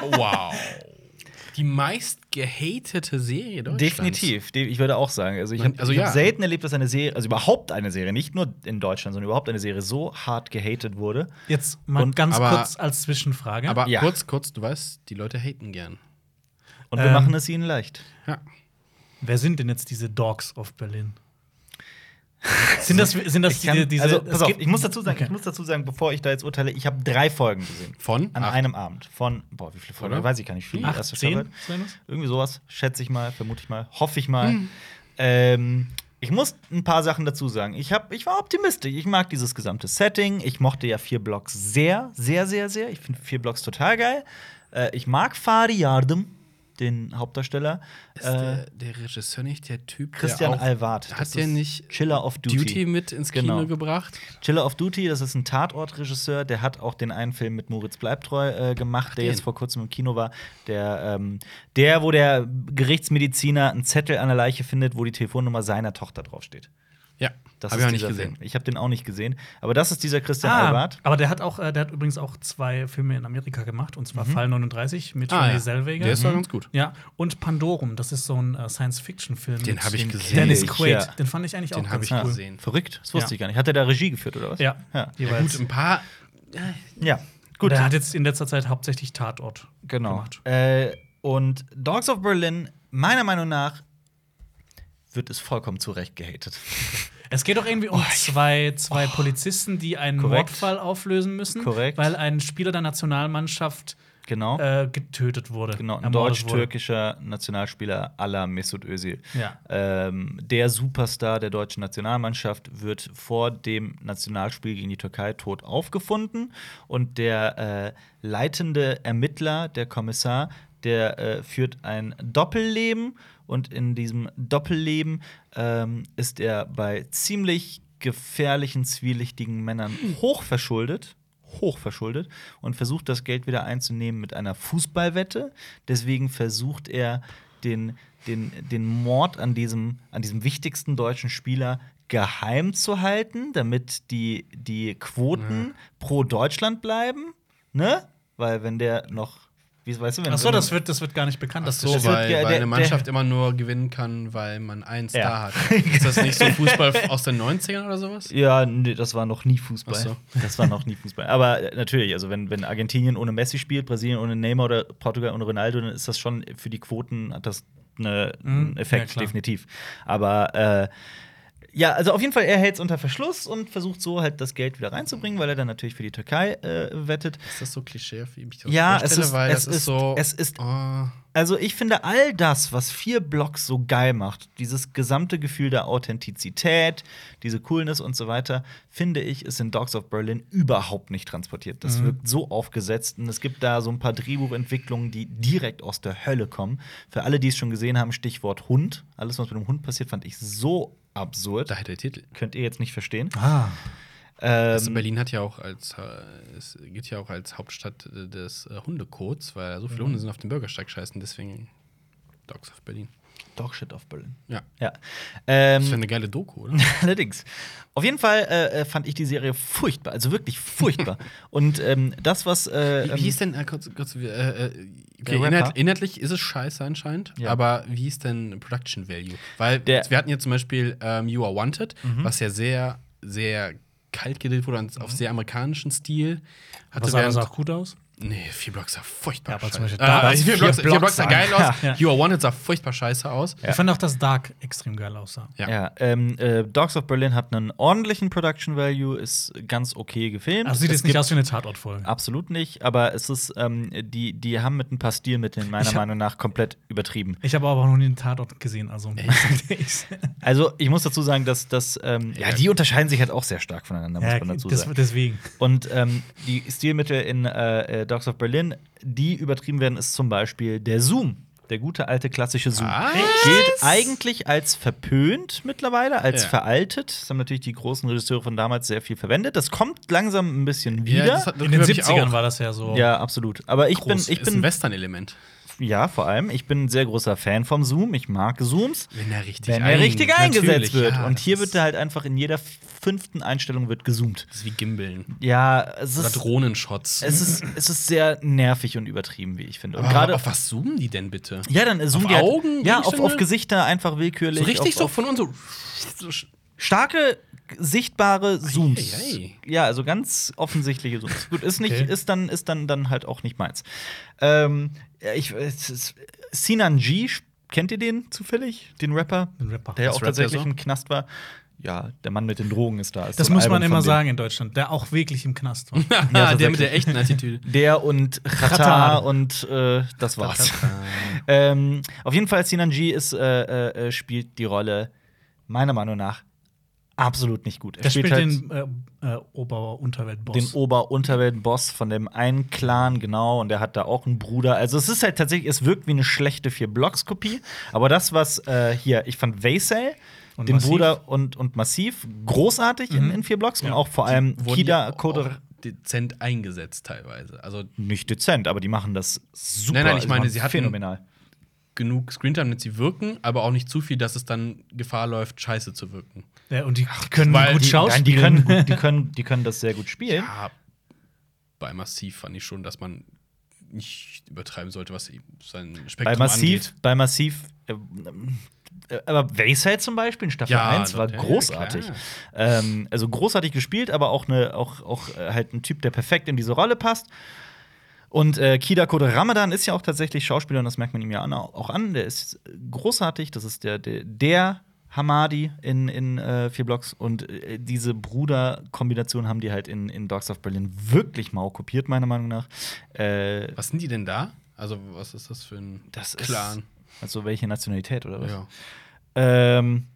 Speaker 2: Wow. Die meist gehatete Serie Deutschlands.
Speaker 1: Definitiv. De- Ich würde auch sagen. Also ich
Speaker 2: Man-
Speaker 1: habe
Speaker 2: also
Speaker 1: ich hab
Speaker 2: ja.
Speaker 1: selten erlebt, dass eine Serie, also überhaupt eine Serie, nicht nur in Deutschland, sondern überhaupt eine Serie so hart gehatet wurde.
Speaker 3: Jetzt mal
Speaker 1: Und-
Speaker 3: ganz
Speaker 2: aber-
Speaker 3: kurz als Zwischenfrage.
Speaker 2: Aber
Speaker 1: Ja.
Speaker 2: kurz, kurz, du weißt, die Leute haten gern.
Speaker 1: Und wir
Speaker 3: Ähm.
Speaker 1: machen es ihnen leicht.
Speaker 2: Ja.
Speaker 3: Wer sind denn jetzt diese Dogs
Speaker 2: (laughs)
Speaker 3: of Berlin? sind das, sind das
Speaker 1: Ich kann,
Speaker 3: die, diese.
Speaker 1: also,
Speaker 3: es
Speaker 1: pass auf,
Speaker 3: gibt-
Speaker 1: ich muss dazu sagen,
Speaker 3: Okay.
Speaker 1: ich muss dazu sagen, bevor ich da jetzt urteile, ich habe drei Folgen gesehen.
Speaker 2: Von?
Speaker 1: An
Speaker 2: Acht.
Speaker 1: einem Abend. Von, boah, wie viele Folgen?
Speaker 2: Oder?
Speaker 1: Weiß ich gar nicht. Wie viel
Speaker 3: Acht, zehn,
Speaker 1: Staffel?
Speaker 3: sein muss?
Speaker 1: Irgendwie sowas, schätze ich mal, vermute ich mal, hoffe ich mal. Ähm, ich muss ein paar Sachen dazu sagen. Ich, hab, ich war optimistisch. Ich mag dieses gesamte Setting. Ich mochte ja vier Blocks sehr, sehr, sehr, sehr. Ich finde vier Blocks total geil. Äh, ich mag Fadi Yardım, den Hauptdarsteller.
Speaker 2: Ist
Speaker 1: Äh,
Speaker 2: der, der Regisseur nicht der Typ,
Speaker 1: Christian
Speaker 2: der auch,
Speaker 1: Alvard.
Speaker 2: Hat
Speaker 1: Das
Speaker 2: der
Speaker 1: ist
Speaker 2: nicht
Speaker 1: Chiller of Duty.
Speaker 2: Duty. mit ins Kino
Speaker 1: Genau.
Speaker 2: gebracht?
Speaker 1: Chiller of Duty, das ist ein Tatort-Regisseur, der hat auch den einen Film mit Moritz Bleibtreu äh, gemacht, der
Speaker 2: den.
Speaker 1: jetzt vor kurzem im Kino war. Der, ähm, der, wo der Gerichtsmediziner einen Zettel an der Leiche findet, wo die Telefonnummer seiner Tochter draufsteht.
Speaker 2: Ja.
Speaker 1: Das
Speaker 2: Hab
Speaker 1: ist
Speaker 2: ich auch nicht
Speaker 1: dieser
Speaker 2: gesehen.
Speaker 1: Film. Ich habe den auch nicht gesehen. Aber das ist dieser Christian
Speaker 3: Ah,
Speaker 1: Albert.
Speaker 3: aber der hat auch, äh, der hat übrigens auch zwei Filme in Amerika gemacht, und zwar Fall 39 mit Renee
Speaker 2: Mhm. Ah, ja.
Speaker 3: Zellweger. Mhm.
Speaker 2: Der ist doch ganz gut.
Speaker 3: ja, und Pandorum, das ist so ein äh, Science-Fiction-Film.
Speaker 2: Den
Speaker 3: mit
Speaker 2: hab ich
Speaker 3: dem
Speaker 2: gesehen.
Speaker 3: Dennis
Speaker 1: Ich,
Speaker 3: Quaid.
Speaker 1: ja.
Speaker 3: Den fand ich eigentlich
Speaker 2: Den
Speaker 3: auch
Speaker 2: hab
Speaker 3: ganz
Speaker 2: ich
Speaker 3: cool.
Speaker 2: gesehen. Cool.
Speaker 1: Verrückt, das wusste
Speaker 3: Ja.
Speaker 1: ich gar nicht. Hat er da Regie geführt oder was?
Speaker 3: Ja,
Speaker 1: ja.
Speaker 2: Ja,
Speaker 3: jeweils.
Speaker 2: gut, ein paar.
Speaker 1: Ja,
Speaker 3: gut. Der hat jetzt in letzter Zeit hauptsächlich Tatort
Speaker 1: Genau.
Speaker 3: gemacht.
Speaker 1: Äh, und Dogs of Berlin, meiner Meinung nach, wird es vollkommen zu Recht gehatet.
Speaker 3: Es geht doch irgendwie um zwei, zwei Polizisten, die einen
Speaker 1: Oh, Korrekt.
Speaker 3: Mordfall auflösen müssen,
Speaker 1: Korrekt.
Speaker 3: weil ein Spieler der Nationalmannschaft
Speaker 1: Genau.
Speaker 3: äh, getötet wurde.
Speaker 1: Genau, ein
Speaker 3: ermordet wurde.
Speaker 1: deutsch-türkischer Nationalspieler aller Mesut Özil.
Speaker 3: Ja.
Speaker 1: Ähm, der Superstar der deutschen Nationalmannschaft wird vor dem Nationalspiel gegen die Türkei tot aufgefunden und der äh, leitende Ermittler, der Kommissar, der äh, führt ein Doppelleben und in diesem Doppelleben ähm, ist er bei ziemlich gefährlichen, zwielichtigen Männern hochverschuldet hochverschuldet und versucht das Geld wieder einzunehmen mit einer Fußballwette. Deswegen versucht er den, den, den Mord an diesem, an diesem wichtigsten deutschen Spieler geheim zu halten, damit die, die Quoten pro Deutschland bleiben, ne? Weil wenn der noch, wie weißt du, wenn
Speaker 3: Achso,
Speaker 1: wenn-
Speaker 3: das wird, das wird gar nicht bekannt.
Speaker 2: Ach
Speaker 3: dass
Speaker 2: so,
Speaker 3: das
Speaker 1: das wird
Speaker 2: weil,
Speaker 1: ja
Speaker 2: weil
Speaker 1: der-
Speaker 2: eine Mannschaft immer nur gewinnen kann, weil man einen
Speaker 1: Ja.
Speaker 2: Star
Speaker 1: (laughs) Genau.
Speaker 2: hat. Ist das nicht so Fußball aus den 90ern oder sowas?
Speaker 1: Ja, nee, das war noch nie Fußball.
Speaker 2: Ach so.
Speaker 1: (laughs) Das war noch nie Fußball. Aber äh, natürlich, also wenn, wenn Argentinien ohne Messi spielt, Brasilien ohne Neymar oder Portugal ohne Ronaldo, dann ist das schon für die Quoten hat das ne- einen
Speaker 3: Mhm, ja,
Speaker 1: Effekt,
Speaker 3: klar.
Speaker 1: definitiv. Aber äh, ja, also auf jeden Fall, er hält es unter Verschluss und versucht so halt das Geld wieder reinzubringen, weil er dann natürlich für die Türkei äh, wettet.
Speaker 2: Ist das so klischee, wie ich das
Speaker 1: Ja, es
Speaker 2: vorstelle?
Speaker 1: ist-
Speaker 2: weil
Speaker 1: es
Speaker 2: das ist,
Speaker 1: ist-
Speaker 2: so.
Speaker 1: es ist-
Speaker 2: oh.
Speaker 1: Also ich finde all das, was vier Blocks so geil macht, dieses gesamte Gefühl der Authentizität, diese Coolness und so weiter, finde ich, ist in Dogs of Berlin überhaupt nicht transportiert. Das wirkt so aufgesetzt und es gibt da so ein paar Drehbuchentwicklungen, die direkt aus der Hölle kommen. Für alle, die es schon gesehen haben, Stichwort Hund. Alles, was mit dem Hund passiert, fand ich so absurd.
Speaker 2: Daher der Titel.
Speaker 1: Könnt ihr jetzt nicht verstehen.
Speaker 3: Ah.
Speaker 2: Also
Speaker 1: Ähm,
Speaker 2: Berlin hat ja auch als äh, es gilt ja auch als Hauptstadt äh, des äh, Hundekots, weil so viele
Speaker 1: Mhm.
Speaker 2: Hunde sind auf dem Bürgersteig scheißen, deswegen Dogs of Berlin.
Speaker 1: Dogshit of Berlin.
Speaker 2: Ja.
Speaker 1: Ja.
Speaker 2: Das
Speaker 1: Ähm,
Speaker 2: ist ja eine geile Doku, oder?
Speaker 1: (laughs) Allerdings. Auf jeden Fall äh, äh, fand ich die Serie furchtbar, also wirklich (laughs) furchtbar. Und ähm, das, was. Äh,
Speaker 2: Wie,
Speaker 1: ähm,
Speaker 2: wie ist denn, äh, kurz, kurz, äh, äh, okay,
Speaker 1: Der Rapper?
Speaker 2: inhalt, inhaltlich ist es scheiße anscheinend,
Speaker 1: Ja.
Speaker 2: aber wie ist denn Production Value? Weil
Speaker 1: Der- Mhm.
Speaker 2: wir hatten ja zum Beispiel ähm, You Are Wanted, was ja sehr, sehr kalt gedreht wurde und auf sehr amerikanischen Stil.
Speaker 3: Aber
Speaker 2: Hatte
Speaker 3: sah
Speaker 2: während-
Speaker 3: das auch gut aus?
Speaker 2: Nee, vier Blocks sah furchtbar
Speaker 3: Ja, aber zum
Speaker 2: scheiße.
Speaker 3: Beispiel da-
Speaker 2: äh, vier,
Speaker 3: vier
Speaker 2: Blocks, vier
Speaker 3: Blocks
Speaker 2: Blocks sah
Speaker 3: sah-
Speaker 2: geil aus.
Speaker 3: Ja.
Speaker 2: You Are Wanted sah furchtbar scheiße aus.
Speaker 1: Ja.
Speaker 3: Ich fand auch, dass Dark extrem geil aussah.
Speaker 1: ja. ähm, äh, Dogs of Berlin hat einen ordentlichen Production Value, ist ganz okay gefilmt.
Speaker 3: Also sieht
Speaker 1: Es
Speaker 3: jetzt nicht
Speaker 1: gibt- Ah.
Speaker 3: aus wie eine Tatortfolge.
Speaker 1: Absolut nicht, aber es ist, ähm, die, die haben mit ein paar Stilmitteln meiner
Speaker 3: Ich hab-
Speaker 1: Meinung nach komplett übertrieben.
Speaker 3: Ich habe aber auch noch nie einen Tatort gesehen, also. Ich-
Speaker 1: Also, ich muss dazu sagen, dass, dass ähm, ja,
Speaker 2: Ja.
Speaker 1: die unterscheiden sich halt auch sehr stark voneinander, muss
Speaker 3: (laughs) ja,
Speaker 1: man dazu
Speaker 3: des,
Speaker 1: sagen.
Speaker 3: deswegen.
Speaker 1: Und ähm, die Stilmittel in äh, äh, Dogs of Berlin, die übertrieben werden, ist zum Beispiel der Zoom. Der gute alte klassische Zoom.
Speaker 2: Was?
Speaker 1: Gilt eigentlich als verpönt mittlerweile, als
Speaker 2: Ja.
Speaker 1: veraltet. Das haben natürlich die großen Regisseure von damals sehr viel verwendet. Das kommt langsam ein bisschen
Speaker 2: Ja,
Speaker 1: wieder. Ja,
Speaker 2: das hat-
Speaker 3: In den
Speaker 2: glaub ich
Speaker 3: 70ern
Speaker 2: auch.
Speaker 3: war das ja so.
Speaker 1: absolut. Aber ich
Speaker 2: Groß.
Speaker 1: bin, ich
Speaker 2: ist ein
Speaker 1: bin,
Speaker 2: Western-Element.
Speaker 1: ja, vor allem, ich bin ein sehr großer Fan vom Zoom. Ich mag Zooms.
Speaker 2: Wenn er richtig,
Speaker 1: Wenn er richtig eingesetzt wird. Und hier wird
Speaker 2: wird
Speaker 1: er halt einfach in jeder fünften Einstellung wird gezoomt.
Speaker 2: Das ist wie Gimbeln.
Speaker 1: Ja, es
Speaker 2: Oder
Speaker 1: ist
Speaker 2: Drohnenshots.
Speaker 1: es ist,
Speaker 2: (laughs)
Speaker 1: es ist sehr nervig und übertrieben, wie ich finde. Und
Speaker 2: Aber
Speaker 1: gerade
Speaker 2: Ah, auf was zoomen die denn bitte?
Speaker 1: ja, dann zoomen
Speaker 2: auf
Speaker 1: die halt,
Speaker 2: Augen,
Speaker 1: ja, auf,
Speaker 2: Gegenstände?
Speaker 1: auf Gesichter einfach willkürlich.
Speaker 2: ne? So richtig
Speaker 1: auf,
Speaker 2: so
Speaker 1: auf
Speaker 2: von uns so. (laughs) so sch-
Speaker 1: starke sichtbare Zooms.
Speaker 2: ei.
Speaker 1: Ja, also ganz offensichtliche Zooms. Gut, ist nicht,
Speaker 3: Okay.
Speaker 1: ist dann, ist dann, dann halt auch nicht meins. Ähm, ja, ich, es ist, Sinan G, kennt ihr den zufällig, den Rapper?
Speaker 3: Ein Rapper.
Speaker 1: Der ja
Speaker 2: Was
Speaker 1: auch
Speaker 2: rappt der
Speaker 1: tatsächlich
Speaker 2: so?
Speaker 1: im Knast war. Ja, der Mann mit den Drogen ist da. Ist
Speaker 3: das
Speaker 1: so ein
Speaker 3: muss man
Speaker 1: Album von
Speaker 3: immer
Speaker 1: dem.
Speaker 3: sagen in Deutschland, der auch wirklich im
Speaker 1: (laughs)
Speaker 3: Knast war.
Speaker 1: Ja,
Speaker 2: der mit
Speaker 1: tatsächlich.
Speaker 2: der echten Attitüde.
Speaker 1: (laughs) Der und Rata
Speaker 3: Rata.
Speaker 1: und äh, das war's.
Speaker 2: Äh,
Speaker 1: Ähm, auf jeden Fall, Sinan G ist, äh, äh, äh, spielt die Rolle meiner Meinung nach absolut nicht gut. Er
Speaker 3: Der spielt
Speaker 1: halt
Speaker 3: den äh, äh,
Speaker 1: den
Speaker 3: Ober-Unterwelt-Boss.
Speaker 1: Ober-Unterwelt-Boss von dem einen Clan, genau, und der hat da auch einen Bruder. Also es ist halt tatsächlich, es wirkt wie eine schlechte Vier-Blocks-Kopie. Aber das, was äh, hier, ich fand Vaisel,
Speaker 3: Und
Speaker 1: den
Speaker 3: Massiv.
Speaker 1: Bruder und, und Massiv, großartig in, in vier Blocks und auch vor allem
Speaker 2: Mhm. wurden
Speaker 1: Ähm, Kida
Speaker 2: ja auch
Speaker 1: Koder.
Speaker 2: dezent eingesetzt teilweise. Also
Speaker 1: Nicht dezent, aber die machen das super.
Speaker 2: Nein, nein, ich
Speaker 1: Also,
Speaker 2: meine,
Speaker 1: machen
Speaker 2: sie hatten-
Speaker 1: phänomenal.
Speaker 2: genug Screentime, damit sie wirken, aber auch nicht zu viel, dass es dann Gefahr läuft, scheiße zu wirken.
Speaker 3: Ja, und die können
Speaker 2: weil
Speaker 3: gut
Speaker 2: die-
Speaker 1: Nein,
Speaker 3: schauspielen.
Speaker 1: die können,
Speaker 3: (laughs)
Speaker 1: gut, die, können, die können das sehr gut spielen.
Speaker 2: Ja, bei Massiv fand ich schon, dass man nicht übertreiben sollte, was sein Spektrum
Speaker 1: bei Massiv,
Speaker 2: angeht.
Speaker 1: bei Massiv. äh, ähm, äh, Aber Wayside zum Beispiel in Staffel
Speaker 2: Ja,
Speaker 1: 1 war
Speaker 2: doch, ja,
Speaker 1: großartig.
Speaker 2: klar.
Speaker 1: ähm, also großartig gespielt, aber auch, ne, auch, auch äh, halt ein Typ, der perfekt in diese Rolle passt. Und äh, Kida Kode Ramadan ist ja auch tatsächlich Schauspieler und das merkt man ihm ja an, auch an. Der ist äh, großartig, das ist der, der, der Hamadi in, in äh, Vier Blocks und äh, diese Bruder-Kombination haben die halt in, in Dogs of Berlin wirklich mau kopiert, meiner Meinung nach. Äh,
Speaker 2: Was sind die denn da? Also, was ist das für ein
Speaker 1: das ist.
Speaker 2: Clan?
Speaker 1: Also welche Nationalität oder was?
Speaker 2: Ja.
Speaker 1: Ähm,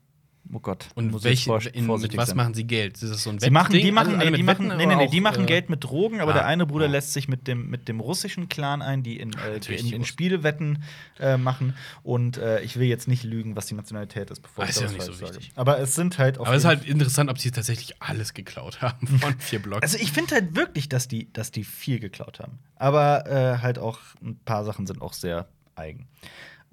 Speaker 1: oh Gott.
Speaker 2: Und
Speaker 1: muss jetzt
Speaker 2: welche,
Speaker 1: vor-
Speaker 2: in, mit
Speaker 1: vorsichtig
Speaker 2: was
Speaker 1: sein.
Speaker 2: machen sie Geld? Ist das so ein
Speaker 1: Sie machen, die
Speaker 2: Wettding?
Speaker 1: machen,
Speaker 2: Alle- alle
Speaker 1: nee, die
Speaker 2: mit
Speaker 1: machen,
Speaker 2: Wetten,
Speaker 1: nee, nee,
Speaker 2: aber
Speaker 1: nee, die
Speaker 2: auch,
Speaker 1: machen
Speaker 2: äh,
Speaker 1: Geld mit Drogen, aber
Speaker 2: ah,
Speaker 1: der eine Bruder
Speaker 2: ja.
Speaker 1: lässt sich mit dem, mit dem russischen Clan ein, die in, äh, die
Speaker 2: natürlich,
Speaker 1: in, in
Speaker 2: Russen.
Speaker 1: Spielewetten äh, machen. Und äh, ich will jetzt nicht lügen, was die Nationalität ist, bevor
Speaker 2: Ah,
Speaker 1: ich
Speaker 2: ist ja
Speaker 1: das
Speaker 2: auch nicht
Speaker 1: falsch
Speaker 2: so
Speaker 1: sage.
Speaker 2: wichtig.
Speaker 1: Aber es sind halt auf
Speaker 2: Aber es ist
Speaker 1: jeden-
Speaker 2: halt interessant, ob sie tatsächlich alles geklaut (laughs) haben von vier Blocks.
Speaker 1: Also ich finde halt wirklich, dass die, dass die viel geklaut haben. Aber äh, halt auch ein paar Sachen sind auch sehr eigen.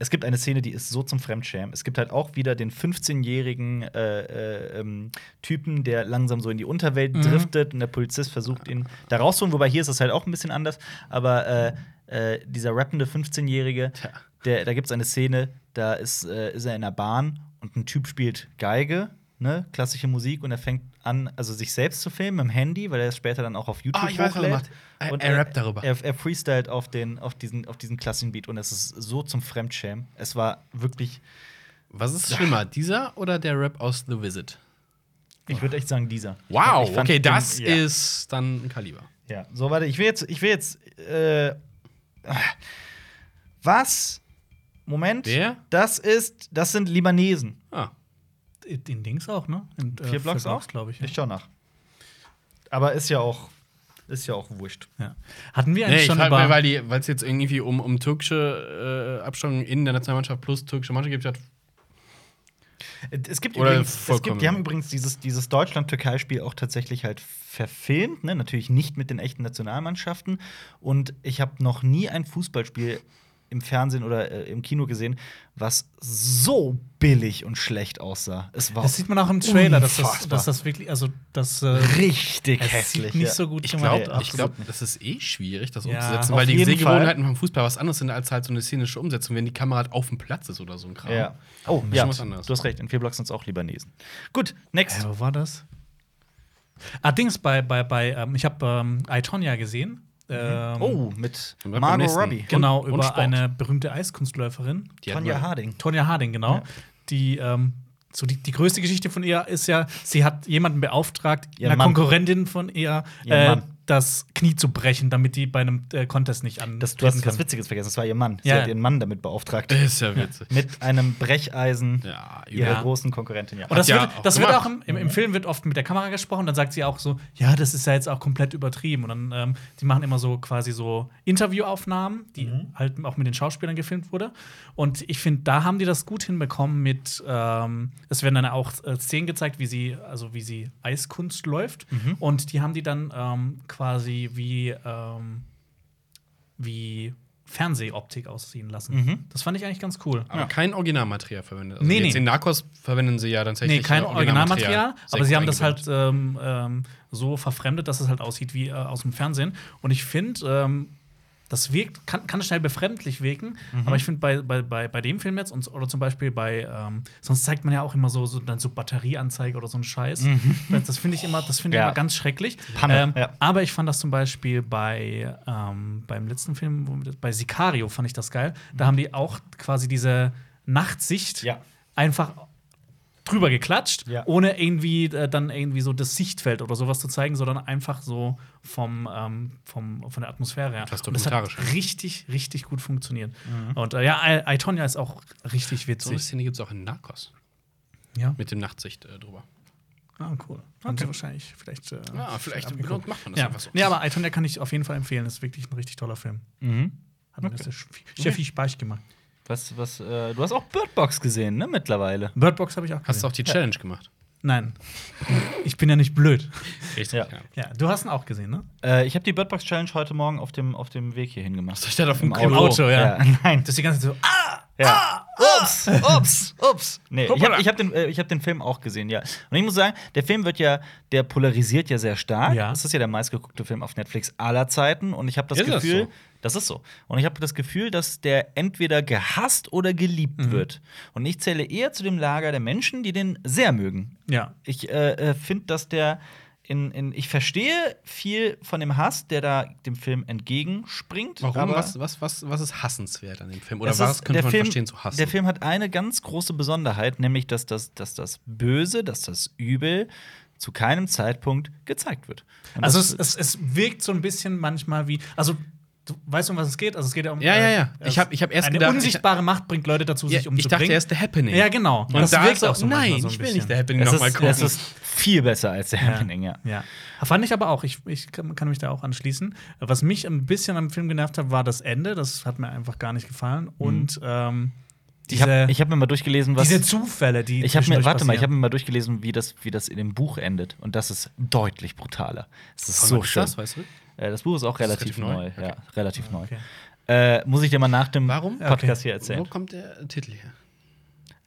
Speaker 1: es gibt eine Szene, die ist so zum Fremdschämen. Es gibt halt auch wieder den 15-jährigen äh, äh, ähm, Typen, der langsam so in die Unterwelt
Speaker 2: Mhm.
Speaker 1: driftet und der Polizist versucht, ihn da rauszuholen. Wobei hier ist das halt auch ein bisschen anders. Aber äh, äh, dieser rappende 15-Jährige,
Speaker 2: Tja.
Speaker 1: der, da gibt es eine Szene, da ist, äh, ist er in der Bahn und ein Typ spielt Geige. Ne, klassische Musik und er fängt an, also sich selbst zu filmen im Handy, weil er es später dann auch auf YouTube
Speaker 2: Ah, ich weiß, was er
Speaker 1: hochlädt.
Speaker 2: macht. Er-
Speaker 1: Und
Speaker 2: er rappt darüber.
Speaker 1: Er, er freestylt auf, den, auf, diesen, auf diesen klassischen Beat und es ist so zum Fremdschämen. Es war wirklich,
Speaker 2: Was ist schlimmer, dieser oder der Rap aus The Visit?
Speaker 1: ich würde echt sagen, dieser.
Speaker 2: Wow,
Speaker 1: Ich fand
Speaker 2: okay,
Speaker 1: den-
Speaker 2: das
Speaker 1: ja.
Speaker 2: ist dann ein Kaliber.
Speaker 1: Ja, so warte, ich will jetzt, ich will jetzt, äh, was? Moment.
Speaker 2: Wer?
Speaker 1: Das ist, das sind Libanesen.
Speaker 2: Ah.
Speaker 3: In Dings auch, ne? In, äh,
Speaker 1: Vier Blocks auch,
Speaker 3: glaube ich. Ja.
Speaker 1: Ich schau nach. Aber ist ja auch, ist ja auch wurscht.
Speaker 3: Ja. Hatten wir
Speaker 2: Nee,
Speaker 3: eigentlich
Speaker 2: ich
Speaker 3: schon
Speaker 2: frage
Speaker 3: über
Speaker 2: mir, weil die- weil es jetzt irgendwie um, um türkische äh, Abstammung in der Nationalmannschaft plus türkische Mannschaft gibt.
Speaker 1: Äh, Es gibt
Speaker 2: Oder
Speaker 1: übrigens, es
Speaker 2: vollkommen.
Speaker 1: gibt, die haben übrigens dieses, dieses Deutschland-Türkei-Spiel auch tatsächlich halt verfilmt, ne? natürlich nicht mit den echten Nationalmannschaften. Und ich habe noch nie ein Fußballspiel im Fernsehen oder äh, im Kino gesehen, was so billig und schlecht aussah. Es war
Speaker 3: Das sieht man auch im Trailer, dass das,
Speaker 1: Unfassbar.
Speaker 3: dass das wirklich, also das äh,
Speaker 1: richtig
Speaker 3: es
Speaker 1: hässlich.
Speaker 3: sieht nicht
Speaker 1: ja.
Speaker 3: so gut
Speaker 2: Ich
Speaker 1: glaub-
Speaker 2: glaube,
Speaker 1: Nee,
Speaker 2: ich
Speaker 1: absolut
Speaker 2: glaub,
Speaker 1: nicht.
Speaker 2: das ist eh schwierig, das
Speaker 3: Ja,
Speaker 2: umzusetzen,
Speaker 1: auf
Speaker 2: weil die
Speaker 1: jeden
Speaker 2: Sehgewohnheiten vom Fußball was anderes sind als halt so eine szenische Umsetzung, wenn die Kamera halt auf dem Platz ist oder so ein Kram.
Speaker 1: Ja. Oh,
Speaker 2: Bisschen
Speaker 1: ja.
Speaker 2: was anderes.
Speaker 1: Du hast recht, in vier Blocks sind es auch Libanesen. Gut, next.
Speaker 3: Äh, wo war das? Ah, Dings, bei, bei, bei ähm, ich habe ähm, iTonya gesehen. Ähm,
Speaker 1: Oh, mit
Speaker 2: Und dann beim
Speaker 1: Margot
Speaker 2: nächsten.
Speaker 1: Robbie.
Speaker 3: Genau,
Speaker 2: und- und
Speaker 3: über
Speaker 2: Sport.
Speaker 3: eine berühmte Eiskunstläuferin.
Speaker 2: Die hat
Speaker 1: Tonya
Speaker 2: man-
Speaker 1: Harding.
Speaker 3: Tonya Harding, genau.
Speaker 1: Ja.
Speaker 3: Die, ähm, so die, die größte Geschichte von ihr ist ja, sie hat jemanden beauftragt,
Speaker 1: Ihren
Speaker 3: einer
Speaker 1: Mann.
Speaker 3: Konkurrentin von ihr,
Speaker 1: Ihren
Speaker 3: äh,
Speaker 1: Mann.
Speaker 3: das Knie zu brechen, damit die bei einem äh, Contest nicht an.
Speaker 1: Das, du hast was Witziges vergessen, das war ihr Mann. Sie
Speaker 3: Ja.
Speaker 1: hat ihren Mann damit beauftragt.
Speaker 2: Ist ja witzig.
Speaker 1: mit einem Brecheisen
Speaker 2: Ja,
Speaker 1: ihrer
Speaker 3: Ja.
Speaker 1: großen Konkurrentin. Ja.
Speaker 3: Und das,
Speaker 2: Hat ja
Speaker 3: wird,
Speaker 2: auch
Speaker 3: das wird
Speaker 2: gemacht.
Speaker 3: auch im, im, im Film wird oft mit der Kamera gesprochen, dann sagt sie auch so, ja, das ist ja jetzt auch komplett übertrieben. Und dann, ähm, die machen immer so quasi so Interviewaufnahmen, die
Speaker 2: Mhm.
Speaker 3: halt auch mit den Schauspielern gefilmt wurde. Und ich finde, da haben die das gut hinbekommen mit, ähm, es werden dann auch äh, Szenen gezeigt, wie sie, also wie sie Eiskunst läuft.
Speaker 2: Mhm.
Speaker 3: Und die haben die dann ähm, quasi wie, ähm, wie Fernsehoptik aussehen lassen.
Speaker 1: Mhm.
Speaker 3: Das fand ich eigentlich ganz cool.
Speaker 2: Aber kein Originalmaterial verwendet. Also
Speaker 3: Nee,
Speaker 2: jetzt
Speaker 3: nee.
Speaker 2: In Narcos verwenden sie ja tatsächlich.
Speaker 3: Nee, kein
Speaker 2: äh,
Speaker 3: Originalmaterial,
Speaker 2: sehr
Speaker 3: aber sie
Speaker 2: gut
Speaker 3: haben das
Speaker 2: eingebaut.
Speaker 3: halt ähm, ähm, so verfremdet, dass es halt aussieht wie äh, aus dem Fernsehen. Und ich finde, ähm, das wirkt, kann, kann schnell befremdlich wirken, aber ich finde bei, bei, bei, bei dem Film jetzt und, oder zum Beispiel bei, ähm, sonst zeigt man ja auch immer so, so dann so Batterieanzeige oder so einen Scheiß. Das, das finde ich immer, das finde ich
Speaker 1: Ja.
Speaker 3: immer ganz schrecklich.
Speaker 1: Panne,
Speaker 3: ähm,
Speaker 1: ja.
Speaker 3: Aber ich fand das zum Beispiel bei ähm, beim letzten Film, wo wir das- bei Sicario fand ich das geil. Da haben die auch quasi diese Nachtsicht
Speaker 1: Ja.
Speaker 3: einfach drüber geklatscht,
Speaker 1: Ja.
Speaker 3: ohne irgendwie äh, dann irgendwie so das Sichtfeld oder sowas zu zeigen, sondern einfach so vom, ähm, vom von der Atmosphäre her.
Speaker 2: Fast
Speaker 3: Und das hat
Speaker 2: dokumentarisch.
Speaker 3: richtig, richtig gut funktioniert. Und äh, ja, I- Itonia ist auch richtig
Speaker 2: So eine
Speaker 3: witzig.
Speaker 2: Szene gibt es auch in Narcos.
Speaker 3: ja.
Speaker 2: Mit dem Nachtsicht äh, drüber.
Speaker 3: Ah, cool. Haben sie wahrscheinlich vielleicht. Äh,
Speaker 2: Ja, vielleicht
Speaker 3: abgeguckt.
Speaker 2: macht man das
Speaker 3: Ja.
Speaker 2: einfach so.
Speaker 3: Nee, aber Itonia kann ich auf jeden Fall empfehlen. Ist wirklich ein richtig toller Film. Hat mir das sehr, sehr viel Spaß gemacht.
Speaker 1: Was, was, äh, du hast auch Birdbox gesehen, ne, mittlerweile.
Speaker 3: Bird Box habe ich auch gesehen.
Speaker 2: Hast du auch die Challenge gemacht?
Speaker 3: Nein. ich bin ja nicht blöd.
Speaker 2: Richtig.
Speaker 1: Ja.
Speaker 3: Ja, du hast ihn auch gesehen, ne?
Speaker 1: Äh, ich habe die Birdbox Challenge heute Morgen auf dem, auf dem Weg hierhin gemacht.
Speaker 2: Ich dachte auf dem
Speaker 1: Im
Speaker 2: Klo.
Speaker 1: Auto, ja. (laughs) Nein.
Speaker 3: Das ist die ganze Zeit so. Ah!
Speaker 1: Ja. Ups, ups, ups. Nee, ich
Speaker 2: ah. Hoppala.
Speaker 1: habe ich hab den, äh, ich hab den Film auch gesehen, ja. Und ich muss sagen, der Film wird ja, der polarisiert ja sehr stark.
Speaker 3: Ja.
Speaker 1: Das ist ja der meistgeguckte Film auf Netflix aller Zeiten. Und ich habe das
Speaker 2: Ist das
Speaker 1: Gefühl,
Speaker 2: so?
Speaker 1: das ist so. Und ich habe das Gefühl, dass der entweder gehasst oder geliebt
Speaker 2: Mhm.
Speaker 1: wird. Und ich zähle eher zu dem Lager der Menschen, die den sehr mögen.
Speaker 3: Ja.
Speaker 1: Ich äh, äh, finde, dass der in, in, ich verstehe viel von dem Hass, der da dem Film entgegenspringt.
Speaker 2: Warum?
Speaker 1: aber-
Speaker 2: Was, was, was, was ist hassenswert an dem Film? Oder
Speaker 1: es
Speaker 2: was
Speaker 1: ist-
Speaker 2: könnte
Speaker 1: der
Speaker 2: man
Speaker 1: Film-
Speaker 2: verstehen zu hassen?
Speaker 1: Der Film hat eine ganz große Besonderheit, nämlich dass das, dass das Böse, dass das Übel zu keinem Zeitpunkt gezeigt wird. Und
Speaker 3: Also
Speaker 1: das-
Speaker 3: es, es, es wirkt so ein bisschen manchmal wie, also du weißt du, um was es geht? Also es geht ja um
Speaker 2: Ja, ja, ja.
Speaker 3: äh,
Speaker 2: Ich hab- ich hab erst
Speaker 3: eine
Speaker 2: gedacht, ich-
Speaker 3: unsichtbare Macht bringt Leute
Speaker 1: um
Speaker 3: dazu,
Speaker 2: ja,
Speaker 3: sich umzubringen.
Speaker 2: ich dachte, er ist The Happening.
Speaker 3: Ja, genau.
Speaker 2: Und da wirkt auch so
Speaker 3: manchmal
Speaker 2: Nein,
Speaker 3: so ein
Speaker 2: ich will
Speaker 3: bisschen.
Speaker 2: nicht The Happening
Speaker 1: es,
Speaker 2: nochmal
Speaker 1: ist,
Speaker 2: gucken.
Speaker 1: es ist viel besser als der Happening, ja.
Speaker 3: Ja. Fand ich aber auch. Ich, ich kann kann mich da auch anschließen. Was mich ein bisschen am Film genervt hat, war das Ende. Das hat mir einfach gar nicht gefallen. Und ähm,
Speaker 1: Mhm. Ich
Speaker 3: diese,
Speaker 1: habe ich hab mir mal durchgelesen, was.
Speaker 3: diese Zufälle, die
Speaker 1: ich hab mir,
Speaker 3: zwischendurch
Speaker 1: warte mal, ich habe
Speaker 3: passieren.
Speaker 1: mir mal durchgelesen, wie das, wie das in dem Buch endet. Und das ist deutlich brutaler. Es ist
Speaker 2: Wann
Speaker 1: so
Speaker 2: ist
Speaker 1: schön.
Speaker 2: Das, weißt du?
Speaker 1: Äh, das Buch ist auch
Speaker 2: Ist das
Speaker 1: relativ
Speaker 2: relativ neu?
Speaker 1: neu. Ja, relativ neu.
Speaker 3: Okay.
Speaker 1: Äh, muss ich dir mal nach dem
Speaker 2: Warum? Ja,
Speaker 1: Podcast hier
Speaker 2: Wo
Speaker 1: erzählen.
Speaker 2: kommt der Titel her?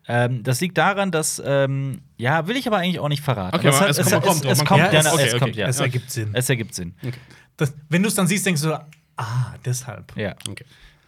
Speaker 1: Ähm, das liegt daran, dass ähm, ja will ich aber eigentlich auch nicht verraten.
Speaker 2: Okay,
Speaker 1: Aber
Speaker 2: aber
Speaker 1: hat-
Speaker 2: es kommt- man kommt
Speaker 1: es,
Speaker 2: drauf,
Speaker 1: es
Speaker 2: man
Speaker 1: kommt,
Speaker 3: kommt
Speaker 1: ja,
Speaker 3: drauf.
Speaker 1: na,
Speaker 2: Okay,
Speaker 1: es
Speaker 2: okay.
Speaker 1: kommt, ja.
Speaker 3: Es ergibt Sinn.
Speaker 1: Es ergibt Sinn.
Speaker 3: Das, wenn du es dann siehst, denkst du, ah, deshalb.
Speaker 1: Ja.
Speaker 2: Okay.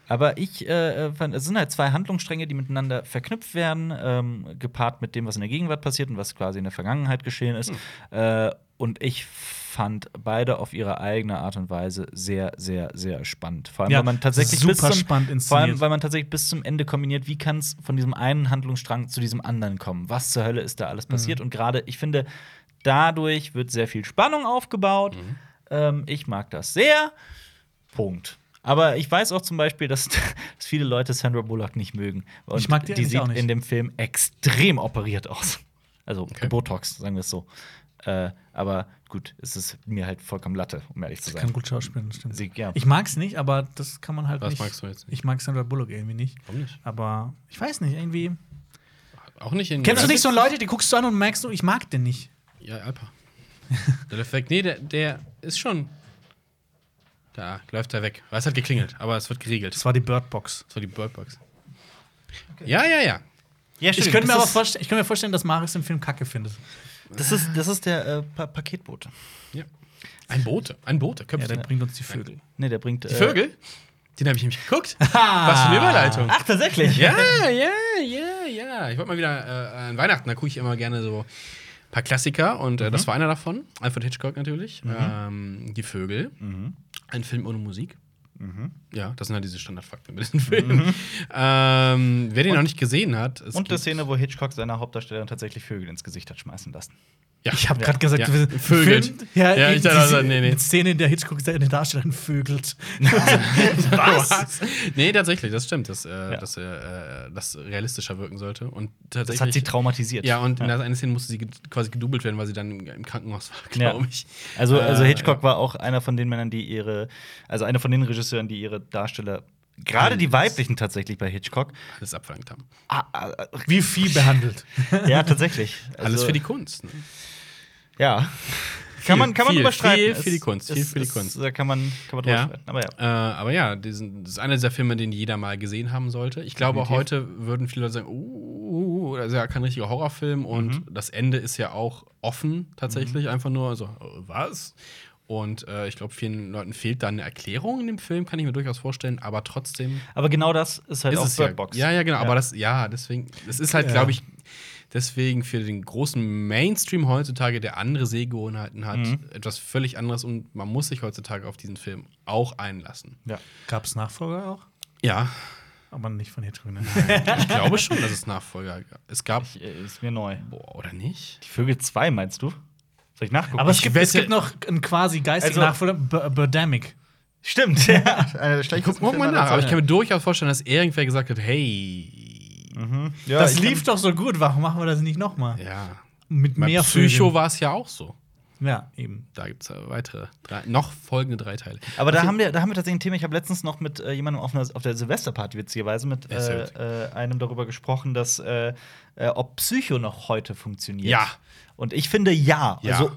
Speaker 1: Aber ich äh, fand, es sind halt zwei Handlungsstränge, die miteinander verknüpft werden, ähm, gepaart mit dem, was in der Gegenwart passiert und was quasi in der Vergangenheit geschehen ist.
Speaker 3: Hm.
Speaker 1: Äh, und ich fand beide auf ihre eigene Art und Weise sehr, sehr, sehr spannend. Vor allem,
Speaker 3: Ja,
Speaker 1: weil man tatsächlich
Speaker 3: super
Speaker 1: bis zum,
Speaker 3: spannend
Speaker 1: vor allem,
Speaker 3: inszeniert.
Speaker 1: weil man tatsächlich bis zum Ende kombiniert, wie kann es von diesem einen Handlungsstrang zu diesem anderen kommen? Was zur Hölle ist da
Speaker 3: Hm.
Speaker 1: alles passiert? Und gerade, ich finde, dadurch wird sehr viel Spannung aufgebaut.
Speaker 3: Hm.
Speaker 1: Ähm, ich mag das sehr. Punkt. Aber ich weiß auch zum Beispiel, dass, (laughs) dass viele Leute Sandra Bullock nicht mögen. Und
Speaker 3: Ich mag die
Speaker 1: die
Speaker 3: eigentlich
Speaker 1: sieht
Speaker 3: auch nicht.
Speaker 1: in dem Film extrem operiert aus. Also
Speaker 2: Okay.
Speaker 1: Botox, sagen wir es so. Äh, aber gut, es ist mir halt vollkommen Latte, um ehrlich zu
Speaker 3: Sie kann
Speaker 1: sein.
Speaker 3: gut schauspielen, stimmt.
Speaker 1: Sie- ja.
Speaker 3: Ich mag's nicht, aber das kann man halt
Speaker 2: Was
Speaker 3: nicht.
Speaker 2: magst du jetzt nicht?
Speaker 3: Ich mag Sandra Bullock irgendwie nicht.
Speaker 2: Warum nicht?
Speaker 3: Aber ich weiß nicht, irgendwie.
Speaker 2: Auch nicht in.
Speaker 3: Kennst du nicht so Leute, die guckst du an und merkst du, ich mag den nicht?
Speaker 2: Ja, Alpa. (laughs) der läuft weg. Nee, der, der ist schon. Da läuft er weg. Weil es hat geklingelt, aber es wird geregelt.
Speaker 3: Das war die Birdbox.
Speaker 2: Das war die Birdbox. Ja, ja, ja.
Speaker 1: Ja,
Speaker 3: Ich könnte mir aber vorstellen, ich könnte mir vorstellen, dass Maris den Film kacke findet.
Speaker 1: Das ist, das ist der äh, pa Paketbote.
Speaker 2: ja. Ein Bote. Ein Bote.
Speaker 3: Ja,
Speaker 2: Köpfchen.
Speaker 3: der bringt uns die Vögel.
Speaker 1: Nee, der bringt. äh,
Speaker 2: die Vögel? Den habe ich nämlich geguckt. Was für eine Überleitung.
Speaker 1: Ach,
Speaker 3: (laughs)
Speaker 1: tatsächlich?
Speaker 2: Ja, ja, ja, ja. Ich wollte mal wieder äh, an Weihnachten, da gucke ich immer gerne so ein paar Klassiker und äh,
Speaker 1: Mhm.
Speaker 2: das war einer davon. Alfred Hitchcock natürlich. Ähm, die Vögel.
Speaker 1: Mhm.
Speaker 2: Ein Film ohne Musik. Ja, das sind halt diese Standardfakten über diesen Film. Ähm, wer den noch nicht gesehen hat, es
Speaker 1: Mhm. Und die
Speaker 2: gibt-
Speaker 1: Szene, wo Hitchcock seiner Hauptdarstellerin tatsächlich Vögel ins Gesicht hat schmeißen lassen.
Speaker 2: Ja.
Speaker 3: Ich habe gerade gesagt,
Speaker 2: Ja.
Speaker 3: wir sind-
Speaker 2: Vögelt.
Speaker 3: Film- Ja,
Speaker 2: Ja, ich
Speaker 3: ich diese,
Speaker 2: dachte, also, nee, nee.
Speaker 3: die Szene, in der Hitchcock seine
Speaker 1: (laughs)
Speaker 3: Darstellerin vögelt.
Speaker 2: Was? (laughs) nee, tatsächlich, das stimmt, dass, äh, dass äh, äh, das realistischer wirken sollte. Und tatsächlich,
Speaker 1: Das hat sie traumatisiert.
Speaker 2: Ja, und in der einen Szene musste sie ged- quasi gedoubelt werden, weil sie dann im, im Krankenhaus war,
Speaker 1: Ja.
Speaker 2: glaube ich.
Speaker 1: Also, also
Speaker 2: Äh,
Speaker 1: Hitchcock war auch einer von den Männern, die ihre, also einer von den Regisseuren, die ihre Darsteller, gerade die weiblichen tatsächlich bei Hitchcock,
Speaker 2: Alles abverlangt haben.
Speaker 1: ah, ah,
Speaker 3: Wie Vieh behandelt.
Speaker 1: ja, tatsächlich. Also,
Speaker 2: Alles für die Kunst. Ne?
Speaker 1: Ja. kann man, kann man
Speaker 2: viel,
Speaker 1: überstreiten.
Speaker 2: viel für die Kunst, viel für die Kunst.
Speaker 1: Da kann man, kann man drüber
Speaker 2: Ja.
Speaker 1: streiten. Aber ja.
Speaker 2: Äh, aber ja, diesen, das ist einer dieser Filme, den jeder mal gesehen haben sollte. Ich glaube,
Speaker 1: Definitiv.
Speaker 2: heute würden viele Leute sagen, uh, das ist ja kein richtiger Horrorfilm
Speaker 1: Mhm.
Speaker 2: und das Ende ist ja auch offen tatsächlich, einfach nur so, äh, was? Und äh, ich glaube, vielen Leuten fehlt da eine Erklärung in dem Film, kann ich mir durchaus vorstellen, aber trotzdem
Speaker 1: Aber genau das ist halt
Speaker 2: ist
Speaker 1: auch
Speaker 2: es ja.
Speaker 1: Birdbox.
Speaker 2: Ja, ja, genau, aber das, ja, deswegen, das ist halt,
Speaker 3: Ja.
Speaker 2: glaube ich, deswegen für den großen Mainstream heutzutage, der andere Sehgewohnheiten hat, etwas völlig anderes und man muss sich heutzutage auf diesen Film auch einlassen.
Speaker 1: Ja.
Speaker 3: Gab es Nachfolger auch?
Speaker 2: Ja,
Speaker 3: Aber nicht von Hitchcock.
Speaker 1: (laughs)
Speaker 3: Ne?
Speaker 2: ich glaube schon, dass es Nachfolger gab. Es gab.
Speaker 1: Ich, äh, ist mir neu.
Speaker 2: Boah, oder nicht?
Speaker 1: Die Vögel 2, meinst du? Soll ich nachgucken?
Speaker 3: Aber es
Speaker 2: Ich
Speaker 3: gibt, es
Speaker 2: wette-
Speaker 3: gibt noch einen quasi geistigen
Speaker 1: Also-
Speaker 3: Nachfolger, B- Birdemic.
Speaker 1: Stimmt, ja. (laughs) Einer der schlechtesten
Speaker 2: Guck, guck mal
Speaker 1: Filme aller
Speaker 2: nach. Aber ich
Speaker 1: Zeiten.
Speaker 2: kann mir durchaus vorstellen, dass irgendwer gesagt hat: hey.
Speaker 1: ja,
Speaker 3: das
Speaker 1: ich kann-
Speaker 3: lief doch so gut, warum machen wir das nicht nochmal?
Speaker 2: Ja.
Speaker 3: Mit
Speaker 2: Bei
Speaker 3: mehr
Speaker 2: Psycho
Speaker 3: Vögeln.
Speaker 2: war es ja auch so.
Speaker 3: Ja, eben.
Speaker 2: Da gibt es ja weitere, drei, noch folgende drei Teile. Also
Speaker 1: Aber
Speaker 2: Auf
Speaker 1: da
Speaker 2: jeden-
Speaker 1: haben, wir, da haben wir tatsächlich ein Thema. Ich habe letztens noch mit äh, jemandem auf, einer, auf der Silvesterparty witzigerweise mit
Speaker 2: Ja, sehr witzig.
Speaker 1: äh, äh, einem darüber gesprochen, dass äh, äh, ob Psycho noch heute funktioniert.
Speaker 2: Ja.
Speaker 1: Und ich finde ja,
Speaker 2: Ja.
Speaker 1: also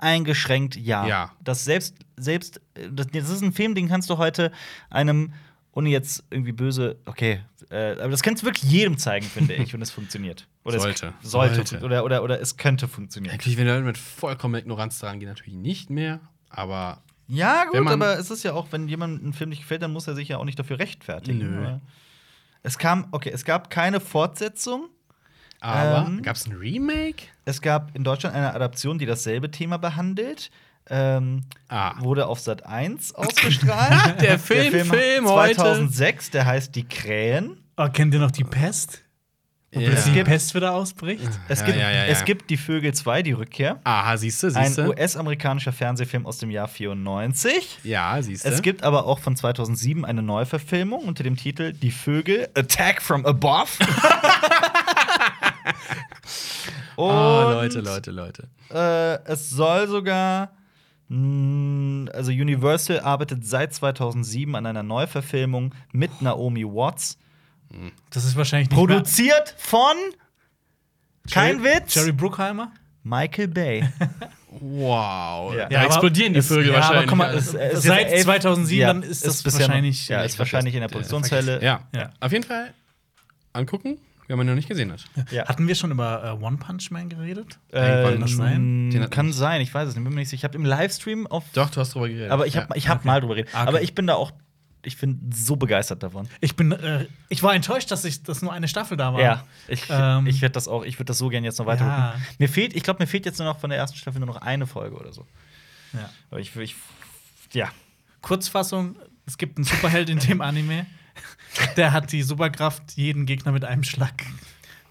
Speaker 1: uneingeschränkt ja.
Speaker 2: Ja.
Speaker 1: Das selbst, selbst, äh, das, das ist ein Film, den kannst du heute einem, ohne jetzt irgendwie böse, okay, äh, aber das kannst du wirklich jedem zeigen, finde
Speaker 2: (laughs)
Speaker 1: ich, und es funktioniert. Oder
Speaker 2: Sollte.
Speaker 1: Es, sollte.
Speaker 2: Sollte.
Speaker 1: Oder, oder, oder es könnte funktionieren.
Speaker 2: Eigentlich, wenn Leute mit vollkommener Ignoranz daran gehen, natürlich nicht mehr. Aber
Speaker 1: Ja,
Speaker 2: Wenn
Speaker 1: gut,
Speaker 2: man-
Speaker 1: aber es ist ja auch, wenn jemandem ein Film nicht gefällt, dann muss er sich ja auch nicht dafür rechtfertigen.
Speaker 2: Nö.
Speaker 1: Aber Es kam, okay, es gab keine Fortsetzung.
Speaker 2: Aber
Speaker 1: Ähm.
Speaker 2: gab es ein Remake?
Speaker 1: Es gab in Deutschland eine Adaption, die dasselbe Thema behandelt. Ähm,
Speaker 2: Ah.
Speaker 1: Wurde auf Sat
Speaker 2: (laughs)
Speaker 1: 1 ausgestrahlt.
Speaker 2: Der Film- Film heute.
Speaker 1: 2006, der heißt Die Krähen.
Speaker 3: Oh, kennt ihr noch die Pest? Wo
Speaker 2: Ja.
Speaker 3: plötzlich die
Speaker 1: gibt-
Speaker 3: Pest wieder ausbricht?
Speaker 1: Es,
Speaker 2: Ja,
Speaker 1: gibt,
Speaker 2: ja, ja, ja.
Speaker 1: es gibt Die Vögel 2, die Rückkehr.
Speaker 2: Aha, siehst du, siehst
Speaker 1: Ein
Speaker 2: du?
Speaker 1: US-amerikanischer Fernsehfilm aus dem Jahr 94.
Speaker 2: Ja, siehst du.
Speaker 1: Es gibt aber auch von 2007 eine Neuverfilmung unter dem Titel Die Vögel Attack from
Speaker 3: (laughs)
Speaker 1: Above.
Speaker 3: Ah,
Speaker 1: Und,
Speaker 2: Oh, Leute, Leute, Leute.
Speaker 1: Äh, es soll sogar. mh, Also Universal arbeitet seit 2007 an einer Neuverfilmung mit Naomi Watts.
Speaker 3: Das ist wahrscheinlich nicht mehr-
Speaker 1: Produziert von. Kein
Speaker 3: Jerry-
Speaker 1: Witz.
Speaker 3: Jerry Bruckheimer?
Speaker 1: Michael
Speaker 3: (laughs)
Speaker 1: Bay.
Speaker 2: Wow.
Speaker 1: Ja.
Speaker 2: Da explodieren die
Speaker 3: es-
Speaker 2: Vögel
Speaker 3: ja,
Speaker 2: wahrscheinlich.
Speaker 3: Aber guck mal, es,
Speaker 1: Ja, es ist
Speaker 3: seit
Speaker 1: jetzt elf-
Speaker 3: 2007,
Speaker 1: ja,
Speaker 3: dann ist
Speaker 1: ist
Speaker 3: das
Speaker 1: bisher noch-
Speaker 3: wahrscheinlich.
Speaker 1: ja, ist wahrscheinlich in der Produktionshelle.
Speaker 2: ja.
Speaker 3: Ja.
Speaker 2: auf jeden Fall angucken, wenn man ihn noch nicht gesehen hat.
Speaker 1: Ja.
Speaker 3: Hatten wir schon über äh, One Punch Man geredet?
Speaker 1: Äh,
Speaker 2: Kann das
Speaker 3: sein?
Speaker 2: Den hat-
Speaker 1: kann sein, ich weiß es nicht, bin mir nicht sicher. Ich habe im Livestream auf.
Speaker 2: Doch, du hast drüber geredet.
Speaker 1: Aber ich
Speaker 2: Ja.
Speaker 1: habe ich hab mal drüber geredet.
Speaker 3: Ah, okay.
Speaker 1: Aber ich bin da auch, ich bin so begeistert davon.
Speaker 3: Ich bin, äh, ich war enttäuscht, dass ich, dass nur eine Staffel da war.
Speaker 1: Ja, ich,
Speaker 3: Ähm,
Speaker 1: ich werde das auch, ich würde das so gerne jetzt noch weiter
Speaker 3: Ja.
Speaker 1: gucken. Mir fehlt, ich glaube, mir fehlt jetzt nur noch von der ersten Staffel nur noch eine Folge oder so.
Speaker 3: Ja.
Speaker 1: Aber ich, ich ja.
Speaker 3: Kurzfassung: Es gibt einen Superheld in dem Anime, der hat die Superkraft, jeden Gegner mit einem Schlag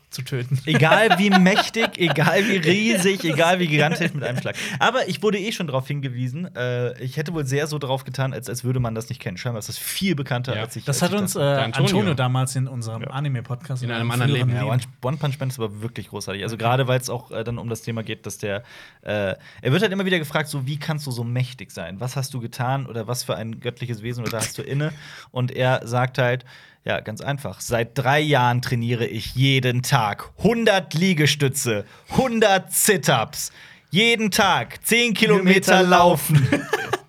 Speaker 3: zu töten.
Speaker 1: Egal
Speaker 3: (laughs)
Speaker 1: wie mächtig, egal wie riesig, egal wie gigantisch mit einem Schlag. Aber ich wurde eh schon darauf hingewiesen. Äh, ich hätte wohl sehr so drauf getan, als, als würde man das nicht kennen. Scheinbar ist das viel bekannter,
Speaker 2: Ja.
Speaker 1: als ich
Speaker 3: Das
Speaker 1: als
Speaker 3: hat
Speaker 1: ich
Speaker 3: uns äh,
Speaker 2: Der
Speaker 3: Antonio.
Speaker 2: Antonio.
Speaker 3: damals in unserem
Speaker 1: Ja.
Speaker 3: Anime-Podcast
Speaker 2: In
Speaker 3: oder
Speaker 2: einem anderen
Speaker 3: früheren
Speaker 2: Leben,
Speaker 1: Ja, One, One Punch Man ist aber wirklich großartig. Also gerade weil es auch äh, dann um das Thema geht, dass der äh, er wird halt immer wieder gefragt, so wie kannst du so mächtig sein? Was hast du getan oder was für ein göttliches Wesen oder hast du inne? Und er sagt halt, ja, ganz einfach. Seit drei Jahren trainiere ich jeden Tag 100 Liegestütze, 100 Sit-ups, jeden Tag 10 Kilometer
Speaker 3: Kilometer
Speaker 1: laufen.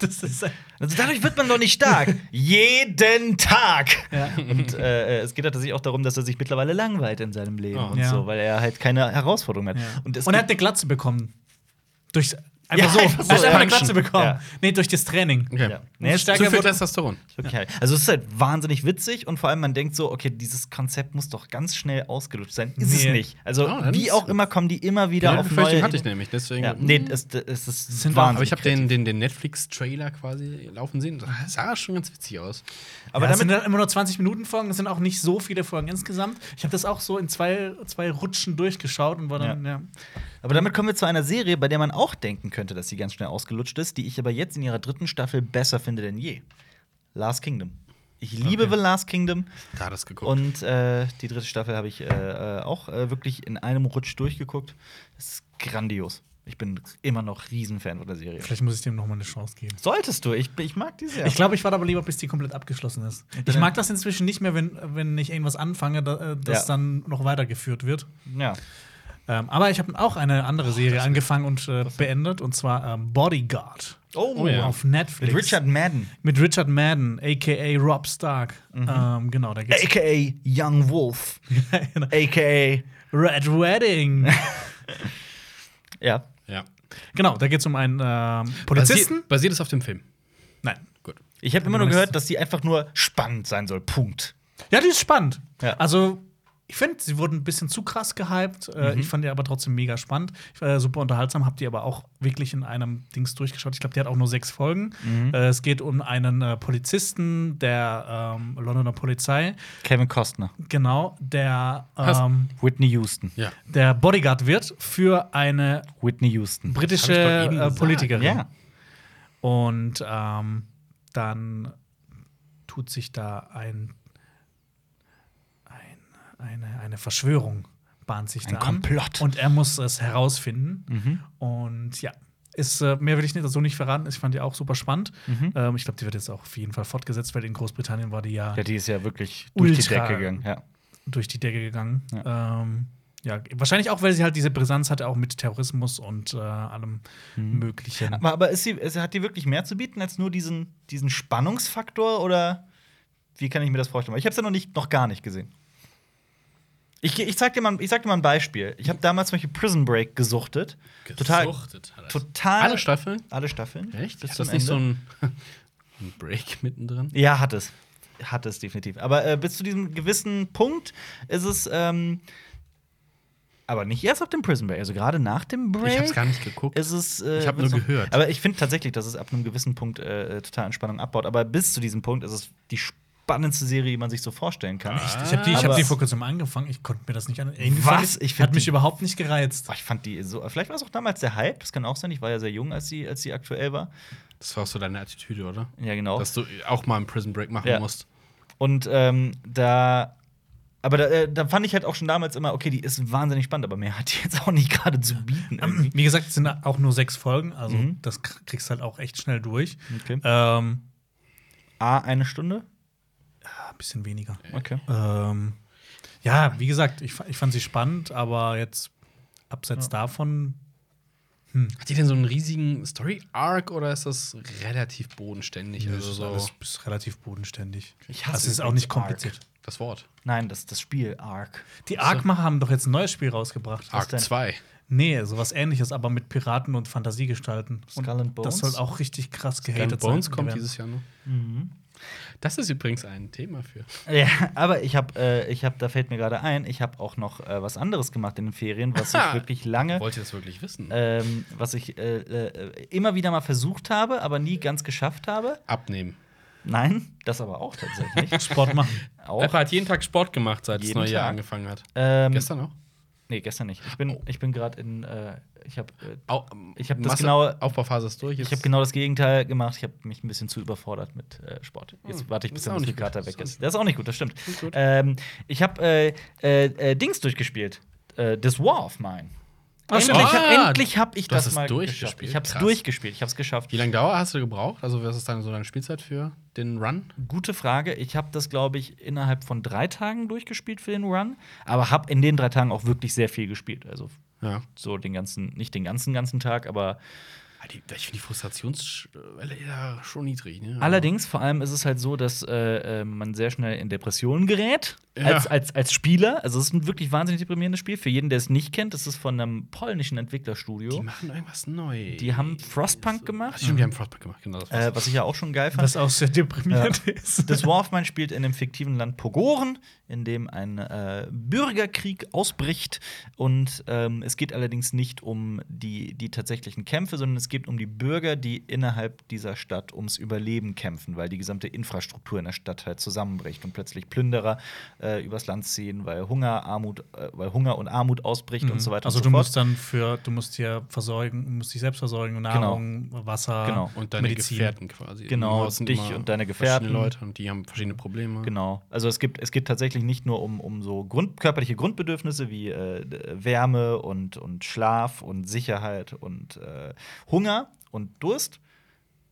Speaker 3: Das ist ein-
Speaker 1: Also dadurch wird man doch nicht stark. jeden Tag.
Speaker 3: ja.
Speaker 1: Und äh, es geht halt tatsächlich auch darum, dass er sich mittlerweile langweilt in seinem Leben
Speaker 2: Oh.
Speaker 1: und
Speaker 3: Ja.
Speaker 1: so, weil er halt keine Herausforderung hat.
Speaker 3: Und,
Speaker 1: es
Speaker 3: er hat
Speaker 1: gibt-
Speaker 3: eine Glatze bekommen. Durch einfach
Speaker 1: Ja,
Speaker 3: so.
Speaker 1: einfach so,
Speaker 3: er hat
Speaker 1: ja.
Speaker 3: einfach eine Glatze
Speaker 1: Punchen.
Speaker 3: bekommen.
Speaker 1: Ja.
Speaker 3: Nee, durch das Training.
Speaker 2: Okay.
Speaker 1: Ja.
Speaker 3: Nee,
Speaker 2: Zu
Speaker 3: stärker
Speaker 2: viel
Speaker 3: wurde-
Speaker 2: Testosteron.
Speaker 1: ist wirklich geil. Also es ist halt wahnsinnig witzig und vor allem man denkt so, okay, dieses Konzept muss doch ganz schnell ausgelutscht sein. Ist
Speaker 3: Nee.
Speaker 1: es nicht. Also
Speaker 2: Oh, dann
Speaker 1: wie
Speaker 2: ist-
Speaker 1: auch immer kommen die immer wieder
Speaker 2: Ja,
Speaker 1: auf
Speaker 2: Befürchtung
Speaker 1: neue.
Speaker 2: hatte ich nämlich, deswegen.
Speaker 1: ja. Nee, es, es ist
Speaker 3: Sind
Speaker 1: wahnsinnig.
Speaker 2: Aber ich habe den, den, den Netflix-Trailer quasi laufen sehen. Das sah schon ganz witzig aus.
Speaker 1: Aber
Speaker 3: ja, es sind
Speaker 1: damit
Speaker 3: dann immer nur 20 Minuten Folgen, es sind auch nicht so viele Folgen insgesamt. Ich habe das auch so in zwei, zwei Rutschen durchgeschaut und war dann, ja.
Speaker 1: Aber damit kommen wir zu einer Serie, bei der man auch denken könnte, dass sie ganz schnell ausgelutscht ist, die ich aber jetzt in ihrer dritten Staffel besser finde denn je. Last Kingdom. Ich liebe
Speaker 2: Okay.
Speaker 1: The Last Kingdom.
Speaker 2: Da hat das geguckt.
Speaker 1: Und äh, die dritte Staffel habe ich äh, äh, auch äh, wirklich in einem Rutsch durchgeguckt. Das ist grandios. Ich bin immer noch Riesenfan von der Serie.
Speaker 3: Vielleicht muss ich dem nochmal eine Chance geben.
Speaker 1: Solltest du, ich, ich mag die sehr.
Speaker 3: Ich glaube, ich warte aber lieber, bis die komplett abgeschlossen ist. Ich mag das inzwischen nicht mehr, wenn, wenn ich irgendwas anfange, da, äh, das
Speaker 1: Ja.
Speaker 3: dann noch weitergeführt wird.
Speaker 1: ja.
Speaker 3: Ähm, aber ich habe auch eine andere Serie angefangen und äh, beendet, und zwar ähm, Bodyguard
Speaker 1: Oh,
Speaker 2: Oh ja.
Speaker 3: auf Netflix.
Speaker 1: Mit Richard Madden,
Speaker 3: Mit Richard Madden, a.k.a. Rob Stark. Ähm, genau, da gibt's
Speaker 1: a.k.a. Young Wolf, a.k.a.
Speaker 3: (laughs) Red Wedding.
Speaker 1: Ja.
Speaker 2: ja.
Speaker 3: genau, da geht's um einen ähm, Polizisten.
Speaker 2: Basiert, basiert es auf dem Film.
Speaker 3: Nein.
Speaker 2: Gut.
Speaker 1: Ich habe immer nur gehört, dass die einfach nur spannend sein soll. Punkt.
Speaker 3: Ja, die ist spannend.
Speaker 1: Ja.
Speaker 3: Also, ich finde, sie wurden ein bisschen zu krass gehypt. Äh, Ich fand die aber trotzdem mega spannend. Ich war super unterhaltsam, hab die aber auch wirklich in einem Dings durchgeschaut. Ich glaube, die hat auch nur sechs Folgen. Äh, es geht um einen äh, Polizisten der ähm, Londoner Polizei,
Speaker 1: Kevin Costner,
Speaker 3: genau, der,
Speaker 2: Hast-
Speaker 3: ähm,
Speaker 1: Whitney Houston,
Speaker 2: Ja.
Speaker 3: der Bodyguard wird für eine
Speaker 1: Whitney Houston.
Speaker 3: britische
Speaker 2: Das hab ich doch eben
Speaker 3: äh,
Speaker 2: gesagt.
Speaker 3: Politikerin.
Speaker 1: Ja.
Speaker 3: Und ähm, dann tut sich da ein, ein eine, eine Verschwörung bahnt sich
Speaker 1: Ein
Speaker 3: da
Speaker 1: Komplott.
Speaker 3: an. Und er muss es herausfinden. Und ja, ist, äh, mehr will ich nicht, so nicht verraten. Ich fand die auch super spannend. Ähm, ich glaube, die wird jetzt auch auf jeden Fall fortgesetzt, weil in Großbritannien war die ja,
Speaker 1: ja, die ist ja wirklich durch die
Speaker 3: Ultra.
Speaker 1: Decke gegangen. Ja.
Speaker 3: durch die Decke gegangen. Ja. Ähm, ja, wahrscheinlich auch, weil sie halt diese Brisanz hatte, auch mit Terrorismus und äh, allem Möglichen.
Speaker 1: Aber, aber ist sie, ist, hat die wirklich mehr zu bieten als nur diesen, diesen Spannungsfaktor oder wie kann ich mir das vorstellen? Weil Ich habe es ja noch, nicht, noch gar nicht gesehen. Ich, ich, sag dir mal, ein- ich sag dir mal ein Beispiel. Ich habe damals zum Beispiel Prison Break gesuchtet. Total.
Speaker 2: Gesuchtet hat er.
Speaker 1: Total.
Speaker 2: Alle Staffeln?
Speaker 1: Alle Staffeln.
Speaker 2: Echt?
Speaker 1: Bis
Speaker 2: Ist
Speaker 1: zum
Speaker 2: das nicht so
Speaker 1: Ende.
Speaker 2: ein, (laughs) ein Break mittendrin?
Speaker 1: Ja, hat es. Hat es definitiv. Aber äh, bis zu diesem gewissen Punkt ist es. Ähm, aber nicht erst auf dem Prison Break. Also gerade nach dem Break.
Speaker 2: Ich hab's gar nicht geguckt.
Speaker 1: Es ist, äh,
Speaker 2: Ich hab
Speaker 1: wird's
Speaker 2: nur
Speaker 1: noch-
Speaker 2: gehört.
Speaker 1: Aber ich finde tatsächlich, dass es ab einem gewissen Punkt äh, total Entspannung abbaut. Aber bis zu diesem Punkt ist es die spannendste Serie, die man sich so vorstellen kann.
Speaker 2: Ah.
Speaker 3: Echt? Ich habe die, ich hab
Speaker 1: Aber-
Speaker 3: die vor kurzem angefangen. Ich konnte mir das nicht an. Irgendwie
Speaker 1: Was?
Speaker 3: fand
Speaker 1: Ich
Speaker 3: Ich
Speaker 1: find
Speaker 3: hat mich
Speaker 1: die-
Speaker 3: überhaupt nicht gereizt.
Speaker 1: Boah, ich fand die so. Vielleicht war es auch damals der Hype. Das kann auch sein. Ich war ja sehr jung, als sie als sie aktuell war.
Speaker 2: Das war auch so deine Attitüde, oder?
Speaker 1: Ja, genau.
Speaker 2: Dass du auch mal einen Prison Break machen
Speaker 1: Ja.
Speaker 2: musst.
Speaker 1: Und ähm, da. Aber da, äh, da fand ich halt auch schon damals immer, okay, die ist wahnsinnig spannend, aber mehr hat die jetzt auch nicht (laughs) gerade zu bieten.
Speaker 2: (clears throat)
Speaker 1: irgendwie.
Speaker 3: Wie gesagt, es sind auch nur sechs Folgen, also
Speaker 1: Mhm.
Speaker 3: das k- kriegst halt auch echt schnell durch.
Speaker 1: Okay.
Speaker 2: Äh.
Speaker 3: Ähm,
Speaker 1: A, eine Stunde?
Speaker 3: ein bisschen weniger.
Speaker 1: Okay.
Speaker 3: Ähm, ja, wie gesagt, ich, fa- ich fand sie spannend, aber jetzt abseits davon
Speaker 2: Hat die denn so einen riesigen Story-Arc oder ist das relativ bodenständig?
Speaker 3: Das
Speaker 2: also
Speaker 3: ist
Speaker 2: so
Speaker 3: alles ist relativ bodenständig.
Speaker 1: Ich hasse
Speaker 3: das ist auch
Speaker 1: übrigens
Speaker 3: nicht
Speaker 1: Arc.
Speaker 3: kompliziert.
Speaker 2: das Wort.
Speaker 1: Nein, das, das Spiel Ark.
Speaker 3: Die Ark-Macher haben doch jetzt ein neues Spiel rausgebracht.
Speaker 1: Was
Speaker 2: Arc
Speaker 1: denn?
Speaker 2: 2.
Speaker 3: Nee, sowas ähnliches, aber mit Piraten und Fantasiegestalten. Und
Speaker 1: Skull and
Speaker 3: Das
Speaker 1: Bones?
Speaker 3: soll auch richtig krass
Speaker 2: Skull
Speaker 3: gehatet
Speaker 2: Bones
Speaker 3: sein.
Speaker 2: kommt
Speaker 3: Gewesen.
Speaker 2: dieses Jahr noch.
Speaker 1: Mhm.
Speaker 2: Das ist übrigens ein Thema für.
Speaker 1: Ja, aber ich habe, äh, ich hab, da fällt mir gerade ein, ich habe auch noch äh, was anderes gemacht in den Ferien, was ich
Speaker 2: Aha.
Speaker 1: wirklich lange,
Speaker 2: Wollt ihr das wirklich wissen?
Speaker 1: ähm, was ich äh, äh, immer wieder mal versucht habe, aber nie ganz geschafft habe.
Speaker 2: Abnehmen.
Speaker 1: Nein, das aber auch tatsächlich.
Speaker 3: (laughs) Sport machen.
Speaker 1: auch.
Speaker 2: Alpha hat jeden Tag Sport gemacht, seit das
Speaker 1: Jeden
Speaker 2: neue Jahr
Speaker 1: Tag.
Speaker 2: angefangen hat.
Speaker 1: Ähm,
Speaker 2: Gestern auch?
Speaker 1: Nee, gestern nicht. Ich bin, ich bin gerade in, äh, ich habe äh,
Speaker 2: Au-
Speaker 1: Ich hab das
Speaker 2: Masse-
Speaker 1: genaue-
Speaker 2: Aufbauphase ist durch.
Speaker 1: Ich habe genau das Gegenteil gemacht. Ich habe mich ein bisschen zu überfordert mit äh, Sport. Jetzt warte ich, bis
Speaker 2: Oh, ist
Speaker 1: der
Speaker 2: auch nicht gut.
Speaker 1: Muskelkater weg
Speaker 2: Ist auch
Speaker 1: ist.
Speaker 2: nicht
Speaker 1: Das ist auch nicht gut, das stimmt.
Speaker 2: Nicht gut.
Speaker 1: Ähm, ich habe äh, äh, äh, Dings durchgespielt. Äh, das War of Mine.
Speaker 3: Ach,
Speaker 1: endlich
Speaker 2: stimmt. Ah,
Speaker 1: endlich habe ich
Speaker 2: du hast
Speaker 1: das
Speaker 2: es
Speaker 1: mal
Speaker 2: durchgespielt.
Speaker 1: geschafft. Ich habe es
Speaker 2: Krass.
Speaker 1: durchgespielt. Ich habe es geschafft.
Speaker 2: Wie lange Dauer hast du gebraucht? Also, was ist dann so deine Spielzeit für den Run?
Speaker 1: Gute Frage. Ich habe das, glaube ich, innerhalb von drei Tagen durchgespielt für den Run, aber habe in den drei Tagen auch wirklich sehr viel gespielt. Also
Speaker 2: Ja.
Speaker 1: so den ganzen, nicht den ganzen ganzen Tag, aber
Speaker 2: Ich finde Ah, die Frustrationsschwelle ja schon niedrig. Ne?
Speaker 1: Allerdings, vor allem ist es halt so, dass äh, äh, man sehr schnell in Depressionen gerät
Speaker 2: Ja.
Speaker 1: als, als, als Spieler. Also es ist ein wirklich wahnsinnig deprimierendes Spiel. Für jeden, der es nicht kennt, das ist von einem polnischen
Speaker 2: Die
Speaker 1: Entwicklerstudio.
Speaker 2: machen irgendwas neu.
Speaker 1: Die haben Frostpunk
Speaker 2: Ach,
Speaker 1: gemacht,
Speaker 2: stimmt, die haben Frostpunk gemacht, genau. Das war's.
Speaker 1: äh, was ich ja auch schon geil fand.
Speaker 3: Was auch sehr deprimierend ist.
Speaker 1: Das War of Mine spielt in dem fiktiven Land Pogoren, in dem ein äh, Bürgerkrieg ausbricht. Und ähm, es geht allerdings nicht um die, die tatsächlichen Kämpfe, sondern es geht um die Bürger, die innerhalb dieser Stadt ums Überleben kämpfen, weil die gesamte Infrastruktur in der Stadt halt zusammenbricht und plötzlich Plünderer äh, übers Land ziehen, weil Hunger, Armut, äh, weil Hunger und Armut ausbricht und so weiter
Speaker 3: Also
Speaker 1: und so
Speaker 3: du
Speaker 1: fort.
Speaker 3: musst dann für, du musst hier versorgen, musst dich selbst versorgen, Nahrung, Wasser,
Speaker 1: Genau.
Speaker 2: und deine
Speaker 3: Medizin.
Speaker 2: Gefährten quasi.
Speaker 1: Genau,
Speaker 2: Im Haus sind
Speaker 1: dich
Speaker 2: immer
Speaker 1: und deine
Speaker 2: verschiedene
Speaker 1: Gefährten.
Speaker 2: Leute und die haben verschiedene Probleme.
Speaker 1: Genau. Also es gibt, es geht tatsächlich nicht nur um, um so Grund, körperliche Grundbedürfnisse wie äh, d- Wärme und, und Schlaf und Sicherheit und äh, Hunger und Durst.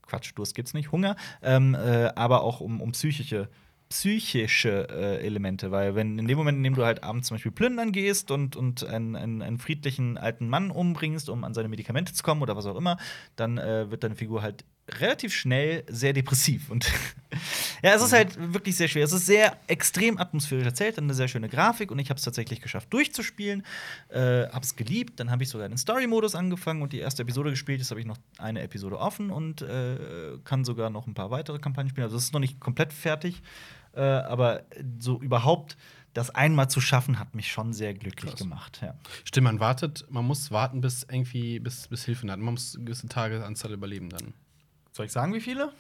Speaker 1: Quatsch, Durst gibt's nicht, Hunger, ähm, äh, aber auch um, um psychische psychische äh, Elemente, weil wenn in dem Moment, in dem du halt abends zum Beispiel plündern gehst und, und einen, einen, einen friedlichen alten Mann umbringst, um an seine Medikamente zu kommen oder was auch immer, dann äh, wird deine Figur halt relativ schnell sehr depressiv und (laughs) ja, es ist halt wirklich sehr schwer. Es ist sehr extrem atmosphärisch erzählt, eine sehr schöne Grafik und ich habe es tatsächlich geschafft durchzuspielen, äh, habe es geliebt, dann habe ich sogar den Story-Modus angefangen und die erste Episode gespielt. Jetzt habe ich noch eine Episode offen und äh, kann sogar noch ein paar weitere Kampagnen spielen. Also es ist noch nicht komplett fertig, äh, aber so überhaupt das einmal zu schaffen, hat mich schon sehr glücklich
Speaker 2: Krass.
Speaker 1: gemacht. Ja.
Speaker 2: Stimmt, man wartet, man muss warten, bis irgendwie, bis, bis Hilfe naht. Man muss gewisse Tage Anzahl überleben dann.
Speaker 1: Soll ich sagen, wie viele?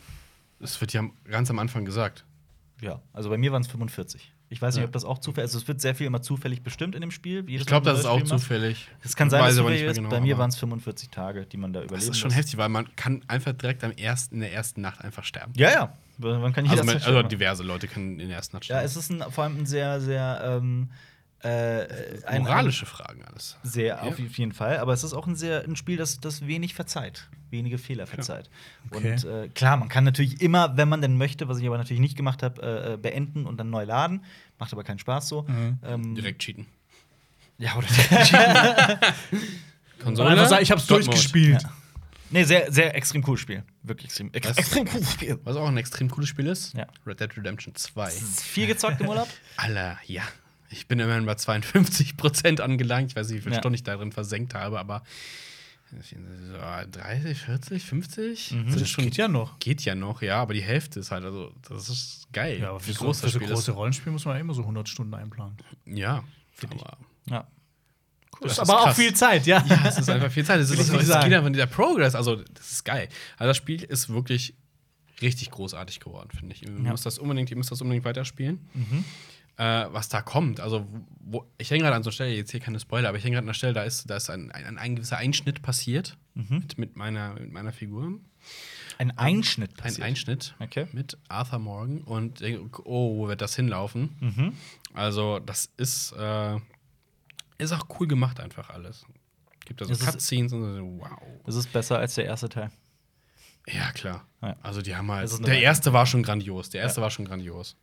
Speaker 2: Das wird ja am- ganz am Anfang gesagt.
Speaker 1: Ja, also bei mir waren es 45. Ich weiß nicht,
Speaker 2: Ja.
Speaker 1: ob das auch zufällig ist. Also, es wird sehr viel immer zufällig bestimmt in dem Spiel.
Speaker 2: Ich glaube, das ist auch zufällig.
Speaker 1: Es kann sein, dass es
Speaker 2: aber
Speaker 1: zufällig
Speaker 2: mehr genau,
Speaker 1: ist. bei mir
Speaker 2: aber
Speaker 1: waren es 45 Tage, die man da überleben
Speaker 2: Das ist schon
Speaker 1: muss.
Speaker 2: heftig, weil man kann einfach direkt am ersten, in der ersten Nacht einfach sterben.
Speaker 1: Ja, ja. Man kann
Speaker 2: Also,
Speaker 1: jederzeit
Speaker 2: man, also
Speaker 1: sterben.
Speaker 2: diverse Leute können in der ersten Nacht
Speaker 1: ja,
Speaker 2: sterben.
Speaker 1: es ist ein, vor allem ein sehr, sehr ähm, äh, ein,
Speaker 2: Moralische Fragen alles.
Speaker 1: Ein, sehr, auf jeden Fall. Aber es ist auch ein sehr ein Spiel, das, das wenig verzeiht, wenige Fehler verzeiht.
Speaker 3: Okay.
Speaker 1: Und äh, klar, man kann natürlich immer, wenn man denn möchte, was ich aber natürlich nicht gemacht habe, äh, äh, beenden und dann neu laden. Macht aber keinen Spaß so.
Speaker 3: Mhm.
Speaker 1: Ähm,
Speaker 2: Direkt cheaten.
Speaker 1: Ja, oder? (laughs)
Speaker 3: Und einfach sagen, ich hab's
Speaker 2: Stop Mode.
Speaker 3: durchgespielt.
Speaker 1: Ja. nee, sehr, sehr extrem cooles Spiel. Wirklich extrem,
Speaker 2: Was?
Speaker 1: extrem cooles Spiel.
Speaker 2: Was auch ein extrem cooles Spiel ist.
Speaker 1: Ja.
Speaker 2: Red Dead Redemption 2.
Speaker 1: Viel gezockt im
Speaker 2: (laughs)
Speaker 1: Urlaub?
Speaker 2: Aller, ja. Ich bin immerhin bei 52 Prozent angelangt. Ich weiß nicht, wie viel
Speaker 1: Ja.
Speaker 2: Stunden ich darin versenkt habe, aber so 30, 40, 50? Das ist
Speaker 3: Das geht ja noch.
Speaker 2: Geht ja noch, ja, aber die Hälfte ist halt, also, das ist geil.
Speaker 3: Ja, aber
Speaker 2: wie
Speaker 3: für so,
Speaker 2: groß
Speaker 3: für
Speaker 2: das
Speaker 3: so
Speaker 2: Spiel
Speaker 3: große
Speaker 2: ist.
Speaker 3: Rollenspiel muss man ja immer so 100 Stunden einplanen.
Speaker 2: Ja, aber.
Speaker 1: Ja.
Speaker 2: Das ist
Speaker 3: ist aber auch
Speaker 2: krass.
Speaker 3: viel Zeit, ja.
Speaker 2: Ja, es ist einfach viel Zeit. Es
Speaker 3: Will ich
Speaker 2: ist
Speaker 3: nicht
Speaker 2: es geht
Speaker 3: sagen.
Speaker 2: einfach dieser Progress. Also, das ist geil. Also, das Spiel ist wirklich richtig großartig geworden, finde ich. Ihr, müsst das unbedingt, ihr müsst das unbedingt weiterspielen.
Speaker 3: Mhm.
Speaker 2: Äh, was da kommt. Also, wo, ich hänge gerade an so einer Stelle, jetzt hier keine Spoiler, aber ich hänge gerade an einer Stelle, da ist, da ist ein, ein, ein gewisser Einschnitt passiert
Speaker 3: Mhm.
Speaker 2: mit, mit, meiner, mit meiner Figur.
Speaker 1: Ein Einschnitt
Speaker 2: Ein
Speaker 1: passiert.
Speaker 2: Einschnitt
Speaker 1: Okay.
Speaker 2: mit Arthur Morgan und denke, oh, wo wird das hinlaufen?
Speaker 1: Mhm.
Speaker 2: Also, das ist, äh, ist auch cool gemacht, einfach alles. Gibt da so
Speaker 1: Es ist-
Speaker 2: Cutscenes und so, wow.
Speaker 1: Es ist besser als der erste Teil.
Speaker 2: Ja, klar.
Speaker 1: Ja.
Speaker 2: Also, die haben halt.
Speaker 1: Es ist eine
Speaker 2: Der
Speaker 1: Weile.
Speaker 2: erste war schon grandios. Der erste war schon grandios.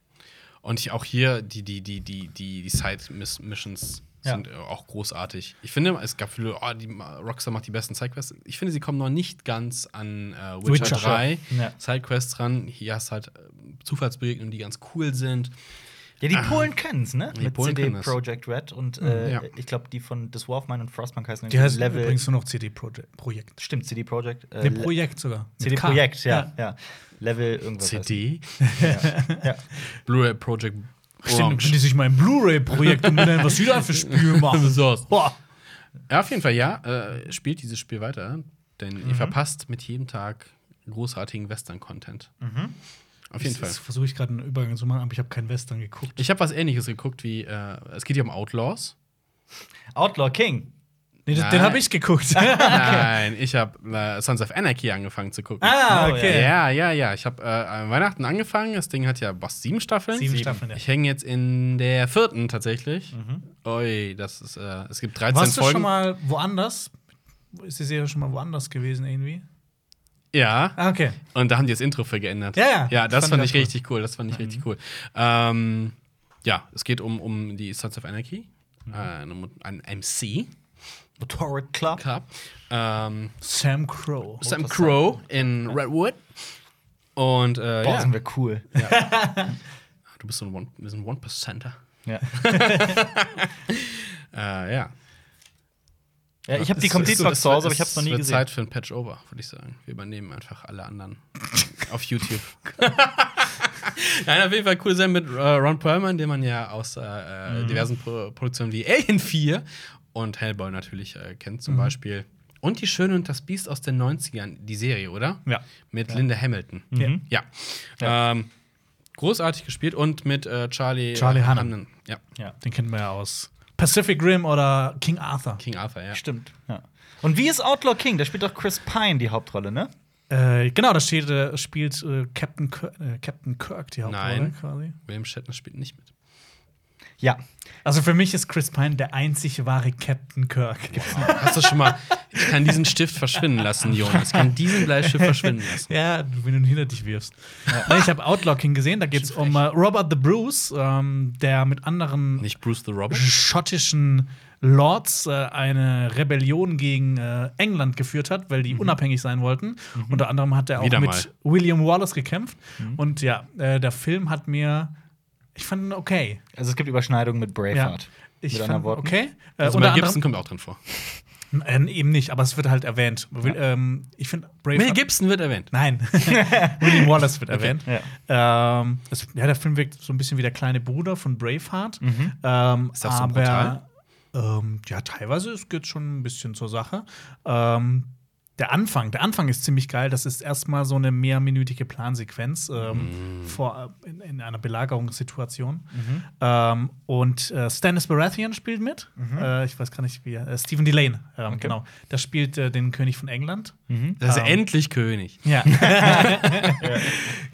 Speaker 2: Und ich, auch hier die, die, die, die, die, die Side-Missions
Speaker 1: Ja.
Speaker 2: sind äh, auch großartig. Ich finde, es gab viele, oh, die Ma- Rockstar macht die besten Sidequests. Ich finde, sie kommen noch nicht ganz an äh, Witcher,
Speaker 3: Witcher.
Speaker 2: 3
Speaker 1: Ja.
Speaker 2: Sidequests ran. Hier hast du halt äh, Zufallsbegegnungen, die ganz cool sind.
Speaker 1: Ja, die Polen können es, ne?
Speaker 2: Die
Speaker 1: Mit
Speaker 2: Polen
Speaker 1: CD
Speaker 2: können es.
Speaker 1: Projekt Red und äh,
Speaker 2: ja.
Speaker 1: ich glaube, die von The Swarfmine und Frostpunk heißen
Speaker 3: Die heißt
Speaker 1: Level.
Speaker 3: übrigens nur noch CD Projekt. Projekt.
Speaker 1: Stimmt, CD Projekt. Äh,
Speaker 3: Nee, Projekt sogar. Mit
Speaker 1: CD
Speaker 3: K.
Speaker 1: Projekt, ja, ja. Level irgendwas.
Speaker 2: CD?
Speaker 1: heißt- Ja.
Speaker 2: Blu-ray Project.
Speaker 3: Stimmt,
Speaker 2: Orange.
Speaker 3: wenn die sich mal ein Blu-ray-Projekt umbenennen, was die da
Speaker 2: (laughs)
Speaker 3: für Spiele machen. Boah.
Speaker 2: Ja, auf jeden Fall, ja. Äh, spielt dieses Spiel weiter, denn ihr verpasst mit jedem Tag großartigen Western-Content. Auf jeden Fall.
Speaker 3: Jetzt versuche ich gerade einen Übergang zu machen, aber ich habe keinen Western geguckt.
Speaker 2: Ich habe was Ähnliches geguckt wie, äh, es geht hier um
Speaker 3: (laughs)
Speaker 2: Outlaws.
Speaker 1: Outlaw King.
Speaker 3: Nee, das,
Speaker 2: Nein.
Speaker 3: den habe
Speaker 1: (laughs)
Speaker 3: ich geguckt. Ah,
Speaker 1: Oh,
Speaker 2: Nein, ich habe äh, Sons of Anarchy angefangen zu gucken.
Speaker 3: ah,
Speaker 1: Oh,
Speaker 3: okay.
Speaker 2: Ja, ja, ja. Ich habe äh, an Weihnachten angefangen. Das Ding hat ja was, sieben Staffeln?
Speaker 3: Sieben Staffeln, ja. Mhm.
Speaker 2: Ich hänge jetzt in der vierten tatsächlich. Ui, das ist, äh, es gibt 13
Speaker 3: Warst du
Speaker 2: Folgen.
Speaker 3: schon mal woanders? Ist die Serie schon mal woanders gewesen irgendwie?
Speaker 2: ja.
Speaker 3: Ah, okay.
Speaker 2: Und da haben die das Intro für geändert.
Speaker 3: Ja, ja.
Speaker 2: Ja, das
Speaker 3: Fand
Speaker 2: fand,
Speaker 3: ich
Speaker 2: ich
Speaker 3: auch cool.
Speaker 2: richtig cool.
Speaker 3: Mhm.
Speaker 2: Das fand ich richtig cool. Ähm, ja, es geht um, um die Sons of Anarchy,
Speaker 3: Mhm.
Speaker 2: äh, eine Mo- ein MC
Speaker 1: Motoric Club.
Speaker 2: Club. Ähm,
Speaker 3: Sam Crow.
Speaker 2: Sam Crow in Redwood. Und äh,
Speaker 1: Boah,
Speaker 2: ja,
Speaker 1: sind wir cool.
Speaker 2: du bist so ein One- wir sind ein One-Percenter. (laughs)
Speaker 1: Ja.
Speaker 2: Äh, ja.
Speaker 1: ja ich habe die
Speaker 2: Es-
Speaker 1: Complete
Speaker 2: es-
Speaker 1: Box
Speaker 2: es-
Speaker 1: zu Hause, aber
Speaker 2: es
Speaker 1: ich habe es noch nie
Speaker 2: wird
Speaker 1: gesehen.
Speaker 2: Zeit für ein Patch Over, würde ich sagen. Wir übernehmen einfach
Speaker 1: (laughs)
Speaker 2: alle anderen auf YouTube. Nein, auf jeden Fall cool sein mit äh, Ron Perlman, den man ja aus äh, äh,
Speaker 1: Mhm.
Speaker 2: diversen Pro Produktionen wie Alien 4 und Hellboy natürlich äh, kennt
Speaker 1: Mhm.
Speaker 2: zum Beispiel. Und die Schöne und das Biest aus den 90ern, die Serie, oder?
Speaker 3: Ja.
Speaker 2: Mit Linda Hamilton.
Speaker 1: Mhm.
Speaker 2: Ja. Ähm, großartig gespielt und mit äh, Charlie,
Speaker 3: Charlie
Speaker 2: äh,
Speaker 3: Hunnam.
Speaker 2: Ja,
Speaker 1: Ja.
Speaker 3: Den kennen wir ja aus Pacific Rim oder King Arthur.
Speaker 2: King Arthur, ja.
Speaker 1: Stimmt. Ja. Und wie ist Outlaw King? Da spielt doch Chris Pine die Hauptrolle, ne?
Speaker 3: Äh, genau, da steht, äh, spielt äh, Captain, Kirk, äh, Captain Kirk die Hauptrolle
Speaker 2: Nein.
Speaker 3: quasi.
Speaker 2: William Shatner spielt nicht mit.
Speaker 1: Ja.
Speaker 3: Also für mich ist Chris Pine der einzig wahre Captain Kirk.
Speaker 2: Hast du schon mal. Ich kann diesen Stift verschwinden lassen, Jonas. Ich kann diesen
Speaker 3: (laughs)
Speaker 2: Bleistift verschwinden lassen.
Speaker 3: (laughs) Ja, wenn du ihn hinter dich wirfst. Nee, ich habe Outlaw King gesehen, da geht es um äh, Robert the Bruce, ähm, der mit anderen
Speaker 2: Nicht Bruce the Robin.
Speaker 3: Äh, schottischen Lords äh, eine Rebellion gegen äh, England geführt hat, weil die unabhängig sein wollten. Unter anderem hat er auch
Speaker 2: Mhm. Wieder
Speaker 3: mit
Speaker 2: mal. Mhm.
Speaker 3: William Wallace gekämpft. Und ja, äh, der Film hat mir. Ich fand ihn okay.
Speaker 1: Also es gibt Überschneidungen mit
Speaker 3: Ja.
Speaker 1: Braveheart.
Speaker 3: Ich
Speaker 1: mit
Speaker 3: fand
Speaker 1: anderen Worten.
Speaker 3: fand okay. Äh,
Speaker 2: Also
Speaker 3: unter
Speaker 2: Mel Gibson
Speaker 3: anderem,
Speaker 2: kommt auch drin vor.
Speaker 3: äh, eben nicht, aber es wird halt erwähnt. Will, ähm, ich finde Brave.
Speaker 2: Mel Gibson wird erwähnt.
Speaker 3: Nein, (laughs) William Wallace wird erwähnt.
Speaker 1: ja.
Speaker 3: Ähm, es, ja, der Film wirkt so ein bisschen wie der kleine Bruder von Braveheart. Ähm,
Speaker 2: Mhm. Ist das so
Speaker 3: aber,
Speaker 2: brutal?
Speaker 3: Ähm, ja, teilweise es geht schon ein bisschen zur Sache. Ähm, der Anfang, der Anfang ist ziemlich geil. Das ist erstmal so eine mehrminütige Plansequenz
Speaker 2: Mhm.
Speaker 3: ähm, vor, in, in einer Belagerungssituation. Ähm, und äh, Stannis Baratheon spielt mit.
Speaker 2: Mhm.
Speaker 3: Äh, ich weiß gar nicht wie. er- Äh, Stephen Delane, ähm, genau. Der spielt äh, den König von England.
Speaker 2: Das ist
Speaker 3: Ähm.
Speaker 2: endlich König.
Speaker 1: (laughs)
Speaker 3: Ja.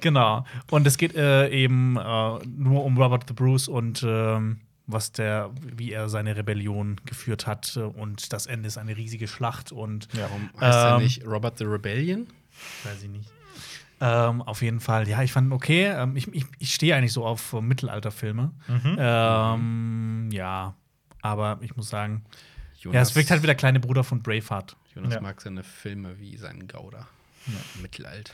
Speaker 3: Genau. Und es geht äh, eben äh, nur um Robert the Bruce und ähm, was der, wie er seine Rebellion geführt hat. äh, Und das Ende ist eine riesige Schlacht und
Speaker 2: Warum heißt er
Speaker 3: Ähm.
Speaker 2: nicht Robert the Rebellion?
Speaker 3: weiß ich nicht. Ähm, auf jeden Fall, ja, ich fand ihn okay. Ähm, ich ich, ich stehe eigentlich so auf äh, Mittelalterfilme.
Speaker 1: Mhm.
Speaker 3: Ähm, ja, aber ich muss sagen, ja, es wirkt halt wie der kleine Bruder von Braveheart.
Speaker 2: Jonas
Speaker 1: Ja.
Speaker 2: mag seine Filme wie seinen Gouda. Mittelalter.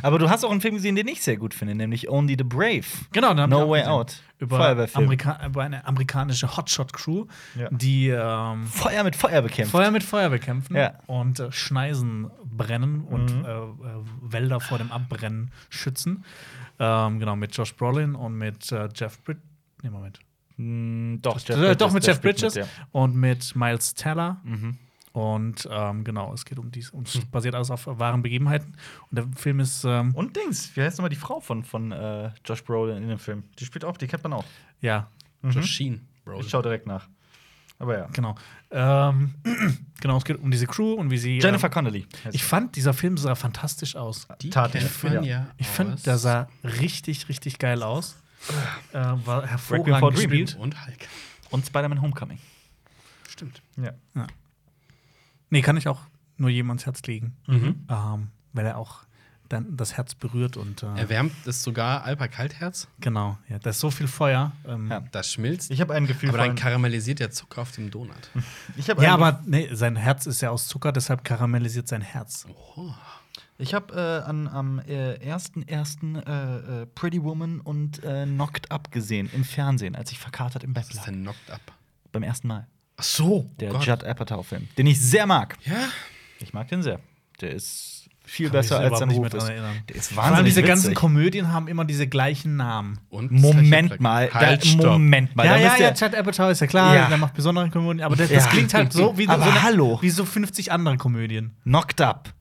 Speaker 1: Aber du hast auch einen Film gesehen, den ich sehr gut finde, nämlich Only the Brave.
Speaker 3: Genau, dann hab ich
Speaker 1: No
Speaker 3: auch
Speaker 1: Way
Speaker 3: gesehen.
Speaker 1: Out.
Speaker 3: Über,
Speaker 1: Feuerwehrfilm.
Speaker 3: Amerika über eine amerikanische Hotshot-Crew,
Speaker 1: Ja.
Speaker 3: die ähm,
Speaker 1: Feuer mit Feuer bekämpft.
Speaker 3: Feuer mit Feuer bekämpfen
Speaker 1: Ja. Mhm.
Speaker 3: und äh, Schneisen brennen und äh, äh, Wälder vor dem Abbrennen schützen. Ähm, genau, mit Josh Brolin und mit äh, Jeff Bridges. Nee, Moment.
Speaker 1: Mm, doch, Jeff Mhm.
Speaker 3: äh, doch, mit
Speaker 1: der
Speaker 3: Jeff
Speaker 1: spielt
Speaker 3: Bridges
Speaker 1: mit,
Speaker 3: und mit Miles Teller. Und ähm, genau, es geht um dies. Und es basiert alles auf wahren Begebenheiten. Und der Film ist, ähm,
Speaker 1: Hm. Und Dings, wie heißt nochmal die Frau von, von äh, Josh Brolin in dem Film? Die spielt auch, die kennt man auch.
Speaker 3: ja,
Speaker 2: Joshin, Bro.
Speaker 1: Ich schau direkt nach. Aber ja.
Speaker 3: genau. Ähm, (clears throat) genau, es geht um diese Crew und wie sie.
Speaker 1: Jennifer Connelly.
Speaker 3: Ähm, ich fand, dieser Film sah fantastisch aus.
Speaker 2: Die
Speaker 1: Tatsächlich,
Speaker 2: kennt man
Speaker 1: ja.
Speaker 2: ja
Speaker 3: Ich fand,
Speaker 2: aus
Speaker 3: der sah richtig, richtig geil aus. Äh, war
Speaker 1: Requiem for a
Speaker 3: hervorragend
Speaker 1: Dream.
Speaker 3: gespielt.
Speaker 2: Und Hulk.
Speaker 1: Und Spider-Man Homecoming.
Speaker 2: Stimmt.
Speaker 1: Ja. Mhm.
Speaker 3: Nee, kann ich auch nur jedem ans Herz legen. Ähm, weil er auch, da- dein, das Herz berührt und äh,
Speaker 2: Erwärmt ist sogar Alpa Kaltherz.
Speaker 3: genau, ja, da ist so viel Feuer. Ähm,
Speaker 1: Ja.
Speaker 3: ja.
Speaker 2: Das schmilzt.
Speaker 1: Ich habe ein Gefühl
Speaker 2: aber dann
Speaker 1: von.
Speaker 2: karamellisiert der Zucker auf dem Donut.
Speaker 3: Hm.
Speaker 1: Ich habe ein,
Speaker 3: aber nee, sein Herz ist ja aus Zucker, deshalb karamellisiert sein Herz.
Speaker 1: Ich hab, äh, an, am äh, ersten, ersten äh, äh, Pretty Woman und äh, Knocked Up gesehen im Fernsehen, als ich verkatert im Bett
Speaker 2: Das ist
Speaker 1: lag.
Speaker 2: dann knocked up.
Speaker 1: Beim ersten Mal.
Speaker 2: Ach so.
Speaker 1: Der
Speaker 2: Gott.
Speaker 1: Judd Apatow-Film, den ich sehr mag.
Speaker 2: Ja.
Speaker 1: Ich mag den sehr. Der ist viel
Speaker 3: Kann mich
Speaker 1: besser als
Speaker 3: überhaupt
Speaker 1: sein
Speaker 3: nicht
Speaker 1: Ruf
Speaker 3: mehr dran
Speaker 1: ist.
Speaker 3: erinnern.
Speaker 1: Der ist
Speaker 3: Vor allem
Speaker 1: wahnsinnig
Speaker 3: diese ganzen
Speaker 1: witzig.
Speaker 3: Komödien haben immer diese gleichen Namen.
Speaker 2: Und
Speaker 1: Moment mal,
Speaker 2: Halt,
Speaker 1: da,
Speaker 2: stopp.
Speaker 1: Moment mal.
Speaker 3: ja,
Speaker 1: da
Speaker 3: ja,
Speaker 1: müsst ihr-
Speaker 3: ja, Chad Apatow ist ja klar,
Speaker 1: Ja.
Speaker 3: der macht besondere Komödien, aber das, das
Speaker 1: Ja.
Speaker 3: klingt halt so wie,
Speaker 1: Aber
Speaker 3: so, eine-
Speaker 1: hallo.
Speaker 3: wie so 50 andere Komödien.
Speaker 1: Knocked Up.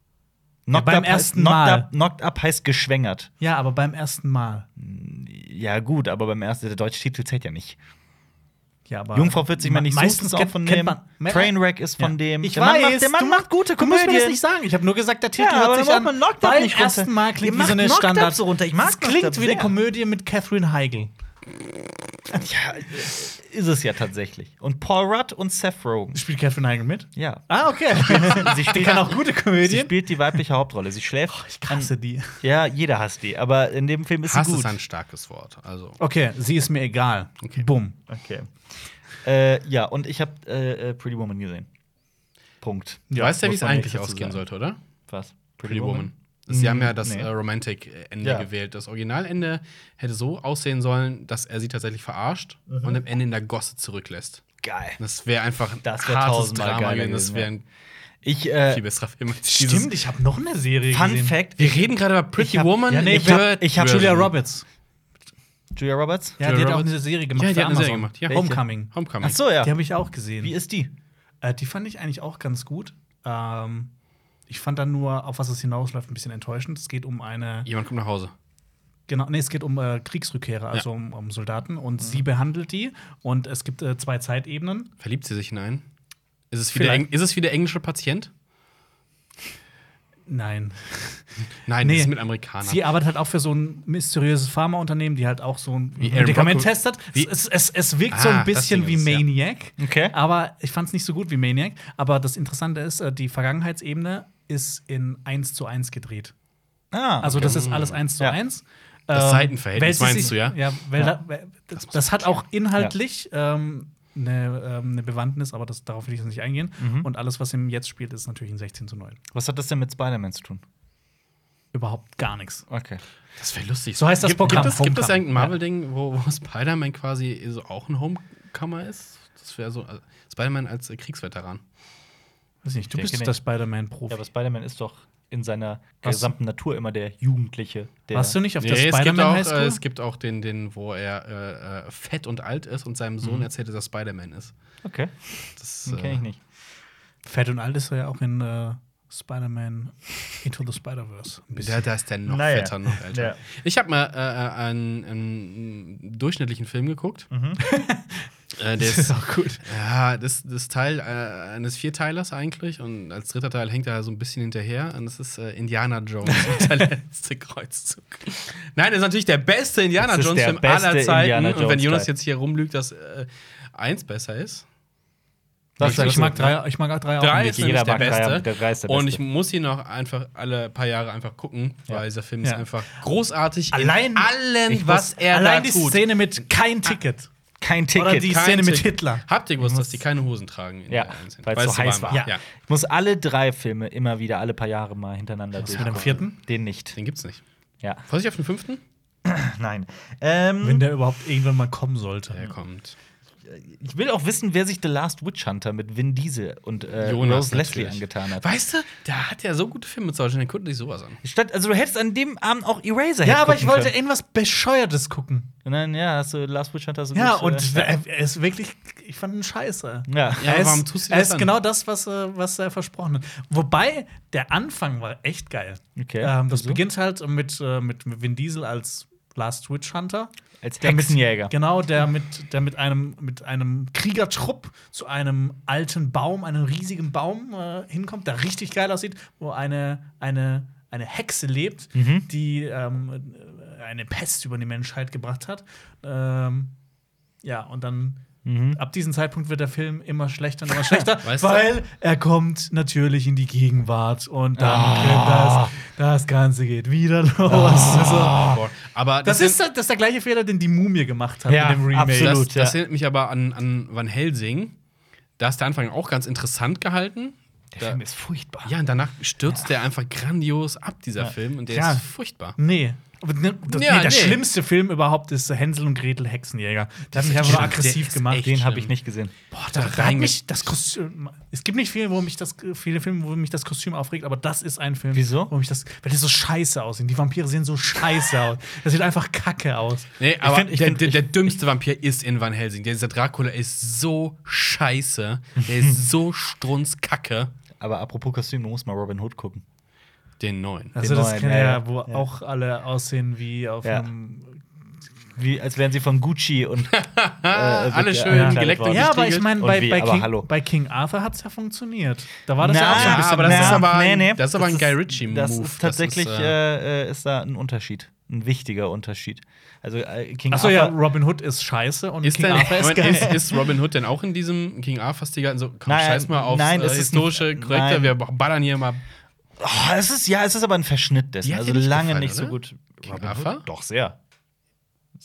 Speaker 1: Knocked
Speaker 3: beim
Speaker 1: up
Speaker 3: ersten
Speaker 1: heißt,
Speaker 3: Mal.
Speaker 1: Knocked up, knocked up heißt geschwängert.
Speaker 3: Ja, aber beim ersten Mal.
Speaker 1: Ja, gut, aber beim ersten, der deutsche Titel zählt ja nicht.
Speaker 3: Ja, aber
Speaker 1: Jungfrau 40
Speaker 3: Äh, me-
Speaker 1: man nicht
Speaker 3: meistens
Speaker 1: meistens auch
Speaker 3: kennt-
Speaker 1: von
Speaker 3: kennt
Speaker 1: dem.
Speaker 3: man-
Speaker 1: Trainwreck ist von
Speaker 3: Ja.
Speaker 1: dem.
Speaker 3: Ich
Speaker 1: der Mann
Speaker 3: weiß,
Speaker 1: macht, der Mann
Speaker 3: du-
Speaker 1: macht gute
Speaker 3: Du musst mir das
Speaker 1: Komödien.
Speaker 3: nicht sagen. Ich habe nur gesagt, der Titel
Speaker 1: Ja, aber
Speaker 3: hört sich
Speaker 1: dann
Speaker 3: an.
Speaker 1: braucht man Knocked Up
Speaker 3: beim
Speaker 1: nicht runter.
Speaker 3: ersten Mal klingt
Speaker 1: Ihr
Speaker 3: wie so
Speaker 1: macht
Speaker 3: eine
Speaker 1: Knocked Up
Speaker 3: Standard.
Speaker 1: so runter. Ich mag
Speaker 3: das klingt
Speaker 1: Knocked Up
Speaker 3: wie eine
Speaker 1: sehr.
Speaker 3: Komödie mit Catherine Heigl.
Speaker 1: Ja, ist es ja tatsächlich. Und Paul Rudd und Seth Rogen.
Speaker 3: Spielt Catherine Heigl mit?
Speaker 1: Ja.
Speaker 3: Ah, okay.
Speaker 1: (laughs) Sie
Speaker 3: Die
Speaker 1: spielt,
Speaker 3: kann auch gute
Speaker 1: sie
Speaker 3: Komödien. Oh,
Speaker 1: spielt die weibliche Hauptrolle. Sie schläft.
Speaker 3: Ich hasse die.
Speaker 1: an, ja, jeder hasst die, aber in dem Film ist
Speaker 2: Hass
Speaker 1: sie gut.
Speaker 2: ist ein starkes Wort. Also.
Speaker 3: Okay, sie ist mir egal. Bumm.
Speaker 1: Okay. Äh, ja, und ich habe äh, äh, Pretty Woman gesehen. Punkt.
Speaker 2: Du weißt ja, wie
Speaker 1: muss
Speaker 2: es
Speaker 1: man
Speaker 2: eigentlich
Speaker 1: nichts dazu
Speaker 2: ausgehen
Speaker 1: sagen.
Speaker 2: sollte, oder?
Speaker 1: Was?
Speaker 2: Pretty Woman. Sie haben ja das
Speaker 1: nee.
Speaker 2: äh, Romantic-Ende
Speaker 1: Ja.
Speaker 2: gewählt. Das Originalende hätte so aussehen sollen, dass er sie tatsächlich verarscht
Speaker 1: Mhm.
Speaker 2: und am Ende in der Gosse zurücklässt.
Speaker 1: Geil.
Speaker 2: Das wäre einfach ein
Speaker 1: Das wär tausendmal geiler
Speaker 2: Das
Speaker 1: gewesen,
Speaker 2: wäre ein
Speaker 1: Ich,
Speaker 2: viel
Speaker 1: äh,
Speaker 2: besserer Film als dieses.
Speaker 3: Stimmt, ich habe noch eine Serie
Speaker 1: Fun
Speaker 3: gesehen.
Speaker 1: Fact:
Speaker 2: Wir reden gerade über Pretty
Speaker 1: Ich hab-
Speaker 2: Woman.
Speaker 1: ja, nee,
Speaker 2: in
Speaker 1: ich hab-
Speaker 2: Third
Speaker 1: ich hab
Speaker 2: Version.
Speaker 3: Julia Roberts.
Speaker 1: Julia Roberts?
Speaker 3: Ja,
Speaker 2: Julia
Speaker 3: die hat auch
Speaker 2: Roberts?
Speaker 3: eine Serie gemacht.
Speaker 2: Ja, die
Speaker 3: für
Speaker 2: hat eine Serie
Speaker 3: Amazon.
Speaker 2: gemacht, ja.
Speaker 1: Welche?
Speaker 3: Homecoming.
Speaker 2: Homecoming.
Speaker 1: Ach so, ja.
Speaker 3: Die habe ich auch gesehen.
Speaker 1: Wie ist die?
Speaker 3: Äh, die fand ich eigentlich auch ganz gut. Ähm, ich fand dann nur, auf was es hinausläuft, ein bisschen enttäuschend. Es geht um eine,
Speaker 2: Jemand kommt nach Hause.
Speaker 3: genau, nee, es geht um äh, Kriegsrückkehrer, also um, um Soldaten. Und
Speaker 2: Mhm.
Speaker 3: sie behandelt die. Und es gibt äh, zwei Zeitebenen.
Speaker 2: Verliebt sie sich in einen? Ist es wieder,
Speaker 3: Vielleicht.
Speaker 2: Eng- ist es wieder englischer Patient?
Speaker 3: Nein.
Speaker 2: Nein,
Speaker 3: Nee.
Speaker 2: das ist mit Amerikanern.
Speaker 3: Sie arbeitet halt auch für so ein mysteriöses Pharmaunternehmen, die halt auch so ein
Speaker 2: Wie Aaron
Speaker 3: Medikament
Speaker 2: Brockovich-
Speaker 3: testet.
Speaker 2: Wie-
Speaker 3: Es, es, es wirkt so
Speaker 2: Ah, das
Speaker 3: ein bisschen
Speaker 2: Ding
Speaker 3: wie
Speaker 2: ist es, ja.
Speaker 3: Maniac.
Speaker 1: Okay.
Speaker 3: Aber ich fand es nicht so gut wie Maniac. Aber das Interessante ist, äh, die Vergangenheitsebene ist in 1 zu 1 gedreht.
Speaker 1: Ah,
Speaker 3: Also, das ist alles 1 zu
Speaker 1: Ja.
Speaker 3: 1.
Speaker 2: Das
Speaker 3: Ähm,
Speaker 2: Seitenverhältnis
Speaker 3: weil sie
Speaker 2: meinst
Speaker 3: sich-
Speaker 2: du, ja?
Speaker 3: Ja, weil
Speaker 1: Ja.
Speaker 3: Da, weil- das, das hat auch inhaltlich ähm, eine, ähm, eine Bewandtnis, aber das, darauf will ich jetzt nicht eingehen.
Speaker 2: Mhm.
Speaker 3: Und alles, was im Jetzt spielt, ist natürlich ein 16 zu 9.
Speaker 1: Was hat das denn mit Spider-Man zu tun?
Speaker 3: Überhaupt gar nichts.
Speaker 1: Okay.
Speaker 2: Das wäre lustig.
Speaker 3: So heißt das
Speaker 2: gibt,
Speaker 3: Programm,
Speaker 2: Gibt es, gibt es
Speaker 3: Homecoming.
Speaker 2: irgendein Marvel-Ding, wo, wo Spider-Man quasi so auch ein Homecomer ist? Das wäre so. Also Spider-Man als äh, Kriegsveteran.
Speaker 3: Weiß nicht, du
Speaker 1: Ich denke
Speaker 3: bist
Speaker 1: nicht.
Speaker 3: der Spider-Man-Profi.
Speaker 1: Ja, aber Spider-Man ist doch in seiner
Speaker 3: Was?
Speaker 1: gesamten Natur immer der Jugendliche. Der
Speaker 3: Warst du nicht auf der
Speaker 2: Nee, es, gibt
Speaker 3: Spider-Man
Speaker 2: auch,
Speaker 3: High School?
Speaker 2: äh, es gibt auch den, den wo er äh, äh, fett und alt ist und seinem
Speaker 3: Mhm.
Speaker 2: Sohn erzählt, dass er Spider-Man ist.
Speaker 1: Okay,
Speaker 2: Das äh,
Speaker 1: den kenne ich nicht.
Speaker 3: Fett und alt ist er ja auch in äh, Spider-Man Into the Spider-Verse. Ein
Speaker 2: Da, da ist der noch
Speaker 1: Naja.
Speaker 2: fetter, noch älter.
Speaker 1: Ja.
Speaker 2: Ich habe mal äh, äh, einen, einen durchschnittlichen Film geguckt.
Speaker 1: Mhm.
Speaker 2: (laughs) äh, der ist,
Speaker 3: auch gut.
Speaker 2: ja, das, das Teil äh, eines Vierteilers eigentlich. Und als dritter Teil hängt er so ein bisschen hinterher. Und das ist äh, Indiana Jones,
Speaker 1: (laughs)
Speaker 2: und der letzte Kreuzzug. Nein, das ist natürlich der beste Indiana
Speaker 1: Das ist der
Speaker 2: Jones-Film
Speaker 1: beste
Speaker 2: aller Zeiten.
Speaker 1: Indiana
Speaker 2: und wenn
Speaker 1: Jones-Teil.
Speaker 2: Jonas jetzt hier rumlügt, dass äh, eins besser ist.
Speaker 1: Das
Speaker 3: Ich, ich,
Speaker 1: sagst
Speaker 3: mag
Speaker 1: du.
Speaker 3: drei, ich mag auch drei, auch
Speaker 2: ne? Drei
Speaker 3: nicht.
Speaker 2: ist nämlich
Speaker 1: Jeder
Speaker 2: der
Speaker 1: mag drei,
Speaker 2: beste.
Speaker 1: aber der drei ist der
Speaker 2: und ich
Speaker 1: Beste.
Speaker 2: muss ihn auch einfach alle paar Jahre einfach gucken, weil
Speaker 1: Ja.
Speaker 2: dieser Film ist
Speaker 3: Ja.
Speaker 2: einfach großartig.
Speaker 3: Allein-
Speaker 2: in allem,
Speaker 1: Ich
Speaker 2: was
Speaker 1: muss-
Speaker 2: er
Speaker 3: Allein
Speaker 2: da
Speaker 3: die
Speaker 2: tut. Ah.
Speaker 3: Szene mit kein Ticket.
Speaker 1: Kein Ticket.
Speaker 3: Oder die
Speaker 2: Kein
Speaker 3: Szene mit
Speaker 2: Tick.
Speaker 3: Hitler.
Speaker 2: Habt ihr gewusst, dass die keine Hosen tragen? in
Speaker 1: ja,
Speaker 2: der einen Szene?
Speaker 1: weil es so heiß war.
Speaker 2: Ja. ja,
Speaker 1: Ich muss alle drei Filme immer wieder alle paar Jahre mal hintereinander
Speaker 3: Was
Speaker 1: durch.
Speaker 3: mit dem vierten?
Speaker 1: Den nicht.
Speaker 2: den gibt's nicht.
Speaker 1: Ja,
Speaker 2: Vorsicht auf den fünften?
Speaker 1: nein.
Speaker 3: Wenn
Speaker 1: Ähm,
Speaker 3: der überhaupt irgendwann mal kommen sollte.
Speaker 2: Der kommt.
Speaker 1: ich will auch wissen, wer sich The Last Witch Hunter mit Vin Diesel und äh,
Speaker 2: Jonas
Speaker 1: Rose Leslie
Speaker 2: natürlich.
Speaker 1: angetan hat.
Speaker 2: Weißt du, da hat er so gute Filme mit solchen, dann guckt sich sowas an.
Speaker 1: Statt, also du hättest an dem Abend auch Eraser
Speaker 3: Ja, aber ich wollte irgendwas Bescheuertes gucken.
Speaker 1: Nein, ja, hast du Last Witch Hunter so
Speaker 3: Ja,
Speaker 1: gut, äh,
Speaker 3: und er er ist wirklich, ich fand ihn scheiße. (laughs)
Speaker 1: ja.
Speaker 2: Ja,
Speaker 3: er ist,
Speaker 2: warum tust du
Speaker 3: er
Speaker 2: das
Speaker 3: ist
Speaker 2: dann?
Speaker 3: genau das, was, äh, was er versprochen hat. Wobei, der Anfang war echt geil.
Speaker 1: Okay.
Speaker 3: Ähm, das
Speaker 1: Wieso?
Speaker 3: beginnt halt mit, äh, mit Vin Diesel als Last Witch Hunter.
Speaker 1: als
Speaker 3: Der mit-
Speaker 1: Hexenjäger.
Speaker 3: Genau, der mit, der mit einem, mit einem Kriegertrupp zu einem alten Baum, einem riesigen Baum äh, hinkommt, der richtig geil aussieht, wo eine, eine, eine Hexe lebt,
Speaker 2: Mhm.
Speaker 3: die ähm, eine Pest über die Menschheit gebracht hat. Ähm, ja, und dann
Speaker 1: Mhm.
Speaker 3: Ab diesem Zeitpunkt wird der Film immer schlechter und immer schlechter,
Speaker 2: (laughs) Weißt du?
Speaker 3: weil er kommt natürlich in die Gegenwart und dann
Speaker 1: Ah.
Speaker 3: geht das, das Ganze geht wieder los. Also,
Speaker 2: Boah. Aber
Speaker 3: das, ist, das ist der gleiche Fehler, den die Mumie gemacht hat
Speaker 1: Ja,
Speaker 3: mit dem Remake.
Speaker 1: absolut.
Speaker 2: das, das
Speaker 1: ja.
Speaker 2: erinnert mich aber an, an Van Helsing. Da ist der Anfang auch ganz interessant gehalten.
Speaker 1: Der Film ist furchtbar.
Speaker 2: Ja, und danach stürzt der einfach grandios ab, dieser
Speaker 1: Ja.
Speaker 2: Film. Und der
Speaker 3: Ja.
Speaker 2: ist furchtbar.
Speaker 3: Nee. Aber ne, das,
Speaker 2: Ja,
Speaker 3: nee, der
Speaker 2: nee.
Speaker 3: schlimmste Film überhaupt ist Hänsel und Gretel Hexenjäger. Der hat mich einfach nur
Speaker 2: schlimm. Der
Speaker 3: aggressiv
Speaker 2: ist
Speaker 3: gemacht.
Speaker 2: echt
Speaker 1: Den habe
Speaker 2: schlimm.
Speaker 1: ich nicht gesehen.
Speaker 3: Boah, da
Speaker 2: Da
Speaker 3: hat
Speaker 2: reinge-
Speaker 3: mich das Kostüm. Es gibt nicht viele, wo mich das, viele Filme, wo mich das Kostüm aufregt, aber das ist ein Film.
Speaker 1: Wieso?
Speaker 3: Wo mich das, weil die so scheiße aussehen. Die Vampire sehen so scheiße aus. Das sieht einfach kacke aus.
Speaker 2: Nee, aber
Speaker 1: find- ich
Speaker 2: der,
Speaker 1: find-
Speaker 2: der,
Speaker 1: ich-
Speaker 2: der dümmste Vampir ist in Van Helsing. Dieser Dracula ist so scheiße.
Speaker 1: (laughs)
Speaker 2: Der ist so strunzkacke.
Speaker 1: Aber apropos Kostüm, du musst mal Robin Hood gucken.
Speaker 2: Den neuen.
Speaker 3: Also das
Speaker 1: neuen,
Speaker 3: kennen
Speaker 1: ja,
Speaker 3: wir
Speaker 1: ja.
Speaker 3: ja, wo
Speaker 1: Ja.
Speaker 3: auch alle aussehen wie auf
Speaker 1: Ja.
Speaker 3: einem.
Speaker 1: Wie, als wären sie von Gucci
Speaker 3: (laughs)
Speaker 1: und äh,
Speaker 2: alle
Speaker 1: wirklich
Speaker 2: Ah, schön
Speaker 1: angekleidet
Speaker 2: geleckt und
Speaker 1: worden.
Speaker 3: Ja, aber ich
Speaker 2: gestriegelt.
Speaker 3: meine,
Speaker 1: Und
Speaker 3: bei,
Speaker 1: wie,
Speaker 3: bei,
Speaker 1: aber
Speaker 3: King,
Speaker 1: hallo.
Speaker 3: bei King Arthur hat es ja funktioniert. Da war das ja
Speaker 1: Na,
Speaker 3: auch so ein bisschen.
Speaker 2: aber das ist
Speaker 1: na,
Speaker 2: aber ein- das ist aber ein Guy
Speaker 1: ist-
Speaker 2: Ritchie-Move.
Speaker 1: Das
Speaker 2: Das ist,
Speaker 1: ist tatsächlich äh, äh, ist da ein Unterschied, ein wichtiger Unterschied. Also äh, King
Speaker 3: Achso,
Speaker 1: Arthur
Speaker 3: ja, Robin Hood ist scheiße und
Speaker 2: Ist,
Speaker 3: King
Speaker 2: denn,
Speaker 3: Arthur ist
Speaker 2: Moment,
Speaker 3: geil.
Speaker 2: ist, ist Robin Hood denn auch in diesem King Arthur-Stil? Also, komm,
Speaker 1: Nein,
Speaker 2: scheiß mal auf
Speaker 1: nein,
Speaker 2: äh,
Speaker 1: es ist
Speaker 2: historische
Speaker 1: nicht-
Speaker 2: Charakter.
Speaker 1: nein.
Speaker 2: Wir ballern hier mal.
Speaker 1: Oh, es ist ja, es ist aber ein Verschnitt dessen.
Speaker 2: Die hat
Speaker 1: Also
Speaker 2: dir nicht
Speaker 1: lange
Speaker 2: gefallen,
Speaker 1: nicht so
Speaker 2: oder?
Speaker 1: gut.
Speaker 2: King Arthur?
Speaker 1: Doch sehr.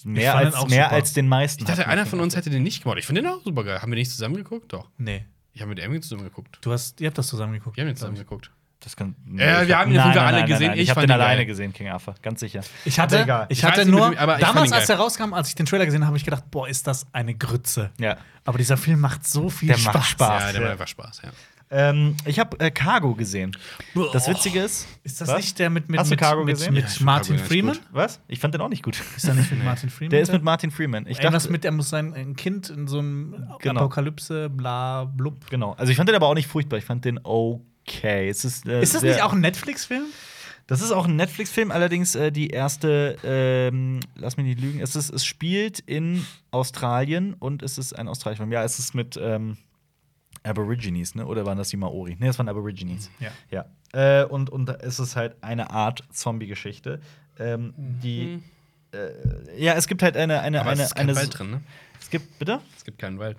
Speaker 1: Mehr
Speaker 3: fand den
Speaker 1: als
Speaker 3: auch
Speaker 1: mehr
Speaker 3: super.
Speaker 1: als den meisten.
Speaker 2: Ich dachte,
Speaker 1: hat
Speaker 2: einer
Speaker 1: mir
Speaker 2: von
Speaker 1: King
Speaker 2: uns hätte den nicht gemacht. Ich finde den auch super geil. Haben wir nicht zusammen geguckt? Doch.
Speaker 3: Nee.
Speaker 2: Ich habe mit Emily zusammen geguckt.
Speaker 3: Du hast, ihr habt das zusammengeguckt.
Speaker 2: Wir haben den zusammen geguckt.
Speaker 1: Arthur. Das kann,
Speaker 2: Äh, wir haben den
Speaker 1: Nein,
Speaker 2: Film alle
Speaker 1: nein, nein,
Speaker 2: gesehen.
Speaker 1: Nein,
Speaker 2: Ich
Speaker 1: ich habe
Speaker 2: fand
Speaker 1: den
Speaker 2: ihn
Speaker 1: alleine
Speaker 2: geil.
Speaker 1: gesehen, King Arthur, ganz sicher. Also,
Speaker 3: Ich
Speaker 2: Aber
Speaker 3: hatte,
Speaker 2: egal. Ich
Speaker 3: ich
Speaker 2: weiß
Speaker 3: hatte
Speaker 2: nicht, mit
Speaker 3: nur,
Speaker 2: wem- aber ich fand
Speaker 3: damals,
Speaker 2: ihn
Speaker 3: als
Speaker 2: geil.
Speaker 3: der rauskam, als ich den Trailer gesehen habe, habe ich gedacht, boah, ist das eine Grütze.
Speaker 1: Ja.
Speaker 3: Aber dieser Film macht so viel
Speaker 1: Der
Speaker 3: Spaß.
Speaker 1: macht Spaß.
Speaker 2: Ja, der
Speaker 1: ja.
Speaker 2: macht einfach Spaß, ja.
Speaker 1: Ähm, ich habe äh, Cargo gesehen. Das Witzige ist.
Speaker 3: Ist das
Speaker 1: Was?
Speaker 3: nicht der mit, mit,
Speaker 1: Hast du
Speaker 3: mit,
Speaker 1: Cargo
Speaker 3: mit,
Speaker 1: gesehen?
Speaker 3: mit
Speaker 2: Ja, ich find
Speaker 3: Martin
Speaker 2: Cargo ganz
Speaker 3: Freeman?
Speaker 2: gut.
Speaker 1: Was? Ich fand den auch nicht gut.
Speaker 3: Ist er nicht mit Martin Freeman?
Speaker 1: Der ist mit Martin Freeman. Ich
Speaker 3: Ich Irgendwas
Speaker 1: dachte,
Speaker 3: mit, er muss sein ein Kind in so einem
Speaker 1: Genau.
Speaker 3: Apokalypse, bla, blub.
Speaker 1: genau. Also ich fand den aber auch nicht furchtbar. Ich fand den okay. Es ist, äh,
Speaker 3: Ist das
Speaker 1: sehr-
Speaker 3: nicht auch ein Netflix-Film?
Speaker 1: Das ist auch ein Netflix-Film, allerdings äh, die erste, ähm, lass mich nicht lügen, es, ist, es spielt in Australien und es ist ein australischer Film. Ja, es ist mit ähm, Aborigines, ne? Oder waren das die Maori? Ne, das waren Aborigines.
Speaker 3: Ja.
Speaker 1: Ja. Äh, und, und es ist halt eine Art Zombie-Geschichte. Ähm, Die. Äh, ja, es gibt halt eine. eine,
Speaker 2: Mhm. Aber
Speaker 1: eine,
Speaker 2: es ist kein
Speaker 1: eine
Speaker 2: Wald drin, ne?
Speaker 1: Es gibt, bitte?
Speaker 2: Es gibt keinen Wald.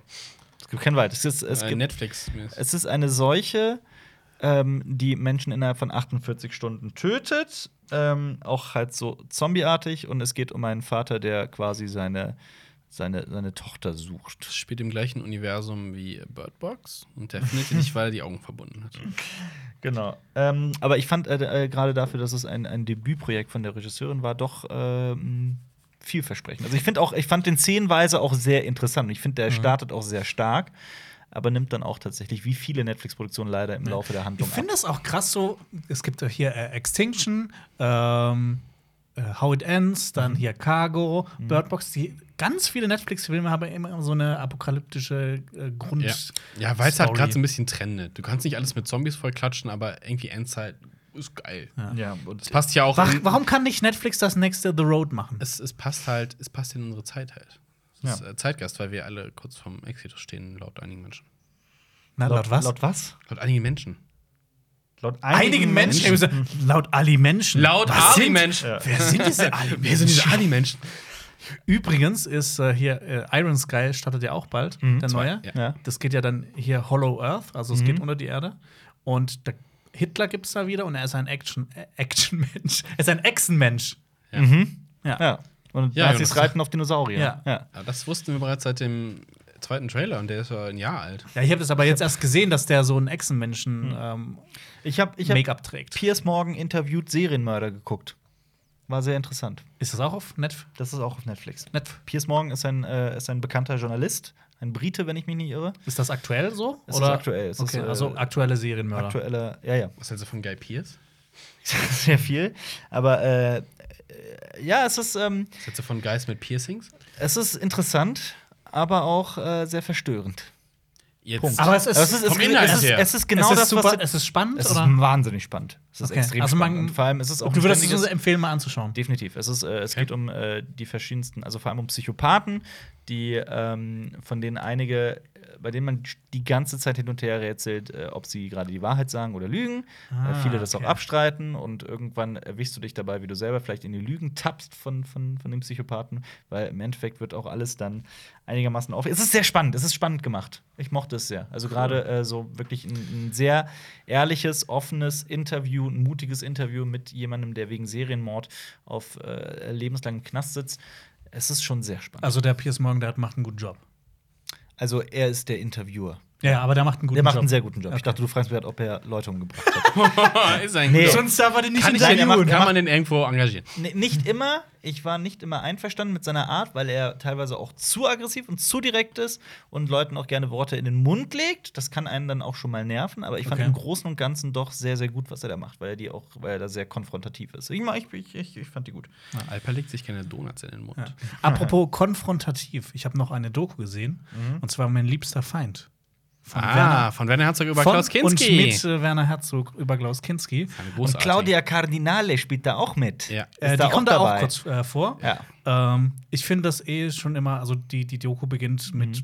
Speaker 1: Es gibt keinen Wald. Es, ist, es
Speaker 2: Äh,
Speaker 1: gibt
Speaker 2: Netflix.
Speaker 1: es ist eine Seuche, ähm, die Menschen innerhalb von 48 Stunden tötet. Ähm, auch halt so zombieartig. Und es geht um einen Vater, der quasi seine, seine, seine Tochter sucht.
Speaker 2: Das spielt im gleichen Universum wie Bird Box und der findet ihn nicht, weil er die Augen verbunden hat.
Speaker 1: Genau. Ähm, aber ich fand äh, äh, gerade dafür, dass es ein, ein Debütprojekt von der Regisseurin war, doch ähm, vielversprechend. Also ich finde auch, ich fand den szenenweise auch sehr interessant. Ich finde, der startet auch sehr stark, aber nimmt dann auch tatsächlich, wie viele Netflix-Produktionen leider im Laufe der
Speaker 3: Ich
Speaker 1: Handlung ab.
Speaker 3: finde das auch krass so. Es gibt ja hier äh, Extinction, ähm, äh, How It Ends,
Speaker 2: Mhm.
Speaker 3: dann hier Cargo, Bird Box. Die, ganz viele Netflix-Filme haben immer so eine apokalyptische äh, Grund.
Speaker 2: Ja, ja weil es halt
Speaker 3: Story.
Speaker 2: gerade so ein bisschen trendet. Du kannst nicht alles mit Zombies vollklatschen, aber irgendwie Endzeit ist geil.
Speaker 1: Ja, und
Speaker 2: Es passt ja auch.
Speaker 3: Wa-
Speaker 2: in-
Speaker 3: Warum kann nicht Netflix das nächste The Road machen?
Speaker 2: Es, es passt halt, es passt in unsere Zeit halt. Es ist äh, Zeitgast, weil wir alle kurz vorm Exitus stehen, laut einigen Menschen.
Speaker 3: Na, laut, was?
Speaker 1: Laut was?
Speaker 2: Laut einigen Menschen.
Speaker 1: Laut
Speaker 3: einigen Menschen. Mhm. Laut Ali Menschen.
Speaker 2: Laut
Speaker 3: Was
Speaker 2: Ali
Speaker 3: sind-
Speaker 2: Menschen.
Speaker 3: Wer sind diese Ali
Speaker 2: Wer sind diese
Speaker 3: Menschen?
Speaker 2: Ali-Menschen?
Speaker 3: Übrigens ist äh, hier äh, Iron Sky startet ja auch bald, der neue.
Speaker 2: ja.
Speaker 1: Ja.
Speaker 3: Das geht ja dann hier Hollow Earth, also es geht unter die Erde. Und der Hitler gibt es da wieder und er ist ein Action, äh, Action-Mensch. Er ist ein Echsenmensch. Ja.
Speaker 1: Mhm. Ja. Und
Speaker 2: Ja,
Speaker 1: Nazis
Speaker 2: Jonas.
Speaker 1: reiten auf Dinosaurier.
Speaker 3: Ja.
Speaker 2: Ja, das wussten wir bereits seit dem zweiten Trailer und der ist ja ein Jahr alt.
Speaker 3: Ja, ich habe das aber jetzt erst gesehen, dass der so einen Echsenmenschen ähm,
Speaker 1: Ich habe Mhm. ich hab
Speaker 3: Make-up trägt.
Speaker 1: Piers Morgan interviewt Serienmörder geguckt. War sehr interessant.
Speaker 3: Ist das auch auf Netf?
Speaker 1: Das ist auch auf Netflix.
Speaker 3: Netf?
Speaker 1: Piers Morgan ist ein, äh, ist ein bekannter Journalist, ein Brite, wenn ich mich nicht irre.
Speaker 3: Ist das aktuell so?
Speaker 1: Es ist aktuell, es ist,
Speaker 3: okay,
Speaker 1: äh,
Speaker 3: also aktuelle Serienmörder.
Speaker 1: Aktueller, ja, ja, (laughs)
Speaker 2: Was hältst du von Guy Pierce?
Speaker 1: sehr viel. Aber äh, äh, ja, es ist, ähm,
Speaker 2: Was hältst du von Guys mit Piercings?
Speaker 1: es ist interessant, aber auch äh, sehr verstörend.
Speaker 2: Jetzt.
Speaker 1: Punkt.
Speaker 3: Aber es
Speaker 2: (laughs)
Speaker 3: ist-
Speaker 1: es ist,
Speaker 2: vom Inhalt
Speaker 1: es ist,
Speaker 2: her.
Speaker 1: es ist genau
Speaker 3: es ist
Speaker 1: das,
Speaker 3: super,
Speaker 1: was
Speaker 3: es ist spannend,
Speaker 1: Es ist
Speaker 3: oder?
Speaker 1: wahnsinnig spannend. Es ist
Speaker 3: Okay.
Speaker 1: extrem
Speaker 3: Also man-
Speaker 1: spannend. Und vor allem ist es auch
Speaker 3: du
Speaker 1: ein
Speaker 3: würdest es
Speaker 1: ständiges-
Speaker 3: uns empfehlen, mal anzuschauen.
Speaker 1: Definitiv. Es, ist, äh, es
Speaker 2: Okay.
Speaker 1: geht um äh, die verschiedensten, also vor allem um Psychopathen, die ähm, von denen einige, äh, bei denen man die ganze Zeit hin und her rätselt, äh, ob sie gerade die Wahrheit sagen oder lügen.
Speaker 3: Ah,
Speaker 1: äh, viele das
Speaker 3: okay.
Speaker 1: auch abstreiten und irgendwann erwischst du dich dabei, wie du selber vielleicht in die Lügen tappst von, von, von dem Psychopathen, weil im Endeffekt wird auch alles dann einigermaßen auf. Es ist sehr spannend, es ist spannend gemacht. Ich mochte es sehr. Also gerade äh, so wirklich ein, ein sehr ehrliches, offenes Interview, ein mutiges Interview mit jemandem, der wegen Serienmord auf äh, lebenslangem Knast sitzt. Es ist schon sehr spannend.
Speaker 3: Also der Piers Morgan, der hat, macht einen guten Job.
Speaker 1: Also er ist der Interviewer.
Speaker 3: Ja, ja, aber der macht einen guten
Speaker 1: der macht
Speaker 3: Job.
Speaker 1: einen sehr guten Job. Ich
Speaker 3: Okay.
Speaker 1: dachte, du fragst mich, halt, ob er Leute umgebracht hat.
Speaker 2: Ah, ist ein
Speaker 1: Nee.
Speaker 2: guter-
Speaker 3: Sonst darf er den nicht
Speaker 2: Kann, ich
Speaker 1: Nein, er
Speaker 2: den,
Speaker 1: macht-
Speaker 2: kann
Speaker 1: er
Speaker 2: man den irgendwo engagieren?
Speaker 1: N- Nicht immer. Ich war nicht immer einverstanden mit seiner Art, weil er teilweise auch zu aggressiv und zu direkt ist und Leuten auch gerne Worte in den Mund legt. Das kann einen dann auch schon mal nerven, aber ich fand
Speaker 3: Okay.
Speaker 1: im Großen und Ganzen doch sehr, sehr gut, was er da macht, weil er die auch, weil er da sehr konfrontativ ist. Ich, mag- ich, ich, ich, ich fand die gut.
Speaker 2: Na, Ah, Alper legt sich keine Donuts in den Mund.
Speaker 3: Ja. (laughs) Apropos konfrontativ, ich habe noch eine Doku gesehen
Speaker 1: Mhm.
Speaker 3: und zwar mein liebster Feind. Von
Speaker 2: ah,
Speaker 3: Werner-
Speaker 2: von Werner Herzog über
Speaker 3: von
Speaker 2: Klaus Kinski.
Speaker 3: Und mit äh, Werner Herzog über Klaus Kinski.
Speaker 2: Eine
Speaker 1: Und
Speaker 2: großartige-
Speaker 1: Claudia Cardinale spielt da auch mit.
Speaker 2: Ja.
Speaker 3: Äh, die kommt da auch kurz äh, vor.
Speaker 1: Ja.
Speaker 3: Ähm, ich finde das eh schon immer, also die, die Doku
Speaker 1: Mhm.
Speaker 3: beginnt mit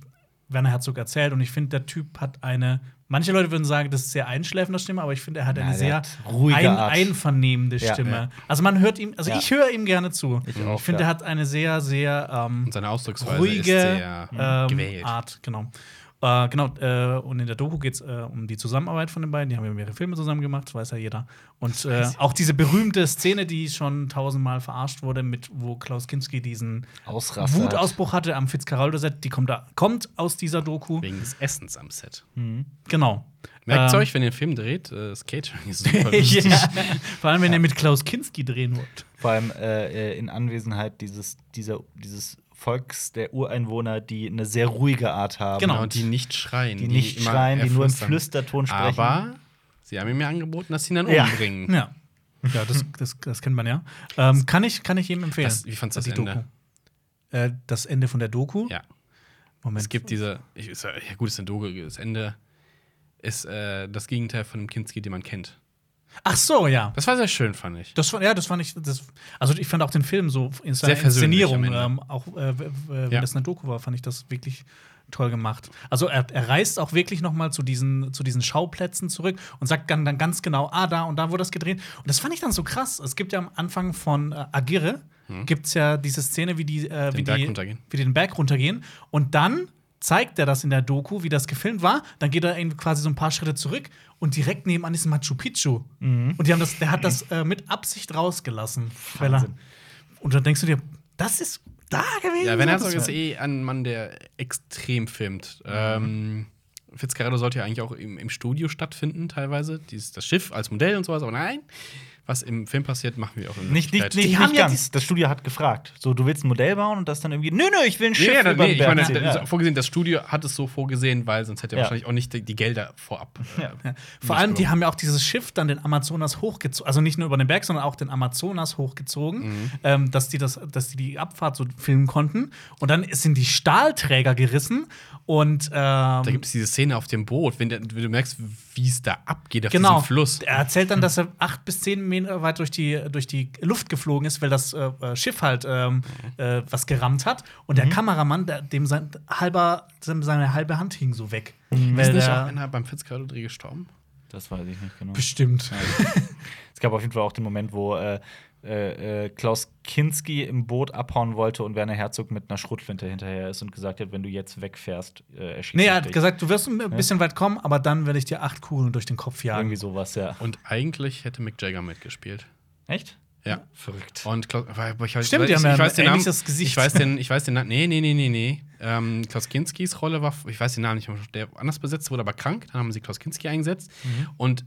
Speaker 3: Werner Herzog erzählt und ich finde, der Typ hat eine, manche Leute würden sagen, das ist sehr einschläfende Stimme, aber ich finde, er hat eine
Speaker 1: der
Speaker 3: sehr
Speaker 1: hat ruhige
Speaker 3: ein,
Speaker 1: Art.
Speaker 3: einvernehmende
Speaker 1: Ja.
Speaker 3: Stimme.
Speaker 2: Ja.
Speaker 3: Also man hört ihm, also
Speaker 1: Ja.
Speaker 3: ich höre ihm gerne zu.
Speaker 1: Ich auch,
Speaker 3: finde,
Speaker 1: ja.
Speaker 3: er hat eine sehr, sehr ähm,
Speaker 2: Und seine Ausdrucksweise
Speaker 3: ruhige
Speaker 2: ist sehr ähm,
Speaker 3: ähm,
Speaker 2: gewählt.
Speaker 3: Art, genau. Äh, genau, äh, und in der Doku geht es äh, um die Zusammenarbeit von den beiden. Die haben ja mehrere Filme zusammen gemacht, weiß ja jeder. Und äh, auch diese berühmte Szene, die schon tausendmal verarscht wurde, mit wo Klaus Kinski diesen
Speaker 1: Ausraster.
Speaker 3: Wutausbruch hatte am Fitzcarraldo-Set, die kommt, da, kommt aus dieser Doku.
Speaker 2: Wegen des Essens am Set.
Speaker 1: Hm.
Speaker 3: Genau.
Speaker 2: Merkt
Speaker 3: Ähm,
Speaker 2: euch, wenn ihr einen Film dreht, äh, das
Speaker 1: (laughs)
Speaker 2: Catering ist super (laughs) wichtig.
Speaker 3: (laughs)
Speaker 1: genau.
Speaker 3: ja. Vor allem, wenn ihr mit Klaus Kinski drehen wollt.
Speaker 1: Vor allem äh, äh, in Anwesenheit dieses, dieser, dieses Volks der Ureinwohner, die eine sehr ruhige Art haben.
Speaker 3: Genau.
Speaker 2: Genau, und die nicht schreien.
Speaker 1: Die nicht
Speaker 2: immer
Speaker 1: schreien, die nur im
Speaker 2: erflüstern.
Speaker 1: Flüsterton sprechen.
Speaker 2: Aber sie haben ihm ja angeboten, dass sie ihn dann
Speaker 1: Ja.
Speaker 2: umbringen.
Speaker 3: Ja. Ja, das, das, das kennt man ja. Ähm, kann, ich, kann ich jedem empfehlen.
Speaker 2: Das- wie fandst du das
Speaker 3: Die
Speaker 2: Ende?
Speaker 3: Doku. Äh, das Ende von der Doku?
Speaker 2: Ja.
Speaker 3: Moment.
Speaker 2: Es gibt diese, ich, ist ja ja gut, ist eine Doge, das Ende ist äh, das Gegenteil von dem Kinski, den man kennt.
Speaker 3: Ach so, ja.
Speaker 2: Das war sehr schön, fand ich.
Speaker 3: Das, fand- ja, das fand ich. Das, also, ich fand auch den Film so in seiner
Speaker 2: Sehr persönlich am
Speaker 3: Inszenierung,
Speaker 2: Ende.
Speaker 3: ähm, auch äh, w- w- wenn
Speaker 2: Ja.
Speaker 3: das eine Doku war, fand ich das wirklich toll gemacht. Also, er, er reist auch wirklich nochmal zu diesen, zu diesen Schauplätzen zurück und sagt dann, dann ganz genau, ah, da und da wurde das gedreht. Und das fand ich dann so krass. Es gibt ja am Anfang von äh, Agirre, gibt es ja diese Szene, wie die, äh, wie,
Speaker 2: Hm? Berg
Speaker 3: die
Speaker 2: runtergehen.
Speaker 3: wie die den Berg runtergehen. Und dann zeigt er das in der Doku, wie das gefilmt war. Dann geht er irgendwie quasi so ein paar Schritte zurück und direkt nebenan ist Machu Picchu.
Speaker 2: Mhm.
Speaker 3: Und die haben das, der hat das äh, mit Absicht rausgelassen. Weil er,
Speaker 1: Wahnsinn.
Speaker 3: und dann denkst du dir, das ist da gewesen.
Speaker 2: Ja, Werner Herzog
Speaker 3: Das
Speaker 2: ist eh ein Mann, der extrem filmt.
Speaker 1: Mhm.
Speaker 2: Ähm, Fitzcarraldo sollte ja eigentlich auch im, im Studio stattfinden, teilweise. Dies, das Schiff als Modell und sowas, aber nein. Was im Film passiert, machen wir auch in
Speaker 1: Nicht, nicht,
Speaker 2: Wirklichkeit.
Speaker 1: nicht,
Speaker 3: Die haben
Speaker 1: nicht
Speaker 3: ja
Speaker 1: ganz.
Speaker 3: dies-
Speaker 1: das Studio hat gefragt. So, du willst ein Modell bauen und das dann irgendwie. Nö, nö, ich will ein Schiff
Speaker 2: Nee,
Speaker 1: über
Speaker 2: nee, nee,
Speaker 1: den
Speaker 2: ich
Speaker 1: Berg
Speaker 2: meine,
Speaker 1: ziehen.
Speaker 2: das,
Speaker 1: Ja.
Speaker 2: ist vorgesehen, das Studio hat es so vorgesehen, weil sonst hätte er
Speaker 1: Ja.
Speaker 2: wahrscheinlich auch nicht die, die Gelder vorab. äh,
Speaker 1: Ja.
Speaker 3: Vor allem, die
Speaker 2: bekommen.
Speaker 3: haben ja auch dieses Schiff dann den Amazonas hochgezogen, also nicht nur über den Berg, sondern auch den Amazonas hochgezogen, ähm, dass, die das, dass die die Abfahrt so filmen konnten. Und dann sind die Stahlträger gerissen und ähm,
Speaker 2: Da gibt es diese Szene auf dem Boot, wenn, der, wenn du merkst, wie es da abgeht auf
Speaker 3: Genau.
Speaker 2: diesem Fluss.
Speaker 3: Er erzählt dann, dass er acht bis zehn Meter weit durch die, durch die Luft geflogen ist, weil das äh, äh, Schiff halt ähm, äh, was gerammt hat. Und der Kameramann, der, dem sein halber, dem seine halbe Hand hing so weg. Weil
Speaker 2: Ist nicht
Speaker 3: der-
Speaker 2: auch einer beim Fitzcarraldo-Dreh gestorben?
Speaker 1: Das weiß ich nicht genau.
Speaker 3: Bestimmt.
Speaker 1: Es gab auf jeden Fall auch den Moment, wo äh, äh, äh, Klaus Kinski im Boot abhauen wollte und Werner Herzog mit einer Schrotflinte hinterher ist und gesagt hat, wenn du jetzt wegfährst, äh, erschießt
Speaker 3: Nee,
Speaker 1: ich
Speaker 3: er hat
Speaker 1: dich.
Speaker 3: gesagt, du wirst ein bisschen weit kommen, aber dann werde ich dir acht Kugeln durch den Kopf jagen.
Speaker 1: Irgendwie sowas, ja.
Speaker 2: Und eigentlich hätte Mick Jagger mitgespielt.
Speaker 1: Echt?
Speaker 2: Ja. Verrückt. Und Klaus, weil- weil ich weiß,
Speaker 3: Stimmt, die
Speaker 2: ich,
Speaker 3: haben ja
Speaker 2: ich weiß
Speaker 3: ein
Speaker 2: den Namen,
Speaker 3: ähnliches Gesicht.
Speaker 2: Ich weiß den, ich weiß den Namen. Nee, nee, nee, nee, nee. Ähm, Klaus Kinskis Rolle war, ich weiß den Namen nicht, mehr, der anders besetzt wurde, aber krank. Dann haben sie Klaus Kinski eingesetzt.
Speaker 3: Mhm.
Speaker 2: Und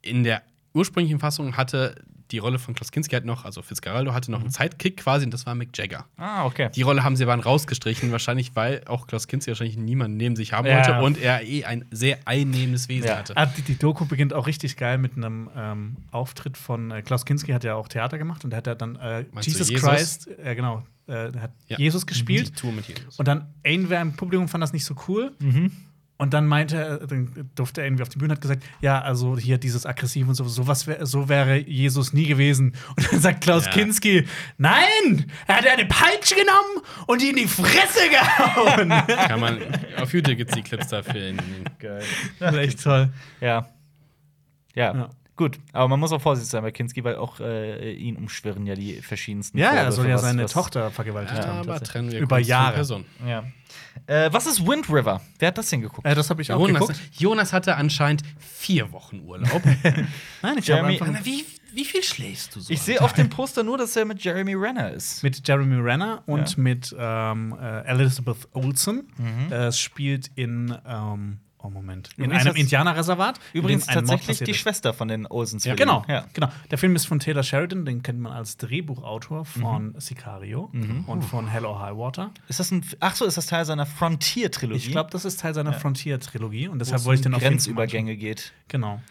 Speaker 2: in der ursprünglichen Fassung hatte die Rolle von Klaus Kinski halt noch, also Fitzcarraldo hatte
Speaker 3: Mhm.
Speaker 2: noch einen Sidekick quasi und das war Mick Jagger.
Speaker 1: Ah, okay.
Speaker 2: Die Rolle haben sie aber rausgestrichen, wahrscheinlich, weil auch Klaus Kinski wahrscheinlich niemanden neben sich haben
Speaker 1: Ja.
Speaker 2: wollte und er eh ein sehr einnehmendes Wesen
Speaker 1: Ja.
Speaker 2: hatte.
Speaker 3: Ah, die, die Doku beginnt auch richtig geil mit einem ähm, Auftritt von äh, Klaus Kinski, hat ja auch Theater gemacht und der hat ja dann äh,
Speaker 2: Meinst du
Speaker 3: Jesus,
Speaker 2: Jesus?
Speaker 3: Christ, äh, genau, äh, der hat
Speaker 2: Ja. Mhm.
Speaker 3: Jesus gespielt.
Speaker 2: Die Tour mit Jesus. Mhm.
Speaker 3: Und dann irgendwer im Publikum fand das nicht so cool. Und dann meinte er, dann durfte er irgendwie auf die Bühne, hat gesagt, ja, also hier dieses aggressiv und so, sowas wär, so wäre Jesus nie gewesen. (laughs) Und dann sagt Klaus
Speaker 2: Ja.
Speaker 3: Kinski, nein, er hat eine Peitsche genommen und die in die Fresse
Speaker 2: (laughs)
Speaker 3: gehauen.
Speaker 2: (laughs) Kann man, auf YouTube gibt es die Clips dafür. In,
Speaker 1: Geil.
Speaker 3: das ist echt toll.
Speaker 1: Ja. ja.
Speaker 3: Ja.
Speaker 1: Gut, aber man muss auch vorsichtig sein bei Kinski, weil auch äh, ihn umschwirren ja die verschiedensten.
Speaker 3: Ja,
Speaker 1: Vorwürfe,
Speaker 3: er soll ja
Speaker 1: was-
Speaker 3: seine
Speaker 1: was-
Speaker 3: Tochter vergewaltigt
Speaker 2: ja,
Speaker 3: haben.
Speaker 2: aber
Speaker 3: tatsächlich.
Speaker 2: trennen wir
Speaker 3: Über
Speaker 2: kurz zu
Speaker 3: Jahre.
Speaker 2: Person.
Speaker 1: Ja. Äh, was ist Wind River? Wer hat das denn geguckt?
Speaker 3: Äh, das habe ich auch
Speaker 2: Jonas,
Speaker 3: geguckt.
Speaker 2: Jonas hatte anscheinend vier Wochen (laughs) Urlaub.
Speaker 3: Nein, ich
Speaker 1: Jeremy-
Speaker 3: habe einfach
Speaker 2: wie, wie viel schläfst du so?
Speaker 1: ich sehe auf
Speaker 3: (laughs)
Speaker 1: dem Poster nur, dass er mit Jeremy Renner ist.
Speaker 3: mit Jeremy Renner und
Speaker 1: Ja. Mhm.
Speaker 3: mit ähm, äh, Elizabeth Olsen. Äh, Es spielt in ähm, oh Moment in
Speaker 1: Übrigens
Speaker 3: einem
Speaker 1: hat's-
Speaker 3: Indianerreservat. in
Speaker 1: Übrigens
Speaker 3: dem ein Mord
Speaker 1: tatsächlich
Speaker 3: passiert
Speaker 1: die
Speaker 3: ist.
Speaker 1: Schwester von den Olsen
Speaker 3: Ja,
Speaker 1: Zwillingen.
Speaker 3: genau,
Speaker 1: Ja.
Speaker 3: genau. Der Film ist von Taylor Sheridan, den kennt man als Drehbuchautor
Speaker 1: Mhm.
Speaker 3: von Sicario und von Hell or High Water.
Speaker 1: Ist das ein? Ach so, ist das Teil seiner Frontier-Trilogie?
Speaker 3: Ich glaube, das ist Teil seiner Frontier-Trilogie und
Speaker 1: Wo
Speaker 3: deshalb
Speaker 1: es
Speaker 3: wollte ich
Speaker 1: um
Speaker 3: den auf jeden Fall mal anschauen.
Speaker 1: Grenzübergänge geht.
Speaker 3: Genau.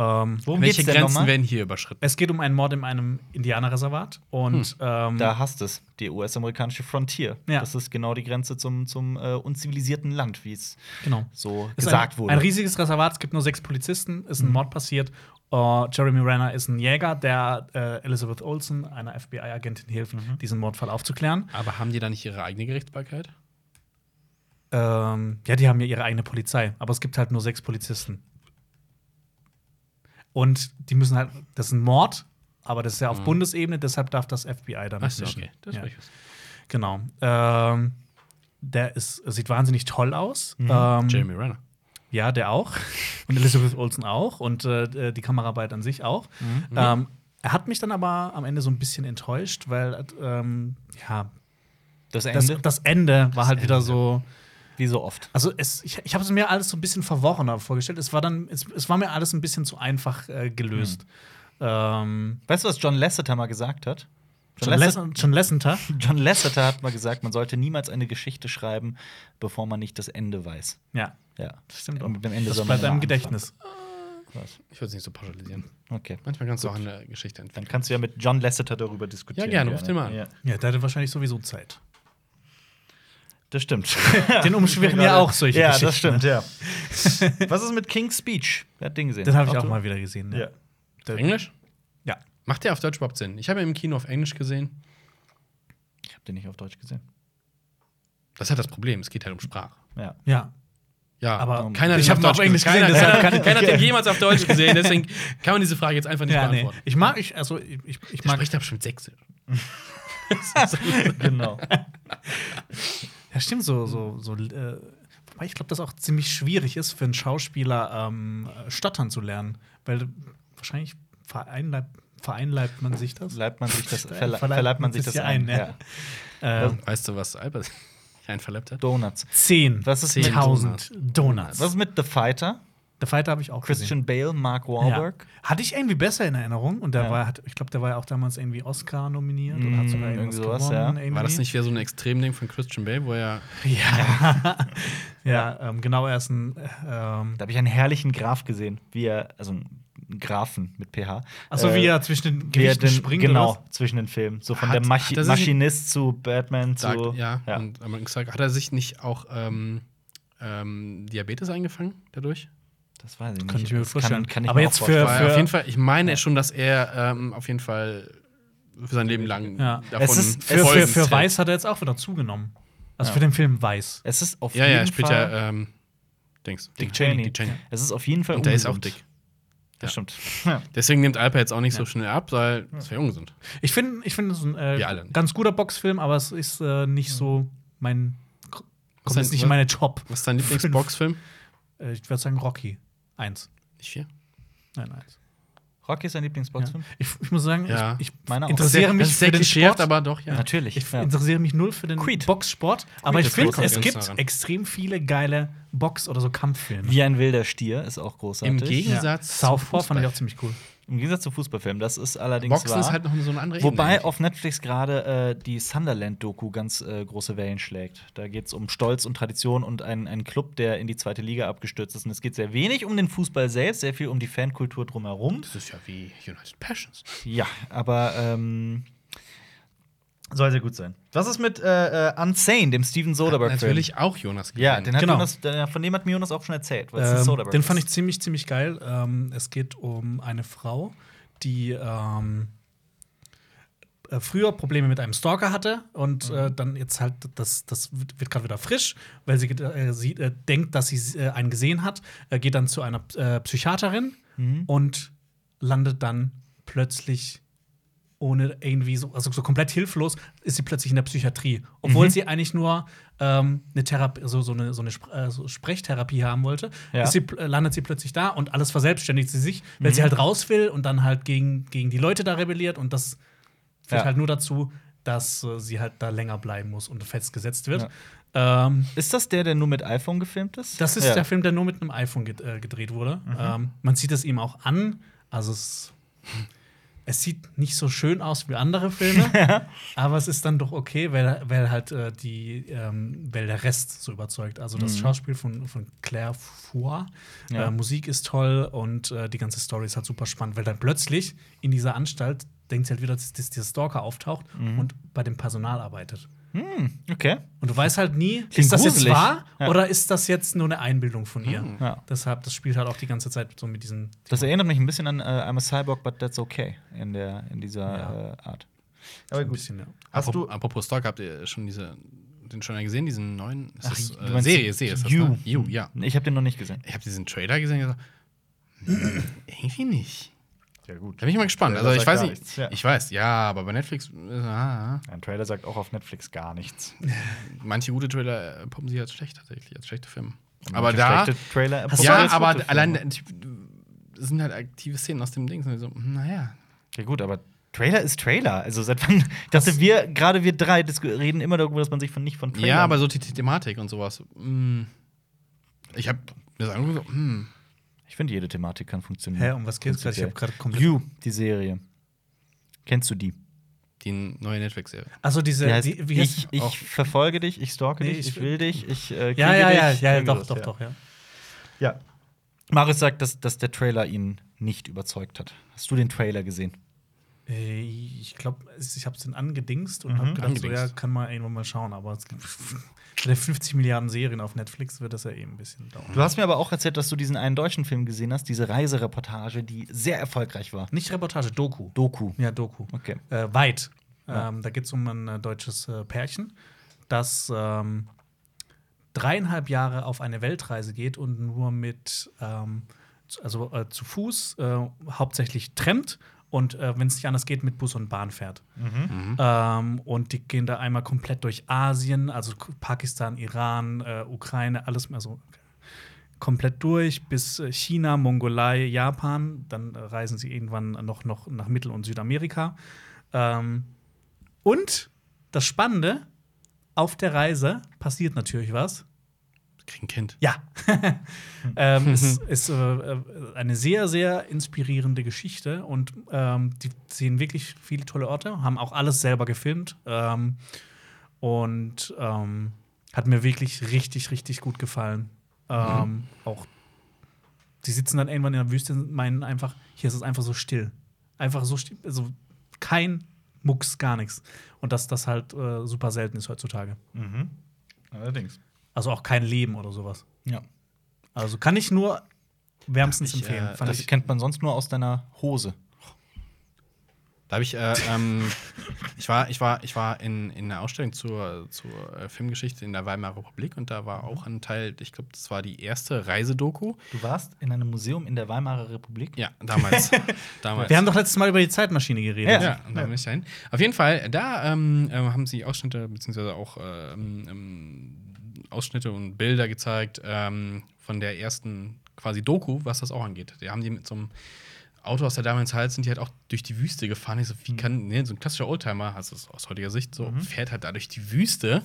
Speaker 3: Ähm,
Speaker 1: Worum
Speaker 2: Welche
Speaker 1: denn
Speaker 2: Grenzen
Speaker 1: nochmal?
Speaker 2: werden hier überschritten?
Speaker 3: es geht um einen Mord in einem Indianerreservat und
Speaker 2: Hm.
Speaker 3: ähm,
Speaker 1: Da hast es, die US-amerikanische Frontier.
Speaker 3: Ja.
Speaker 1: Das ist genau die Grenze zum, zum äh, unzivilisierten Land, wie es
Speaker 3: genau.
Speaker 1: so
Speaker 3: Ist
Speaker 1: gesagt
Speaker 3: ein,
Speaker 1: wurde.
Speaker 3: Ein riesiges Reservat, es gibt nur sechs Polizisten, ist
Speaker 2: Hm.
Speaker 3: ein Mord passiert. Äh, Jeremy Renner ist ein Jäger, der äh, Elizabeth Olsen, einer FBI-Agentin, hilft,
Speaker 2: Mhm.
Speaker 3: diesen Mordfall aufzuklären.
Speaker 2: Aber haben die da nicht ihre eigene Gerichtsbarkeit?
Speaker 3: Ähm, ja, die haben ja ihre eigene Polizei, aber es gibt halt nur sechs Polizisten. Und die müssen halt, das ist ein Mord, aber das ist ja auf Bundesebene, deshalb darf das FBI da
Speaker 2: Mhm. Ach
Speaker 3: nicht
Speaker 2: so,
Speaker 3: mischen.
Speaker 2: okay. Hm. Das
Speaker 3: ja.
Speaker 2: war ich was.
Speaker 3: Genau. Ähm, der ist, sieht wahnsinnig toll aus. Ähm,
Speaker 2: Mhm. Jeremy Renner.
Speaker 3: Ja, der auch. (laughs) Und Elizabeth Olsen auch. Und äh, die Kameraarbeit an sich auch.
Speaker 1: Mhm.
Speaker 3: Ähm, er hat mich dann aber am Ende so ein bisschen enttäuscht, weil ähm, ja,
Speaker 1: das Ende,
Speaker 3: das das Ende war halt wieder
Speaker 2: Ende.
Speaker 3: so.
Speaker 1: wie so oft.
Speaker 3: Also es, ich, ich habe es mir alles so ein bisschen verworrener vorgestellt. Es war dann, es, es war mir alles ein bisschen zu einfach äh, gelöst.
Speaker 1: Mhm.
Speaker 3: Ähm,
Speaker 1: Weißt du, was John Lasseter mal gesagt hat?
Speaker 3: John, Less John Lasseter.
Speaker 1: John Lasseter hat mal gesagt, man sollte niemals eine Geschichte schreiben, bevor man nicht das Ende weiß.
Speaker 3: Ja,
Speaker 1: Ja.
Speaker 3: das stimmt auch.
Speaker 1: Mit dem Ende
Speaker 3: das
Speaker 1: soll man
Speaker 3: bleibt einem
Speaker 1: immer
Speaker 3: Gedächtnis.
Speaker 1: anfangen.
Speaker 2: Ich würde es nicht so pauschalisieren.
Speaker 1: Okay.
Speaker 2: Manchmal kannst du auch eine Geschichte entwickeln.
Speaker 1: Dann kannst du ja mit John Lasseter darüber diskutieren.
Speaker 2: Ja, gerne, ruf den mal an.
Speaker 1: Ja.
Speaker 3: Ja, der hatte wahrscheinlich sowieso Zeit.
Speaker 1: Das stimmt.
Speaker 3: Den umschwirren ja auch
Speaker 1: (laughs)
Speaker 3: solche
Speaker 1: ja,
Speaker 3: Geschichten.
Speaker 1: das stimmt, ja. (laughs) was ist mit King's Speech? Wer hat den gesehen?
Speaker 3: Den habe ich auch
Speaker 1: du?
Speaker 3: mal wieder gesehen. ne?
Speaker 1: Ja.
Speaker 2: Englisch?
Speaker 3: ja.
Speaker 2: Macht der auf Deutsch überhaupt Sinn? Ich habe ihn im Kino auf Englisch gesehen.
Speaker 1: Ich habe den nicht auf Deutsch gesehen.
Speaker 2: Das ist halt das Problem. Es geht halt um Sprache.
Speaker 1: Ja. (laughs)
Speaker 3: Ja.
Speaker 2: Ja,
Speaker 3: Aber
Speaker 2: keiner hat
Speaker 3: ich
Speaker 2: ihn
Speaker 3: hab ihn auf
Speaker 2: Deutsch
Speaker 3: Englisch
Speaker 2: gesehen.
Speaker 3: gesehen,
Speaker 2: Keiner,
Speaker 3: deshalb
Speaker 2: keiner, keiner hat (laughs) den jemals auf Deutsch gesehen. Deswegen kann man diese Frage jetzt einfach nicht
Speaker 3: Ja, nee.
Speaker 2: beantworten.
Speaker 3: Ich mag, ich, also ich, ich, ich
Speaker 2: Der
Speaker 3: mag.
Speaker 2: spricht da bestimmt Sächsisch.
Speaker 1: genau.
Speaker 3: Ja, stimmt, so, so, so. Äh, wobei ich glaube, das auch ziemlich schwierig ist für einen Schauspieler, ähm, stottern zu lernen. Weil wahrscheinlich vereinleibt, vereinleibt man sich das.
Speaker 1: Verleibt man sich das,
Speaker 3: Verleibt-
Speaker 1: verle verleibt man sich das ein.
Speaker 3: ja.
Speaker 1: Ja.
Speaker 3: Ähm,
Speaker 2: Weißt du, was Albert (laughs) einverleibt hat?
Speaker 1: Donuts.
Speaker 3: Zehn.
Speaker 1: Was ist mit
Speaker 3: 10.000 Donuts.
Speaker 1: Was ist mit The Fighter?
Speaker 3: The Fighter habe ich auch gesehen.
Speaker 1: Christian Bale, Mark Wahlberg.
Speaker 3: Ja. Hatte ich irgendwie besser in Erinnerung. Und der
Speaker 1: Ja.
Speaker 3: war, hat, ich glaube, der war ja auch damals irgendwie Oscar nominiert oder
Speaker 1: Mm,
Speaker 3: hat sogar
Speaker 1: irgendwie
Speaker 3: irgendwas
Speaker 1: sowas,
Speaker 3: gewonnen.
Speaker 1: ja.
Speaker 3: Irgendwie.
Speaker 2: War das nicht wieder so ein Extremding von Christian Bale, wo er
Speaker 3: (laughs) Ja. ja, ähm, genau, er ist ein. Ähm,
Speaker 1: Da habe ich einen herrlichen Graf gesehen, wie er, also einen Grafen mit PH.
Speaker 3: also,
Speaker 1: Äh,
Speaker 3: wie er zwischen den
Speaker 1: wie er
Speaker 3: Gewichten
Speaker 1: den,
Speaker 3: springt.
Speaker 1: Genau,
Speaker 3: oder
Speaker 1: zwischen den Filmen. So von
Speaker 2: Hat-
Speaker 1: der Machi
Speaker 2: das ist ein-
Speaker 1: Maschinist zu Batman
Speaker 2: sagt,
Speaker 1: zu.
Speaker 2: ja, Und, aber gesagt, hat er sich nicht auch ähm, ähm, Diabetes eingefangen dadurch?
Speaker 1: das weiß ich nicht.
Speaker 3: Könnte ich mir
Speaker 1: Das
Speaker 3: vorstellen.
Speaker 1: Kann, kann ich
Speaker 3: Aber
Speaker 1: mir
Speaker 3: jetzt
Speaker 1: auch
Speaker 3: für-
Speaker 1: vorstellen.
Speaker 2: Weil auf jeden Fall, ich meine schon, dass er ähm, auf jeden Fall für sein Leben lang
Speaker 3: Ja.
Speaker 1: Es
Speaker 2: davon
Speaker 1: ist-
Speaker 3: Für, für,
Speaker 2: Folgen
Speaker 3: für
Speaker 2: trägt.
Speaker 3: Weiß hat er jetzt auch wieder zugenommen. Also
Speaker 1: Ja.
Speaker 3: für den Film Weiß.
Speaker 1: Es ist auf
Speaker 2: Ja,
Speaker 1: jeden
Speaker 2: ja, spielt
Speaker 1: Fall.
Speaker 2: ja ähm, Dings.
Speaker 1: Dick Cheney.
Speaker 2: Dick Cheney.
Speaker 1: Es ist auf jeden Fall.
Speaker 2: Und der ist auch
Speaker 1: ungesund.
Speaker 2: dick.
Speaker 1: Das
Speaker 2: Ja.
Speaker 1: stimmt. Ja.
Speaker 2: Deswegen nimmt Alper jetzt auch nicht so schnell ab, weil das wäre ungesund.
Speaker 3: Ich finde, ich find, es ist ein äh,
Speaker 2: Wir alle nicht.
Speaker 3: ganz guter Boxfilm, aber es ist äh, nicht so mein.
Speaker 2: Was
Speaker 3: Kommt jetzt
Speaker 2: denn-
Speaker 3: nicht
Speaker 2: was-
Speaker 3: in meine Top.
Speaker 2: Was ist dein Lieblingsboxfilm?
Speaker 3: Äh, ich würde sagen Rocky. Eins.
Speaker 2: Nicht vier?
Speaker 3: Nein, eins.
Speaker 1: Rocky ist dein
Speaker 3: Ja.
Speaker 1: Lieblingsboxfilm?
Speaker 3: Ich, ich muss sagen,
Speaker 2: Ja.
Speaker 3: ich, ich
Speaker 1: Meiner auch.
Speaker 3: interessiere mich für den Sport.
Speaker 2: aber doch, ja.
Speaker 1: Natürlich.
Speaker 3: Ich
Speaker 1: ja.
Speaker 3: interessiere mich null für den
Speaker 1: Creed.
Speaker 3: Boxsport, aber ich
Speaker 2: ist groß,
Speaker 3: finde, es
Speaker 2: kommt
Speaker 3: gibt
Speaker 2: ganz nah ran.
Speaker 3: extrem viele geile Box- oder so Kampffilme.
Speaker 1: Wie ein wilder Stier ist auch großartig.
Speaker 2: Im Gegenteil. Gegensatz
Speaker 3: Ja.
Speaker 2: zu
Speaker 3: Southpaw fand ich auch
Speaker 2: Fußball.
Speaker 3: ziemlich cool.
Speaker 1: Im Gegensatz zu Fußballfilmen. Das ist allerdings
Speaker 2: Boxen
Speaker 1: wahr.
Speaker 2: ist halt noch so eine andere
Speaker 1: Wobei
Speaker 2: Ebene.
Speaker 1: auf Netflix gerade äh, die Sunderland-Doku ganz äh, große Wellen schlägt. Da geht es um Stolz und Tradition und einen, einen Club, der in die zweite Liga abgestürzt ist. Und es geht sehr wenig um den Fußball selbst, sehr viel um die Fankultur drumherum.
Speaker 2: Das ist ja wie United Passions.
Speaker 1: Ja, aber ähm, Soll sehr gut sein. Was ist mit äh, äh, Unsane, dem Steven Soderbergh?
Speaker 2: Hat natürlich auch Jonas gesehen.
Speaker 1: Ja, den hat
Speaker 3: Genau.
Speaker 1: Jonas, der- von dem hat mir Jonas auch schon erzählt, weil es ein
Speaker 3: Ähm,
Speaker 1: Soderbergh
Speaker 3: den fand ich
Speaker 1: ist.
Speaker 3: ziemlich, ziemlich geil. Ähm, es geht um eine Frau, die ähm, äh, früher Probleme mit einem Stalker hatte
Speaker 1: Mhm.
Speaker 3: und äh, dann jetzt halt, das, das wird wird gerade wieder frisch, weil sie, äh, sie äh, denkt, dass sie äh, einen gesehen hat, äh, geht dann zu einer äh, Psychiaterin
Speaker 1: Mhm.
Speaker 3: und landet dann plötzlich ohne irgendwie so, also so komplett hilflos, ist sie plötzlich in der Psychiatrie. Obwohl
Speaker 1: Mhm.
Speaker 3: sie eigentlich nur ähm, eine Therapie, so, so eine, so eine Spr- äh, so Sprechtherapie haben wollte,
Speaker 1: Ja.
Speaker 3: ist sie, pl- äh, landet sie plötzlich da und alles verselbstständigt sie sich, weil
Speaker 1: Mhm.
Speaker 3: sie halt raus will und dann halt gegen, gegen die Leute da rebelliert und das führt
Speaker 1: Ja.
Speaker 3: halt nur dazu, dass äh, sie halt da länger bleiben muss und festgesetzt wird. Ähm,
Speaker 1: Ist das der, der nur mit iPhone gefilmt ist?
Speaker 3: das ist
Speaker 1: ja.
Speaker 3: der Film, der nur mit einem iPhone ged- äh, gedreht wurde. Ähm, man sieht es ihm auch an. Also es, es sieht nicht so schön aus wie andere
Speaker 1: (laughs)
Speaker 3: Filme, aber es ist dann doch okay, weil, weil halt äh, die, ähm, weil der Rest so überzeugt. Also das Schauspiel von, von Claire Foy,
Speaker 1: Mhm. Ja.
Speaker 3: äh, Musik ist toll und äh, die ganze Story ist halt super spannend, weil dann plötzlich in dieser Anstalt denkt sie halt wieder, dass, dass dieser Stalker auftaucht
Speaker 1: Mhm.
Speaker 3: und bei dem Personal arbeitet.
Speaker 1: Okay.
Speaker 3: Und du weißt halt nie,
Speaker 1: Klingt
Speaker 3: ist das
Speaker 1: gruselig.
Speaker 3: jetzt wahr
Speaker 1: Ja. Hm.
Speaker 3: oder ist das jetzt nur eine Einbildung von ihr?
Speaker 1: Ja.
Speaker 3: Deshalb, das spielt halt auch die ganze Zeit so mit diesen.
Speaker 1: Das erinnert mich ein bisschen an äh, I'm a Cyborg, but that's okay in, der, in dieser
Speaker 3: Ja.
Speaker 1: äh, Art.
Speaker 3: so ein bisschen, ja.
Speaker 1: Hast
Speaker 2: Apropos-
Speaker 1: du-
Speaker 2: Apropos Stalk, habt ihr schon diese, den schon mal gesehen, diesen neuen ist
Speaker 1: Ach,
Speaker 2: das,
Speaker 1: du meinst
Speaker 2: äh, Serie, Serie ist das,
Speaker 1: You.
Speaker 2: ne? You, ja.
Speaker 1: Ich habe den noch nicht gesehen.
Speaker 2: Ich habe diesen Trailer gesehen und gesagt, hm, irgendwie nicht.
Speaker 1: Ja, gut.
Speaker 2: Da bin ich mal gespannt.
Speaker 4: Der
Speaker 2: Also ich
Speaker 4: sagt
Speaker 2: weiß
Speaker 4: gar
Speaker 2: nicht.
Speaker 4: nichts, ja.
Speaker 2: Ich weiß, ja, aber bei Netflix, äh, ah,
Speaker 4: Ein Trailer sagt auch auf Netflix gar nichts.
Speaker 2: manche gute Trailer äh, poppen sie als schlecht tatsächlich, als schlechte Filme. Aber da,
Speaker 1: Schlechte Trailer
Speaker 3: Hast du
Speaker 2: ja,
Speaker 3: alles
Speaker 2: aber
Speaker 1: Filme?
Speaker 2: allein äh, typ, äh, sind halt aktive Szenen aus dem Ding. Und so, "Hm, naja,
Speaker 1: Ja, gut, aber Trailer ist Trailer. Also seit wann? Ich dachte, wir, gerade wir drei disku- reden immer darüber, dass man sich von nicht von Trailern.
Speaker 2: Ja, aber so die The- Thematik und sowas. mm. Ich habe mir das angeguckt. mm.
Speaker 1: Ich finde, jede Thematik kann funktionieren.
Speaker 3: Hä, um was geht's gerade? Ich habe gerade komplett.
Speaker 1: You, die Serie. Kennst du die?
Speaker 2: Die neue Netflix-Serie.
Speaker 3: Also diese.
Speaker 1: Die heißt,
Speaker 3: die, wie heißt
Speaker 1: ich, ich verfolge dich, ich stalke
Speaker 3: Nee,
Speaker 1: dich, ich
Speaker 3: ich-
Speaker 1: will dich, ich äh, kriege
Speaker 3: ja, ja, ja,
Speaker 1: dich.
Speaker 3: ja, ja,
Speaker 4: irgendwie
Speaker 3: doch,
Speaker 4: das,
Speaker 3: doch,
Speaker 4: ja.
Speaker 3: doch, ja.
Speaker 4: Ja.
Speaker 1: Marius sagt, dass, dass der Trailer ihn nicht überzeugt hat. Hast du den Trailer gesehen?
Speaker 3: Äh, Ich glaube, ich habe es dann angedingst
Speaker 1: Mhm.
Speaker 3: und habe gedacht, so, ja,
Speaker 2: Angedingst.
Speaker 3: kann man irgendwann mal schauen. Aber es gibt (laughs) bei den 50 Milliarden Serien auf Netflix wird das ja eben ein bisschen dauern.
Speaker 1: Du hast mir aber auch erzählt, dass du diesen einen deutschen Film gesehen hast, diese Reisereportage, die sehr erfolgreich war.
Speaker 3: Nicht Reportage, Doku.
Speaker 1: Doku.
Speaker 3: Ja, Doku.
Speaker 1: Okay.
Speaker 3: Äh, weit.
Speaker 1: Ja.
Speaker 3: Ähm, da geht es um ein äh, deutsches äh, Pärchen, das ähm, dreieinhalb Jahre auf eine Weltreise geht und nur mit, ähm, zu- also äh, zu Fuß, äh, hauptsächlich trennt und äh, wenn es nicht anders geht, mit Bus und Bahn fährt. Ähm, und die gehen da einmal komplett durch Asien, also K- Pakistan, Iran, äh, Ukraine, alles mehr so komplett durch bis äh, China, Mongolei, Japan. Dann äh, reisen sie irgendwann noch, noch nach Mittel- und Südamerika. Ähm, und das Spannende, auf der Reise passiert natürlich was.
Speaker 2: Kriegen Kind.
Speaker 3: Ja. (laughs) ähm, es ist äh, eine sehr, sehr inspirierende Geschichte und ähm, die sehen wirklich viele tolle Orte, haben auch alles selber gefilmt ähm, und ähm, hat mir wirklich richtig, richtig gut gefallen. Ähm, Auch die sitzen dann irgendwann in der Wüste und meinen einfach, hier ist es einfach so still. Einfach so still, also kein Mucks, gar nichts. Und dass das halt äh, super selten ist heutzutage. Mhm.
Speaker 4: Allerdings.
Speaker 3: Also auch kein Leben oder sowas.
Speaker 1: Ja.
Speaker 3: Also kann ich nur wärmstens
Speaker 2: Ich,
Speaker 3: empfehlen.
Speaker 2: äh,
Speaker 3: Fand
Speaker 1: Das
Speaker 3: ich,
Speaker 1: kennt man sonst nur aus deiner Hose.
Speaker 2: Da habe ich,
Speaker 3: (laughs)
Speaker 2: äh, ähm, ich war, ich war, ich war in, in einer Ausstellung zur, zur äh, Filmgeschichte in der Weimarer Republik und da war auch ein Teil, ich glaube, das war die erste Reisedoku.
Speaker 1: Du warst in einem Museum in der Weimarer Republik?
Speaker 2: Ja,
Speaker 3: (laughs)
Speaker 2: damals. damals.
Speaker 3: wir haben doch letztes Mal über die Zeitmaschine geredet.
Speaker 2: Ja, und da bin ich dahin. Auf jeden Fall, da ähm, ähm, haben sie Ausschnitte, beziehungsweise auch ähm, ähm, Ausschnitte und Bilder gezeigt ähm, von der ersten quasi Doku, was das auch angeht. Da haben die mit so einem Auto aus der damaligen Zeit sind die halt auch durch die Wüste gefahren. Ich so, wie kann, ne, so ein klassischer Oldtimer, also aus- aus heutiger Sicht, so fährt halt da durch die Wüste.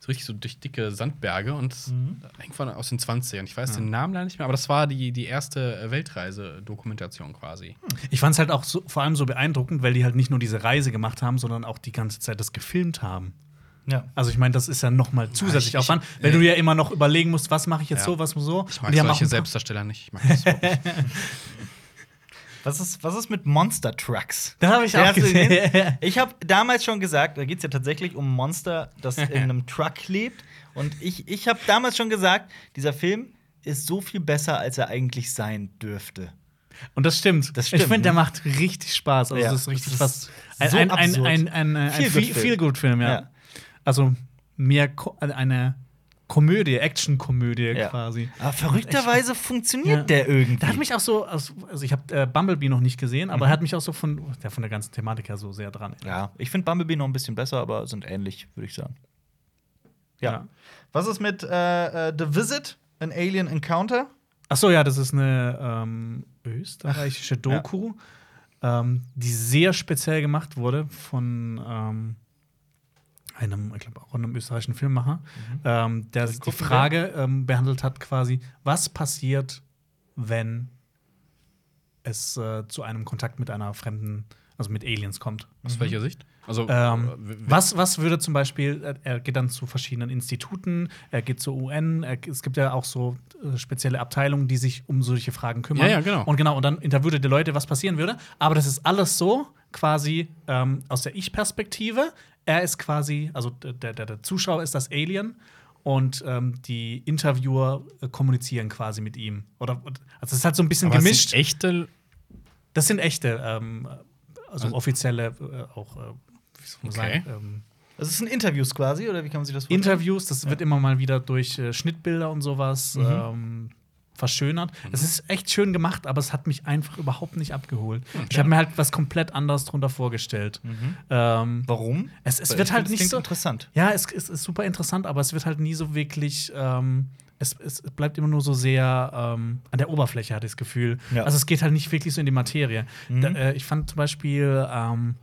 Speaker 2: So richtig so durch dicke Sandberge und das- irgendwann aus den 20ern. Ich weiß den Namen leider nicht mehr, aber das war die, die erste äh, Weltreise-Dokumentation quasi.
Speaker 3: Ich fand es halt auch so, vor allem so beeindruckend, weil die halt nicht nur diese Reise gemacht haben, sondern auch die ganze Zeit das gefilmt haben.
Speaker 1: Ja.
Speaker 3: Also ich meine, das ist ja noch mal zusätzlich
Speaker 2: ich-
Speaker 3: Aufwand,
Speaker 2: ich-
Speaker 3: weil
Speaker 2: äh,
Speaker 3: du ja immer noch überlegen musst, was mache ich jetzt
Speaker 2: ja.
Speaker 3: so, was so.
Speaker 2: Ich
Speaker 3: Und
Speaker 2: mag
Speaker 3: die haben auch
Speaker 2: solche (laughs)
Speaker 3: ein paar-
Speaker 2: Selbstdarsteller nicht. Ich mag das überhaupt nicht.
Speaker 1: Was ist, was ist mit Monster Trucks?
Speaker 3: Da habe ich
Speaker 1: Den
Speaker 3: auch
Speaker 1: hast du gesehen? (laughs)
Speaker 3: gesehen.
Speaker 1: Ich habe damals schon gesagt, da geht es ja tatsächlich um ein Monster, das (laughs) in einem Truck lebt. Und ich, ich habe damals schon gesagt, dieser Film ist so viel besser, als er eigentlich sein dürfte.
Speaker 3: Und das stimmt.
Speaker 1: Das stimmt,
Speaker 3: ich finde, der
Speaker 1: ne?
Speaker 3: macht richtig Spaß. Also,
Speaker 1: Ja,
Speaker 3: das ist richtig
Speaker 1: das ist
Speaker 3: was. Ein,
Speaker 1: so
Speaker 3: ein, ein,
Speaker 1: absurd.
Speaker 3: ein, ein, ein
Speaker 1: Feel-good-Film.
Speaker 3: Feel-Good-Film, ja.
Speaker 1: Ja.
Speaker 3: Also, mehr Ko eine Komödie, Action-Komödie
Speaker 1: Ja.
Speaker 3: quasi.
Speaker 1: Aber verrückterweise funktioniert
Speaker 3: Ja.
Speaker 1: der irgendwie.
Speaker 3: Der hat mich auch so, also also ich habe äh, Bumblebee noch nicht gesehen, aber er hat mich auch so von der, von der ganzen Thematik her so sehr dran.
Speaker 1: ja, ich finde Bumblebee noch ein bisschen besser, aber sind ähnlich, würde ich sagen.
Speaker 4: Ja. Was ist mit äh, äh, The Visit, an Alien Encounter?
Speaker 3: Achso, ja, das ist eine ähm, österreichische Doku, ähm, die sehr speziell gemacht wurde von ähm, einem, ich glaube auch einem österreichischen Filmemacher, ähm, der die
Speaker 1: gucken wir.
Speaker 3: Frage ähm, behandelt hat, quasi, was passiert, wenn es äh, zu einem Kontakt mit einer fremden, also mit Aliens kommt.
Speaker 2: Aus
Speaker 1: Mhm.
Speaker 2: welcher Sicht? Also,
Speaker 3: Ähm,
Speaker 2: w- w-
Speaker 3: was, was würde zum Beispiel, äh, er geht dann zu verschiedenen Instituten, er geht zur UN, er, es gibt ja auch so äh, spezielle Abteilungen, die sich um solche Fragen kümmern.
Speaker 2: Ja, ja, genau.
Speaker 3: Und genau, und dann interviewte der Leute, was passieren würde. Aber das ist alles so quasi ähm, aus der Ich-Perspektive. Er ist quasi, also der, der, der Zuschauer ist das Alien und ähm, die Interviewer äh, kommunizieren quasi mit ihm. Oder, also es ist halt so ein bisschen
Speaker 2: aber es sind
Speaker 3: gemischt.
Speaker 2: Echte.
Speaker 3: Das sind echte, ähm, also,
Speaker 2: Also-
Speaker 3: offizielle, äh, auch, äh, wie soll man
Speaker 2: Okay.
Speaker 3: sagen, ähm,
Speaker 1: Das ist ein Interviews quasi, oder wie kann man sich das vorstellen?
Speaker 3: Interviews. Das wird immer mal wieder durch äh, Schnittbilder und sowas
Speaker 1: Mhm.
Speaker 3: ähm, verschönert. Es ist echt schön gemacht, aber es hat mich einfach überhaupt nicht abgeholt. Ich habe mir halt was komplett anderes drunter vorgestellt. Ähm,
Speaker 1: Warum?
Speaker 3: es, es
Speaker 1: Mhm. Weil
Speaker 3: wird
Speaker 1: ich
Speaker 3: halt
Speaker 1: find, es
Speaker 3: nicht
Speaker 1: klingt
Speaker 3: so.
Speaker 1: interessant.
Speaker 3: Ja, es, es ist super interessant, aber es wird halt nie so wirklich. Ähm, es, es bleibt immer nur so sehr ähm, an der Oberfläche, hatte ich das Gefühl.
Speaker 1: Ja. Mhm.
Speaker 3: Also es geht halt nicht wirklich so in die Materie. Da, äh, ich fand zum Beispiel, ähm,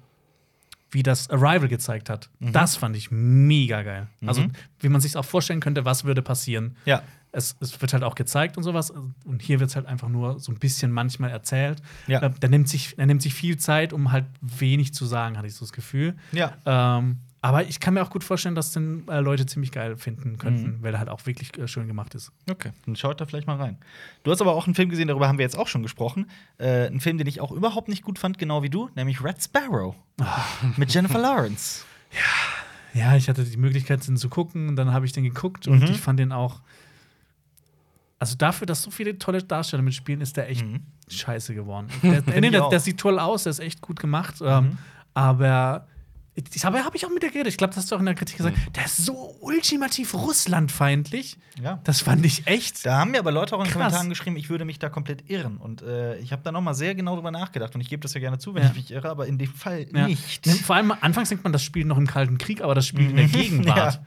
Speaker 3: wie das Arrival gezeigt hat,
Speaker 1: Mhm.
Speaker 3: das fand ich mega geil. Also wie man sich auch vorstellen könnte, was würde passieren.
Speaker 1: Ja.
Speaker 3: Es, es wird halt auch gezeigt und sowas. Und hier wird es halt einfach nur so ein bisschen manchmal erzählt. Äh,
Speaker 1: Ja.
Speaker 3: Da, da, nimmt sich, da nimmt sich viel Zeit, um halt wenig zu sagen, hatte ich so das Gefühl.
Speaker 1: Ja.
Speaker 3: Ähm, aber ich kann mir auch gut vorstellen, dass den äh, Leute ziemlich geil finden
Speaker 1: Mhm.
Speaker 3: könnten, weil er halt auch wirklich äh, schön gemacht ist.
Speaker 1: Okay, dann schaut da vielleicht mal rein. Du hast aber auch einen Film gesehen, darüber haben wir jetzt auch schon gesprochen. Äh, einen Film, den ich auch überhaupt nicht gut fand, genau wie du, nämlich Red Sparrow.
Speaker 3: Ah.
Speaker 1: Mit Jennifer Lawrence.
Speaker 3: Ja, ich hatte die Möglichkeit, den zu gucken, und dann habe ich den geguckt
Speaker 1: Mhm.
Speaker 3: und ich fand den auch. Also dafür, dass so viele tolle Darsteller mitspielen, ist der echt scheiße
Speaker 1: (laughs)
Speaker 3: geworden. Der, nee,
Speaker 1: ich
Speaker 3: der,
Speaker 1: Mhm. auch. Mhm.
Speaker 3: der sieht toll aus, der ist echt gut gemacht. Ähm, aber ich habe hab ich auch mit dir geredet. Ich glaube, das hast du auch in der Kritik gesagt.
Speaker 1: Mhm.
Speaker 3: Der ist so ultimativ russlandfeindlich.
Speaker 1: Ja.
Speaker 3: Das fand ich echt.
Speaker 1: Da haben mir aber Leute auch in den
Speaker 3: Krass.
Speaker 1: Kommentaren geschrieben, ich würde mich da komplett irren. Und äh, ich habe da nochmal sehr genau drüber nachgedacht. Und ich gebe das ja gerne zu, wenn
Speaker 3: Ja.
Speaker 1: ich mich irre, aber in dem Fall
Speaker 3: Ja.
Speaker 1: nicht. Mhm.
Speaker 3: Ne, Vor allem anfangs denkt man, das spielt noch im Kalten Krieg, aber das spielt
Speaker 1: (laughs)
Speaker 3: in der Gegenwart.
Speaker 1: Ja.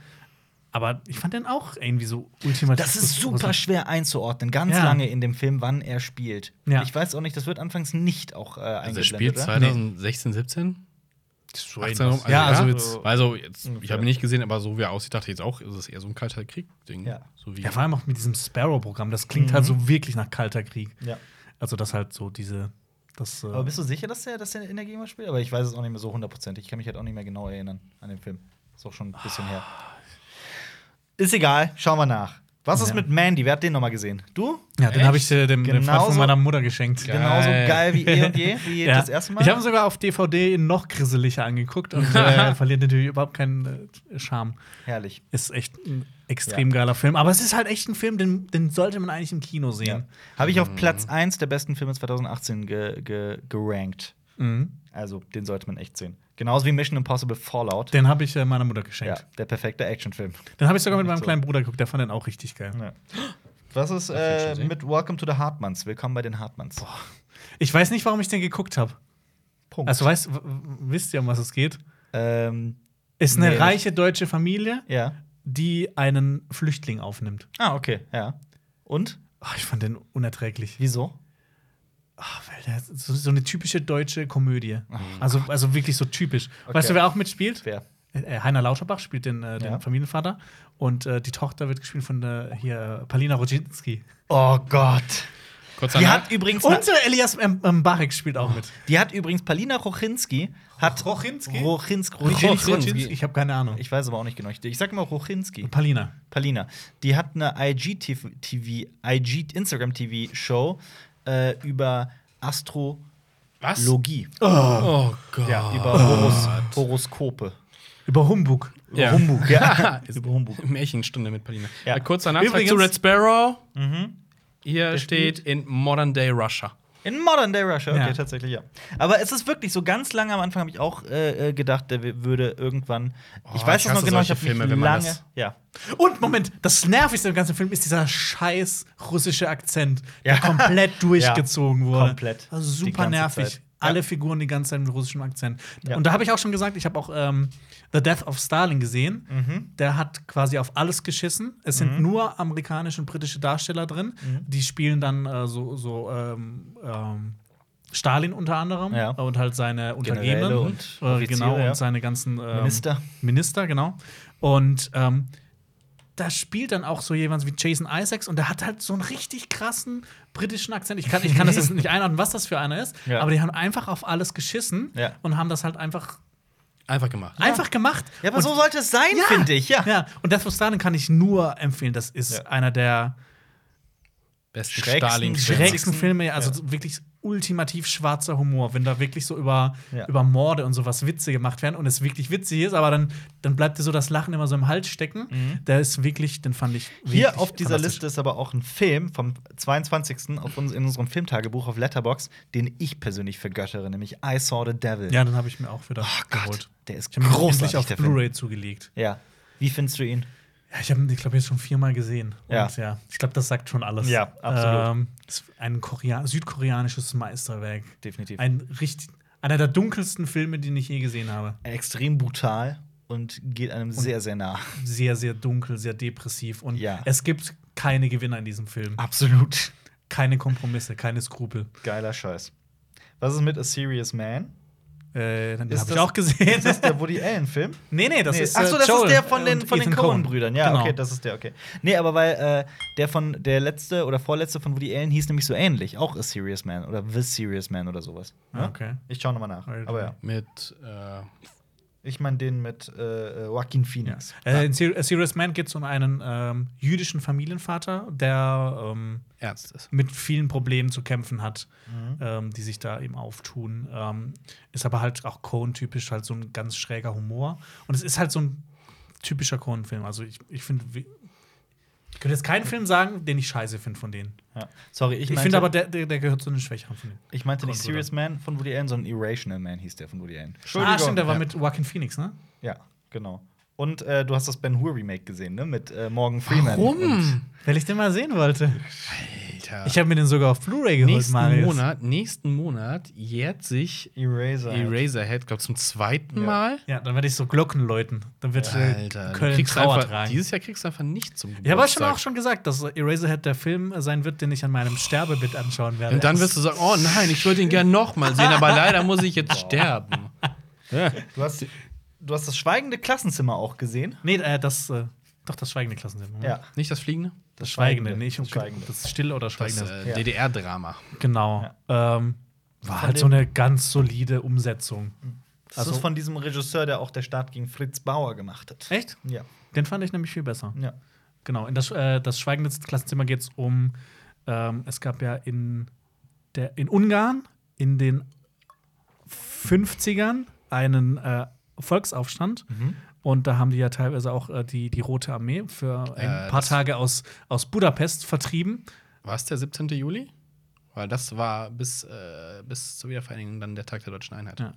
Speaker 3: Aber ich fand den auch irgendwie so ultimativ.
Speaker 1: Das
Speaker 3: (laughs)
Speaker 1: ist super schwer einzuordnen, ganz
Speaker 3: Also Ja.
Speaker 1: lange in dem Film, wann er spielt.
Speaker 3: Ja.
Speaker 1: Ich weiß auch nicht, das wird anfangs nicht auch äh,
Speaker 2: Also,
Speaker 1: eingeblendet.
Speaker 2: er spielt
Speaker 1: oder?
Speaker 2: 2016, 17? 18 rum? Also,
Speaker 3: Ja,
Speaker 2: ja,
Speaker 3: also
Speaker 1: so
Speaker 2: also jetzt. Also jetzt ich
Speaker 1: ungefähr.
Speaker 2: habe ihn nicht gesehen, aber so wie er aussieht, dachte ich jetzt auch, ist es eher so ein kalter Krieg-Ding.
Speaker 1: Ja.
Speaker 2: So wie
Speaker 3: Ja, vor allem auch mit diesem Sparrow-Programm. Das klingt
Speaker 1: Mhm.
Speaker 3: halt so wirklich nach Kalter Krieg.
Speaker 1: Ja.
Speaker 3: Also, das halt so diese. Das, äh,
Speaker 1: Aber bist du sicher, dass der, dass der in der Gegenwart spielt? Aber ich weiß es auch nicht mehr so hundertprozentig. Ich kann mich halt auch nicht mehr genau erinnern an den Film. Ist auch schon ein bisschen her. Ist egal, schauen wir nach. Was ist
Speaker 3: Ja.
Speaker 1: mit Mandy? Wer hat den nochmal gesehen? Du?
Speaker 3: ja, den habe ich äh, dem, dem Vater
Speaker 1: Genauso-
Speaker 3: von meiner Mutter geschenkt.
Speaker 2: Geil.
Speaker 1: Genauso geil wie eh und je,
Speaker 3: (laughs)
Speaker 1: wie
Speaker 3: Ja.
Speaker 1: das erste Mal.
Speaker 3: Ich habe ihn sogar auf DVD noch grisseliger angeguckt und
Speaker 1: (laughs)
Speaker 3: äh, verliert natürlich überhaupt keinen äh, Charme.
Speaker 1: Herrlich.
Speaker 3: Ist echt ein extrem geiler Film. Aber es ist halt echt ein Film, den, den sollte man eigentlich im Kino sehen.
Speaker 1: Habe ich auf Platz 1 der besten Filme 2018 ge ge gerankt.
Speaker 3: Mhm.
Speaker 1: Also, den sollte man echt sehen. Genauso wie Mission Impossible Fallout.
Speaker 3: Den habe ich äh, meiner Mutter
Speaker 1: Ja,
Speaker 3: geschenkt.
Speaker 1: der perfekte Actionfilm.
Speaker 3: Den habe ich sogar mit meinem
Speaker 1: So.
Speaker 3: kleinen Bruder geguckt, der fand den auch richtig geil.
Speaker 1: Ja. Was ist
Speaker 2: ich schon
Speaker 1: äh,
Speaker 2: sehen.
Speaker 1: mit Welcome to the Hartmanns? Willkommen bei den Hartmanns.
Speaker 3: Ich weiß nicht, warum ich den geguckt habe.
Speaker 1: Punkt.
Speaker 3: Also weißt, w- w- wisst ihr, um was es geht?
Speaker 1: ähm,
Speaker 3: Ist eine
Speaker 1: Nee.
Speaker 3: reiche deutsche Familie,
Speaker 1: ja.
Speaker 3: die einen Flüchtling aufnimmt.
Speaker 1: Ah, okay, ja. Und?
Speaker 3: Ach, ich fand den unerträglich.
Speaker 1: Wieso?
Speaker 3: Ach, weil der, so, so eine typische deutsche Komödie. also, also wirklich so typisch. Weißt du, wer auch mitspielt?
Speaker 1: Mhm. Wer?
Speaker 3: Äh, Heiner Lauterbach spielt den, äh, den
Speaker 1: Ja.
Speaker 3: Familienvater und äh, die Tochter wird gespielt von der, hier Palina Roginski.
Speaker 1: Oh Gott.
Speaker 2: Kurz
Speaker 1: Die
Speaker 2: danach,
Speaker 1: hat übrigens,
Speaker 3: Und äh, Elias M Mbarek spielt auch mit.
Speaker 1: die hat übrigens Palina Rochinski hat
Speaker 3: Rochinski?
Speaker 1: Rochinski.
Speaker 2: Rochinski.
Speaker 3: Ich habe keine Ahnung.
Speaker 1: Ich weiß aber auch nicht genau. Ich, ich sag immer Rochinski.
Speaker 3: Palina.
Speaker 1: Palina. Die hat eine IGTV, TV, IG Instagram TV Show äh, über Astro
Speaker 2: Was?
Speaker 1: Logie.
Speaker 2: Oh Gott.
Speaker 3: Ah.
Speaker 1: Ja, über Horos Horoskope.
Speaker 3: Über Humbug.
Speaker 1: Über
Speaker 2: Ja.
Speaker 1: Humbug,
Speaker 2: (laughs)
Speaker 1: ja. (laughs) über Humbug.
Speaker 2: Märchenstunde mit Palina.
Speaker 1: Ja.
Speaker 2: Äh, Kurz danach
Speaker 1: Übrigens- Mhm.
Speaker 2: zu Red Sparrow. Hier
Speaker 1: spielt-
Speaker 2: steht in Modern Day Russia.
Speaker 1: In Modern Day Russia, okay,
Speaker 3: Ja.
Speaker 1: tatsächlich, ja. Aber es ist wirklich so ganz lange am Anfang habe ich auch äh, äh, gedacht, der w- würde irgendwann. ich
Speaker 2: Oh,
Speaker 1: weiß
Speaker 2: ich
Speaker 1: es noch
Speaker 2: hasse
Speaker 1: genau, ich habe
Speaker 2: solche
Speaker 1: mich
Speaker 2: Filme, wenn man
Speaker 1: lange.
Speaker 2: das-
Speaker 1: Ja.
Speaker 3: Und Moment, das Nervigste im ganzen Film ist dieser scheiß russische Akzent,
Speaker 1: (laughs) Ja.
Speaker 3: der komplett durchgezogen
Speaker 1: Ja,
Speaker 3: wurde.
Speaker 1: komplett.
Speaker 3: Das war
Speaker 1: Die
Speaker 3: super
Speaker 1: ganze
Speaker 3: nervig.
Speaker 1: Zeit. Ja.
Speaker 3: Alle Figuren die ganze Zeit mit russischem Akzent.
Speaker 1: Ja.
Speaker 3: Und da habe ich auch schon gesagt, ich habe auch ähm, The Death of Stalin gesehen.
Speaker 1: Mhm.
Speaker 3: Der hat quasi auf alles geschissen. Es sind nur amerikanische und britische Darsteller drin.
Speaker 1: Mhm.
Speaker 3: Die spielen dann äh, so, so ähm, ähm, Stalin unter anderem
Speaker 1: Ja.
Speaker 3: und halt seine
Speaker 1: Generäle
Speaker 3: Untergebenen
Speaker 1: und
Speaker 3: äh,
Speaker 1: Offiziere,
Speaker 3: genau
Speaker 1: ja.
Speaker 3: und seine ganzen ähm,
Speaker 1: Minister.
Speaker 3: Minister, genau. Und ähm, da spielt dann auch so jemand wie Jason Isaacs und der hat halt so einen richtig krassen britischen Akzent. Ich kann, ich kann das
Speaker 1: (laughs)
Speaker 3: jetzt nicht einordnen, was das für einer ist,
Speaker 1: Ja.
Speaker 3: aber die haben einfach auf alles geschissen
Speaker 1: Ja.
Speaker 3: und haben das halt einfach,
Speaker 2: Einfach gemacht.
Speaker 3: einfach gemacht.
Speaker 1: Ja, aber
Speaker 3: und,
Speaker 1: so sollte es sein, finde ich, ja.
Speaker 3: ja. Und Death of Stalin kann ich nur empfehlen. Das ist
Speaker 1: Ja.
Speaker 3: einer der
Speaker 2: Besten
Speaker 1: Schrägsten-
Speaker 2: Stalin-Film.
Speaker 3: schrägsten Filme, also wirklich ultimativ schwarzer Humor, wenn da wirklich so über,
Speaker 1: Ja.
Speaker 3: über Morde und sowas Witze gemacht werden und es wirklich witzig ist, aber dann, dann bleibt dir so das Lachen immer so im Hals stecken. Der ist wirklich, den fand ich wirklich
Speaker 1: Mhm. Hier auf dieser
Speaker 3: fantastisch.
Speaker 1: Liste ist aber auch ein Film vom 22. Auf uns, in unserem Filmtagebuch auf Letterbox, den ich persönlich vergöttere, nämlich I Saw the Devil.
Speaker 3: Ja, dann habe ich mir auch wieder
Speaker 1: Oh Gott,
Speaker 3: geholt.
Speaker 1: der ist
Speaker 3: Ich habe mir
Speaker 1: großartig,
Speaker 3: großartig auf
Speaker 1: der Film.
Speaker 3: Blu-ray zugelegt.
Speaker 1: Ja. Wie findest du ihn?
Speaker 3: Ja, ich habe ihn, glaube ich, jetzt schon viermal gesehen.
Speaker 1: Ja.
Speaker 3: Und, ja ich glaube, das sagt schon alles.
Speaker 1: Ja, absolut.
Speaker 3: Ähm, ist ein Korea südkoreanisches Meisterwerk.
Speaker 1: Definitiv.
Speaker 3: Ein richtig, einer der dunkelsten Filme, den ich je gesehen habe.
Speaker 1: Extrem brutal und geht einem sehr, sehr nah. (laughs)
Speaker 3: sehr, sehr dunkel, sehr depressiv. Und
Speaker 1: Ja. Ah.
Speaker 3: es gibt keine Gewinner in diesem Film.
Speaker 1: Absolut.
Speaker 3: Keine Kompromisse, keine Skrupel.
Speaker 1: Geiler Scheiß. Was ist mit A Serious Man?
Speaker 3: Äh,
Speaker 1: Ist
Speaker 3: den habe ich
Speaker 1: das-
Speaker 3: auch gesehen.
Speaker 1: Ist das der Woody Allen-Film?
Speaker 3: (laughs) nee, nee, das
Speaker 1: Nee.
Speaker 3: ist. äh,
Speaker 1: Ach so, das
Speaker 3: Joel
Speaker 1: ist der von den,
Speaker 3: und
Speaker 1: von den
Speaker 3: Ethan Coen.
Speaker 1: Coen-Brüdern. Ja,
Speaker 3: genau.
Speaker 1: okay, das ist der, okay. Nee, aber weil äh, der von der letzte oder vorletzte von Woody Allen hieß nämlich so ähnlich. Auch A Serious Man oder The Serious Man oder sowas.
Speaker 3: Ah,
Speaker 1: Ja?
Speaker 3: okay.
Speaker 1: Ich schau nochmal nach.
Speaker 3: Alright.
Speaker 1: Aber ja.
Speaker 2: Mit äh,
Speaker 1: Ich meine den mit äh, Joaquin
Speaker 3: Ja.
Speaker 1: Phoenix.
Speaker 3: Äh, in Ser- A Serious Man geht es um einen ähm, jüdischen Familienvater, der ähm,
Speaker 2: Ernstes.
Speaker 3: mit vielen Problemen zu kämpfen hat, ähm, die sich da eben auftun. Ähm, ist aber halt auch Cohen-typisch, halt so ein ganz schräger Humor. Und es ist halt so ein typischer Cohen-Film. Also ich, ich finde, wi- ich könnte jetzt keinen Film sagen, den ich scheiße finde von denen.
Speaker 1: Ja. Sorry, ich,
Speaker 3: Ich,
Speaker 1: meinte,
Speaker 3: finde aber, der, der, der gehört zu den Schwächeren von denen.
Speaker 1: ich meinte nicht
Speaker 3: Coen
Speaker 1: Serious Man von Woody Allen, sondern Irrational Man hieß der von Woody Allen.
Speaker 3: Ah, stimmt, der war
Speaker 2: ja.
Speaker 3: mit Joaquin Phoenix, ne?
Speaker 1: Ja, genau. Und äh, du hast das Ben Hur Remake gesehen, ne? Mit äh, Morgan Freeman. Und
Speaker 3: Weil ich den mal sehen wollte.
Speaker 2: Alter.
Speaker 3: Ich habe mir den sogar auf Blu-ray geholt,
Speaker 2: nächsten
Speaker 3: Marius.
Speaker 2: Monat, nächsten Monat jährt sich
Speaker 1: Eraser.
Speaker 2: Eraserhead, glaube zum zweiten
Speaker 1: Ja.
Speaker 2: Mal.
Speaker 3: Ja, dann werde ich so Glocken läuten. Dann wird äh,
Speaker 2: Alter, du
Speaker 3: Köln
Speaker 2: kriegst
Speaker 3: Trauer
Speaker 2: einfach,
Speaker 3: tragen.
Speaker 2: dieses Jahr kriegst du einfach nicht zum Geburtstag.
Speaker 3: Ja, aber ich habe auch schon gesagt, dass Eraserhead der Film sein wird, den ich an meinem Sterbebett anschauen werde.
Speaker 2: Und dann wirst du sagen, oh nein, ich würde ihn gerne noch mal sehen, aber leider muss ich jetzt sterben.
Speaker 1: Du hast, du hast das schweigende Klassenzimmer auch gesehen.
Speaker 3: Nee, äh, das. Äh, doch, das schweigende Klassenzimmer.
Speaker 1: Ja.
Speaker 2: Nicht das Fliegende?
Speaker 3: Das schweigende, nee, ich
Speaker 1: das schweigende.
Speaker 3: um Das stille oder
Speaker 2: Das
Speaker 3: schweigende.
Speaker 2: äh,
Speaker 1: Ja.
Speaker 2: DDR-Drama.
Speaker 3: genau. Ähm, war
Speaker 1: Von
Speaker 3: halt
Speaker 1: dem-
Speaker 3: so eine ganz solide Umsetzung.
Speaker 1: Das ist von diesem Regisseur, der auch der Start gegen Fritz Bauer gemacht hat.
Speaker 3: Echt?
Speaker 1: Ja.
Speaker 3: Den fand ich nämlich viel besser.
Speaker 1: ja.
Speaker 3: Genau. In das, äh, das schweigende Klassenzimmer geht es um. Ähm, es gab ja in, der, in Ungarn in den 50ern einen äh, Volksaufstand.
Speaker 2: Mhm.
Speaker 3: Und da haben die ja teilweise auch äh, die, die Rote Armee für ein
Speaker 2: Äh,
Speaker 3: paar
Speaker 2: das-
Speaker 3: Tage aus, aus Budapest vertrieben.
Speaker 2: War es der 17. Juli? Weil das war bis, äh, bis zur Wiedervereinigung dann der Tag der Deutschen Einheit.
Speaker 3: Ja.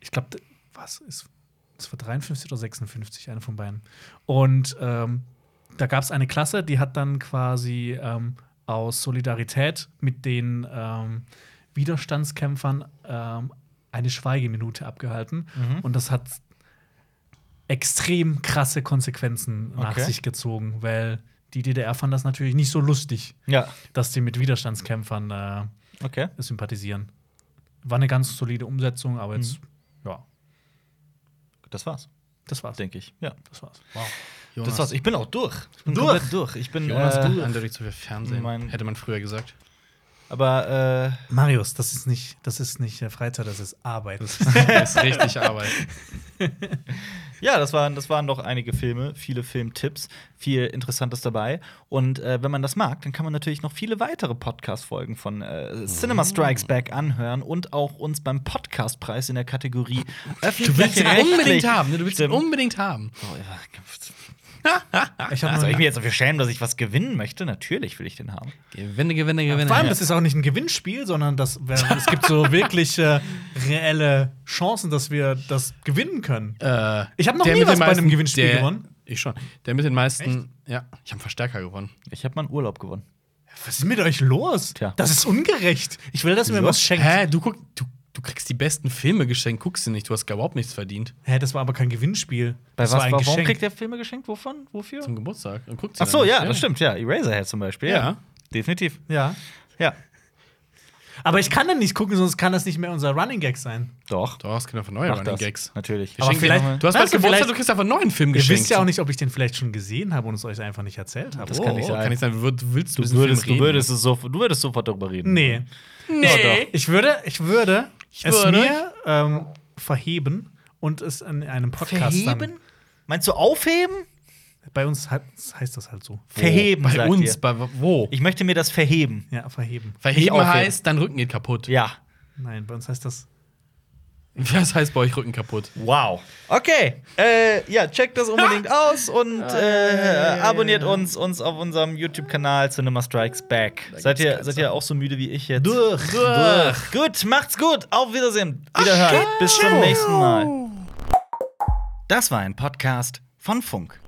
Speaker 3: ich glaube, was ist, das war 53 oder 56, eine von beiden. Und ähm, da gab es eine Klasse, die hat dann quasi ähm, aus Solidarität mit den ähm, Widerstandskämpfern ähm, eine Schweigeminute abgehalten. Und das hat extrem krasse Konsequenzen nach
Speaker 1: Okay.
Speaker 3: sich gezogen, weil die DDR fand das natürlich nicht so lustig,
Speaker 1: Ja,
Speaker 3: dass die mit Widerstandskämpfern äh,
Speaker 1: okay.
Speaker 3: sympathisieren. War eine ganz solide Umsetzung, aber jetzt, ja,
Speaker 1: Das war's,
Speaker 3: das war's.
Speaker 1: denke ich. Ja.
Speaker 3: Das war's.
Speaker 2: Jonas,
Speaker 1: Das war's. Ich bin auch durch. Ich bin
Speaker 3: Durch?
Speaker 1: komplett durch. Ich bin.
Speaker 2: Jonas,
Speaker 1: äh,
Speaker 2: du eindeutig zu viel Fernsehen,
Speaker 1: mein-
Speaker 3: (laughs)
Speaker 2: hätte man früher gesagt.
Speaker 1: Aber äh,
Speaker 3: Marius, das ist nicht, das ist nicht äh, Freizeit, das ist Arbeit.
Speaker 2: Das ist richtig Arbeit.
Speaker 1: Ja, das waren, das waren doch einige Filme, viele Filmtipps, viel Interessantes dabei. Und äh, wenn man das mag, dann kann man natürlich noch viele weitere Podcast-Folgen von äh,
Speaker 2: Mhm.
Speaker 1: Cinema Strikes Back anhören und auch uns beim Podcastpreis in der Kategorie
Speaker 2: Du willst ihn
Speaker 1: Öffentlich-Rechtlich
Speaker 2: unbedingt haben. ne? Du willst ihn
Speaker 1: stimmen.
Speaker 2: unbedingt haben.
Speaker 1: Oh, ja. Also
Speaker 3: Ich hab
Speaker 1: Soll
Speaker 3: nur-
Speaker 1: ich mir jetzt dafür schämen, dass ich was gewinnen möchte? Natürlich will ich den haben.
Speaker 2: Gewinne, gewinne, gewinne.
Speaker 3: vor allem, das ist auch nicht ein Gewinnspiel, sondern das, es gibt
Speaker 1: (laughs)
Speaker 3: so wirklich äh, reelle Chancen, dass wir das gewinnen können.
Speaker 2: Äh,
Speaker 3: Ich hab noch
Speaker 2: der
Speaker 3: nie
Speaker 2: mit
Speaker 3: was
Speaker 2: den
Speaker 3: bei einem
Speaker 2: meisten-
Speaker 3: Gewinnspiel
Speaker 2: der,
Speaker 3: gewonnen.
Speaker 2: Ich schon. Der mit den meisten. Ja, ich habe einen Verstärker gewonnen.
Speaker 1: Ich habe mal einen Urlaub gewonnen.
Speaker 3: Was ist mit euch los?
Speaker 1: Tja.
Speaker 3: Das ist ungerecht. Ich will, dass ihr mir
Speaker 2: So?
Speaker 3: was schenkt.
Speaker 2: Hä, du, guck, du, du kriegst die besten Filme geschenkt, guckst sie nicht. Du hast gar überhaupt nichts verdient.
Speaker 3: Hä, das war aber kein Gewinnspiel.
Speaker 1: Bei
Speaker 3: das
Speaker 1: was,
Speaker 3: war ein
Speaker 1: warum
Speaker 3: Geschenk.
Speaker 1: kriegt der Filme geschenkt? Wovon? Wofür?
Speaker 2: Zum Geburtstag. Und guckt sie
Speaker 1: Ach so,
Speaker 2: dann nicht.
Speaker 1: ja, das stimmt. Ja, Eraserhead zum Beispiel. Ja.
Speaker 2: Ja.
Speaker 1: Definitiv.
Speaker 3: ja.
Speaker 1: Ja.
Speaker 3: Aber ich kann dann nicht gucken, sonst kann das nicht mehr unser Running Gag sein.
Speaker 1: Doch.
Speaker 2: Du hast keine neue
Speaker 1: Mach
Speaker 2: Running
Speaker 1: das.
Speaker 2: Gags.
Speaker 1: Natürlich.
Speaker 3: Aber
Speaker 2: Schenk dir
Speaker 3: vielleicht-
Speaker 2: nochmal- du hast bald
Speaker 3: Danke,
Speaker 2: Geburtstag,
Speaker 3: vielleicht-
Speaker 2: du kriegst einfach einen neuen Film
Speaker 3: Ihr
Speaker 2: geschenkt.
Speaker 3: wisst ja auch nicht, ob ich den vielleicht schon gesehen habe und es euch einfach nicht erzählt habe.
Speaker 1: Das
Speaker 2: oh,
Speaker 1: kann nicht sein.
Speaker 2: Kann nicht sein. Du willst
Speaker 1: Du
Speaker 2: über diesen
Speaker 1: würdest,
Speaker 2: Film
Speaker 1: du,
Speaker 2: reden.
Speaker 1: würdest es so, du würdest sofort darüber reden.
Speaker 3: Nee.
Speaker 2: Nee.
Speaker 3: Ich würde, ich würde es
Speaker 2: würde-
Speaker 3: mir ähm, verheben und es in einem Podcast
Speaker 1: Verheben? Meinst du aufheben?
Speaker 3: Dann, bei uns hat, heißt das halt so.
Speaker 1: Verheben,
Speaker 2: Bei
Speaker 1: sagt
Speaker 2: uns,
Speaker 1: ihr.
Speaker 2: bei wo?
Speaker 1: Ich möchte mir das verheben.
Speaker 3: Ja, verheben.
Speaker 1: Nicht
Speaker 2: Verheben
Speaker 1: aufheben.
Speaker 2: heißt, dein Rücken geht kaputt.
Speaker 1: Ja.
Speaker 3: Nein, bei uns heißt das
Speaker 2: (laughs) Was heißt bei euch Rücken kaputt?
Speaker 1: Wow. Okay. Äh, ja, checkt das unbedingt aus und äh, abonniert uns, uns auf unserem YouTube-Kanal Cinema Strikes Back. Seid ihr, seid ihr auch so müde wie ich jetzt?
Speaker 3: durch.
Speaker 1: Durch. Gut, macht's gut. Auf Wiedersehen. Wiederhören. Bis zum nächsten Mal. Das war ein Podcast von Funk.